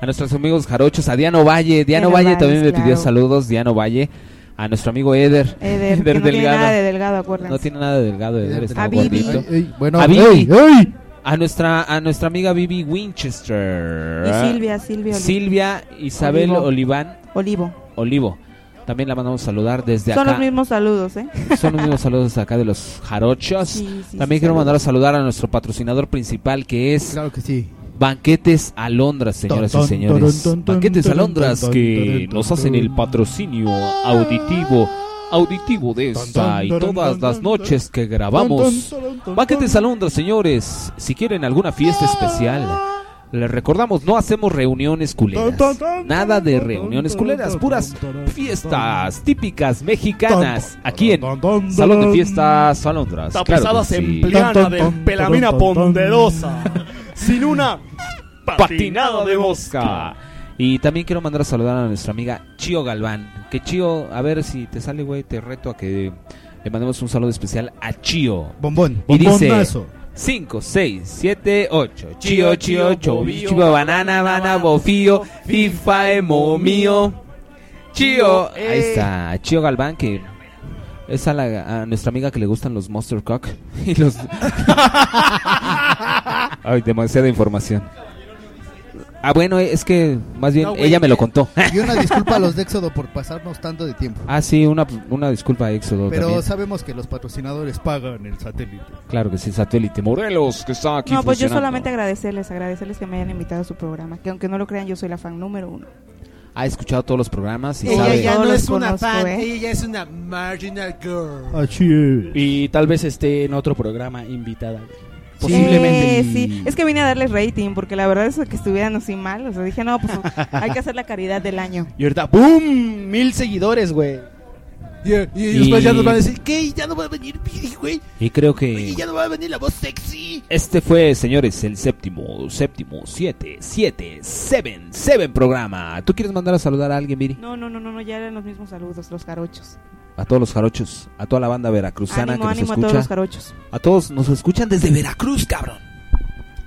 Speaker 6: A nuestros amigos jarochos, a Diano Valle. Diano
Speaker 8: Diano
Speaker 6: Valle
Speaker 8: Valle,
Speaker 6: también me
Speaker 8: claro.
Speaker 6: pidió saludos, Diano Valle. A nuestro amigo Eder.
Speaker 8: Eder, que no tiene nada de delgado, acuérdense.
Speaker 6: No tiene nada de delgado, Eder. Está
Speaker 8: A Vivi.
Speaker 6: gordito.
Speaker 8: Ay, ay, bueno,
Speaker 6: a Vivi.
Speaker 8: ay,
Speaker 6: A nuestra, a nuestra amiga Vivi Winchester. Ah,
Speaker 8: Y Silvia, Silvia Olivo.
Speaker 6: Silvia Isabel
Speaker 8: Olivo.
Speaker 6: Oliván.
Speaker 8: Olivo.
Speaker 6: Olivo. También la mandamos a saludar desde
Speaker 8: Son
Speaker 6: acá.
Speaker 8: los mismos saludos, ¿eh?
Speaker 6: Son los mismos saludos acá de los jarochos.
Speaker 8: Sí, sí,
Speaker 6: También
Speaker 8: sí,
Speaker 6: quiero
Speaker 8: saludos.
Speaker 6: mandar a saludar a nuestro patrocinador principal que es
Speaker 4: Claro que sí.
Speaker 6: Banquetes Alondras, señoras
Speaker 4: Ton,
Speaker 6: y
Speaker 4: ton,
Speaker 6: señores.
Speaker 4: ton, ton, ton,
Speaker 6: Banquetes
Speaker 4: ton,
Speaker 6: Alondras
Speaker 4: ton,
Speaker 6: que
Speaker 4: ton, ton,
Speaker 6: nos hacen el patrocinio auditivo auditivo de esta y todas las noches que grabamos. Banquetes Alondras, señores, si quieren alguna fiesta especial, les recordamos, no hacemos reuniones culeras. Nada de reuniones culeras, puras fiestas típicas mexicanas. Aquí en Salón de Fiestas Alondras. claro
Speaker 5: Tapizada
Speaker 6: que sí.
Speaker 5: sempliana de pelamina ponderosa. Sin una
Speaker 6: patinado de mosca. Y también quiero mandar a saludar a nuestra amiga Chio Galván. Que Chio, a ver si te sale, güey, te reto a que le mandemos un saludo especial a Chio.
Speaker 4: Bombón.
Speaker 6: Y dice
Speaker 4: Bombonazo.
Speaker 6: 5, 6, 7, 8. Chio, chio, chovillo, banana, banana, bofío, fifa, emo, mío. Chio. Ahí
Speaker 7: Eh.
Speaker 6: está, Chio Galván, que es a, la- a nuestra amiga que le gustan los Monster Cock. Y los... Ay, demasiada información. Ah, bueno, es que más bien
Speaker 7: No, güey, eh,
Speaker 6: ella me lo contó.
Speaker 7: Y una disculpa a los de Éxodo por pasarnos tanto de tiempo.
Speaker 6: ah, sí, una, una disculpa, Éxodo.
Speaker 7: Pero
Speaker 6: también.
Speaker 7: sabemos que los patrocinadores pagan el satélite.
Speaker 6: Claro que sí, Satélite Morelos, que está aquí.
Speaker 8: No, pues yo
Speaker 6: funcionando.
Speaker 8: solamente agradecerles, agradecerles que me hayan invitado a su programa. Que aunque no lo crean, yo soy la fan número uno.
Speaker 6: Ha escuchado todos los programas y
Speaker 8: Ella
Speaker 6: sabe.
Speaker 8: ya
Speaker 4: No,
Speaker 8: los
Speaker 4: es una
Speaker 8: conozco,
Speaker 4: fan,
Speaker 8: ¿eh?
Speaker 4: ella ya es una marginal girl.
Speaker 5: Y tal vez esté en otro programa invitada. güey.
Speaker 8: Eh, sí, es que vine a darles rating, porque la verdad es que estuvieran así mal. O sea, dije, no, pues hay que hacer la caridad del año.
Speaker 5: Y ahorita, ¡boom! Mil seguidores, güey.
Speaker 4: Y,
Speaker 6: Y- después ya nos van a decir,
Speaker 4: ¿qué? Ya no va a venir, güey.
Speaker 6: Y creo que
Speaker 4: Ya no va a venir la voz sexy.
Speaker 6: este fue, señores, el séptimo, séptimo, siete, siete, seven, seven programa. ¿Tú quieres mandar a saludar a alguien, Viri?
Speaker 8: No, no, no, no, no, ya eran los mismos saludos, los jarochos.
Speaker 6: A todos los jarochos, a toda la banda veracruzana
Speaker 8: Ánimo,
Speaker 6: que nos
Speaker 8: ánimo a
Speaker 6: escucha.
Speaker 8: todos los jarochos.
Speaker 6: A todos nos escuchan desde Veracruz, cabrón.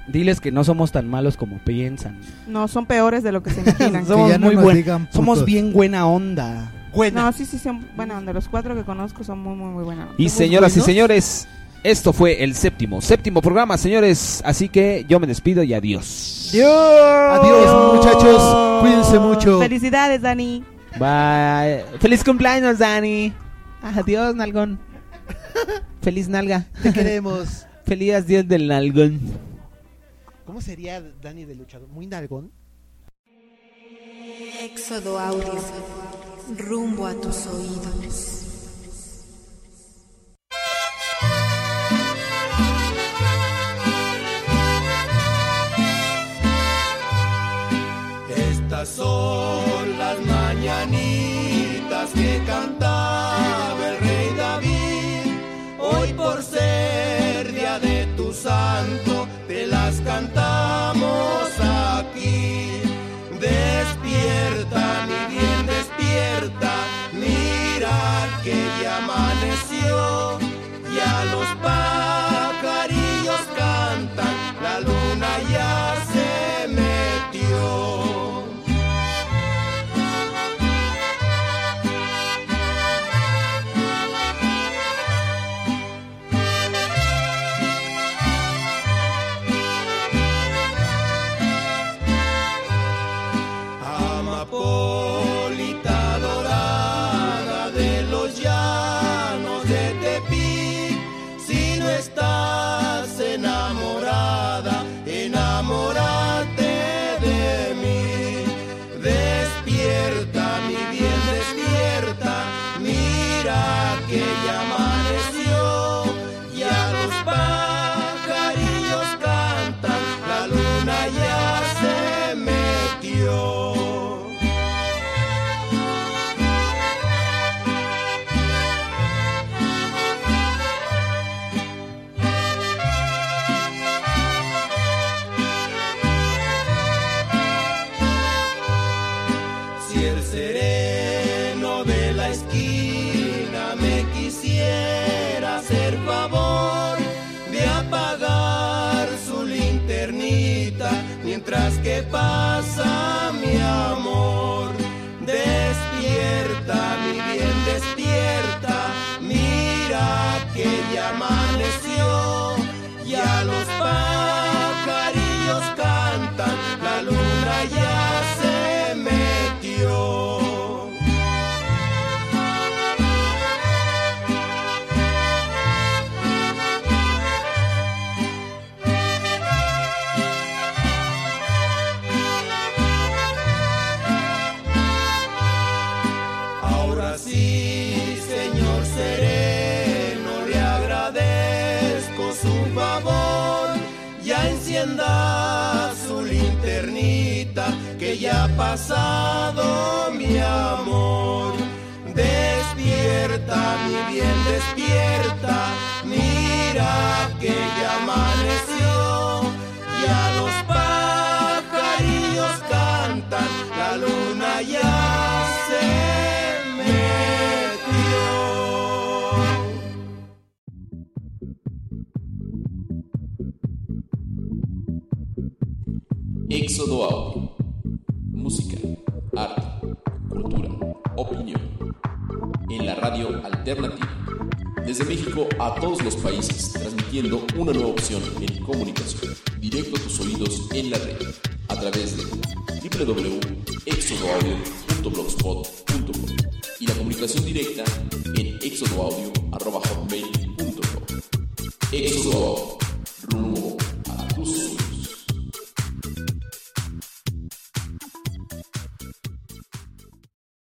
Speaker 5: Diles que no somos tan malos como piensan.
Speaker 8: No, son peores de lo que se imaginan.
Speaker 5: Somos
Speaker 4: ya no
Speaker 5: muy
Speaker 4: nos
Speaker 5: buen-
Speaker 4: digan putos.
Speaker 5: Somos bien buena onda.
Speaker 8: No, sí, sí, son buena onda. Los cuatro que conozco son muy, muy, muy buena onda.
Speaker 6: Y señoras y señores, esto fue el séptimo, séptimo programa, señores. Así que yo me despido y adiós.
Speaker 4: Adiós, muchachos. Cuídense mucho.
Speaker 8: Felicidades, Dani.
Speaker 6: Bye. Feliz cumpleaños, Dani. Adiós, Nalgón. Feliz nalga.
Speaker 4: Te queremos.
Speaker 6: Feliz 10 del nalgón.
Speaker 4: ¿Cómo sería Dani de luchador? Muy nalgón.
Speaker 1: Éxodo audio. Rumbo a tus oídos.
Speaker 23: Estas son las mañanitas que cantaba el rey David. Hoy por ser día de tu santo, te las cantamos
Speaker 3: amaneció y a los pajarillos cantan, la luna ya se metió. Amapolita dorada de los llanos de Tepic, si no estás enamorada, enamórate de mí. Despierta, mi bien, despierta, mira que ya amaneció y a los pajarillos cantan, la luna ya se metió. Si el sereno de la esquina me quisiera hacer favor de apagar su linternita mientras que pasa mi amor. Despierta, mi bien, despierta, mira que ya amaneció y a los pajarillos cantan, la luna ya se metió. Ahora sí, señor sereno, le agradezco su favor. Ya encienda su linternita, que ya ha pasado mi amor. Despierta, mi bien, despierta. Mira que ya amaneció y a los pajarillos cantan, la luna ya se metió.
Speaker 24: Éxodo Audio. Música, arte, cultura, opinión. En la radio alternativa. Desde México a todos los países, transmitiendo una nueva opción en comunicación. Directo a tus oídos en la red. A través de www.exodoaudio.blogspot.com y la comunicación directa en exodoaudio.com. Éxodo Audio.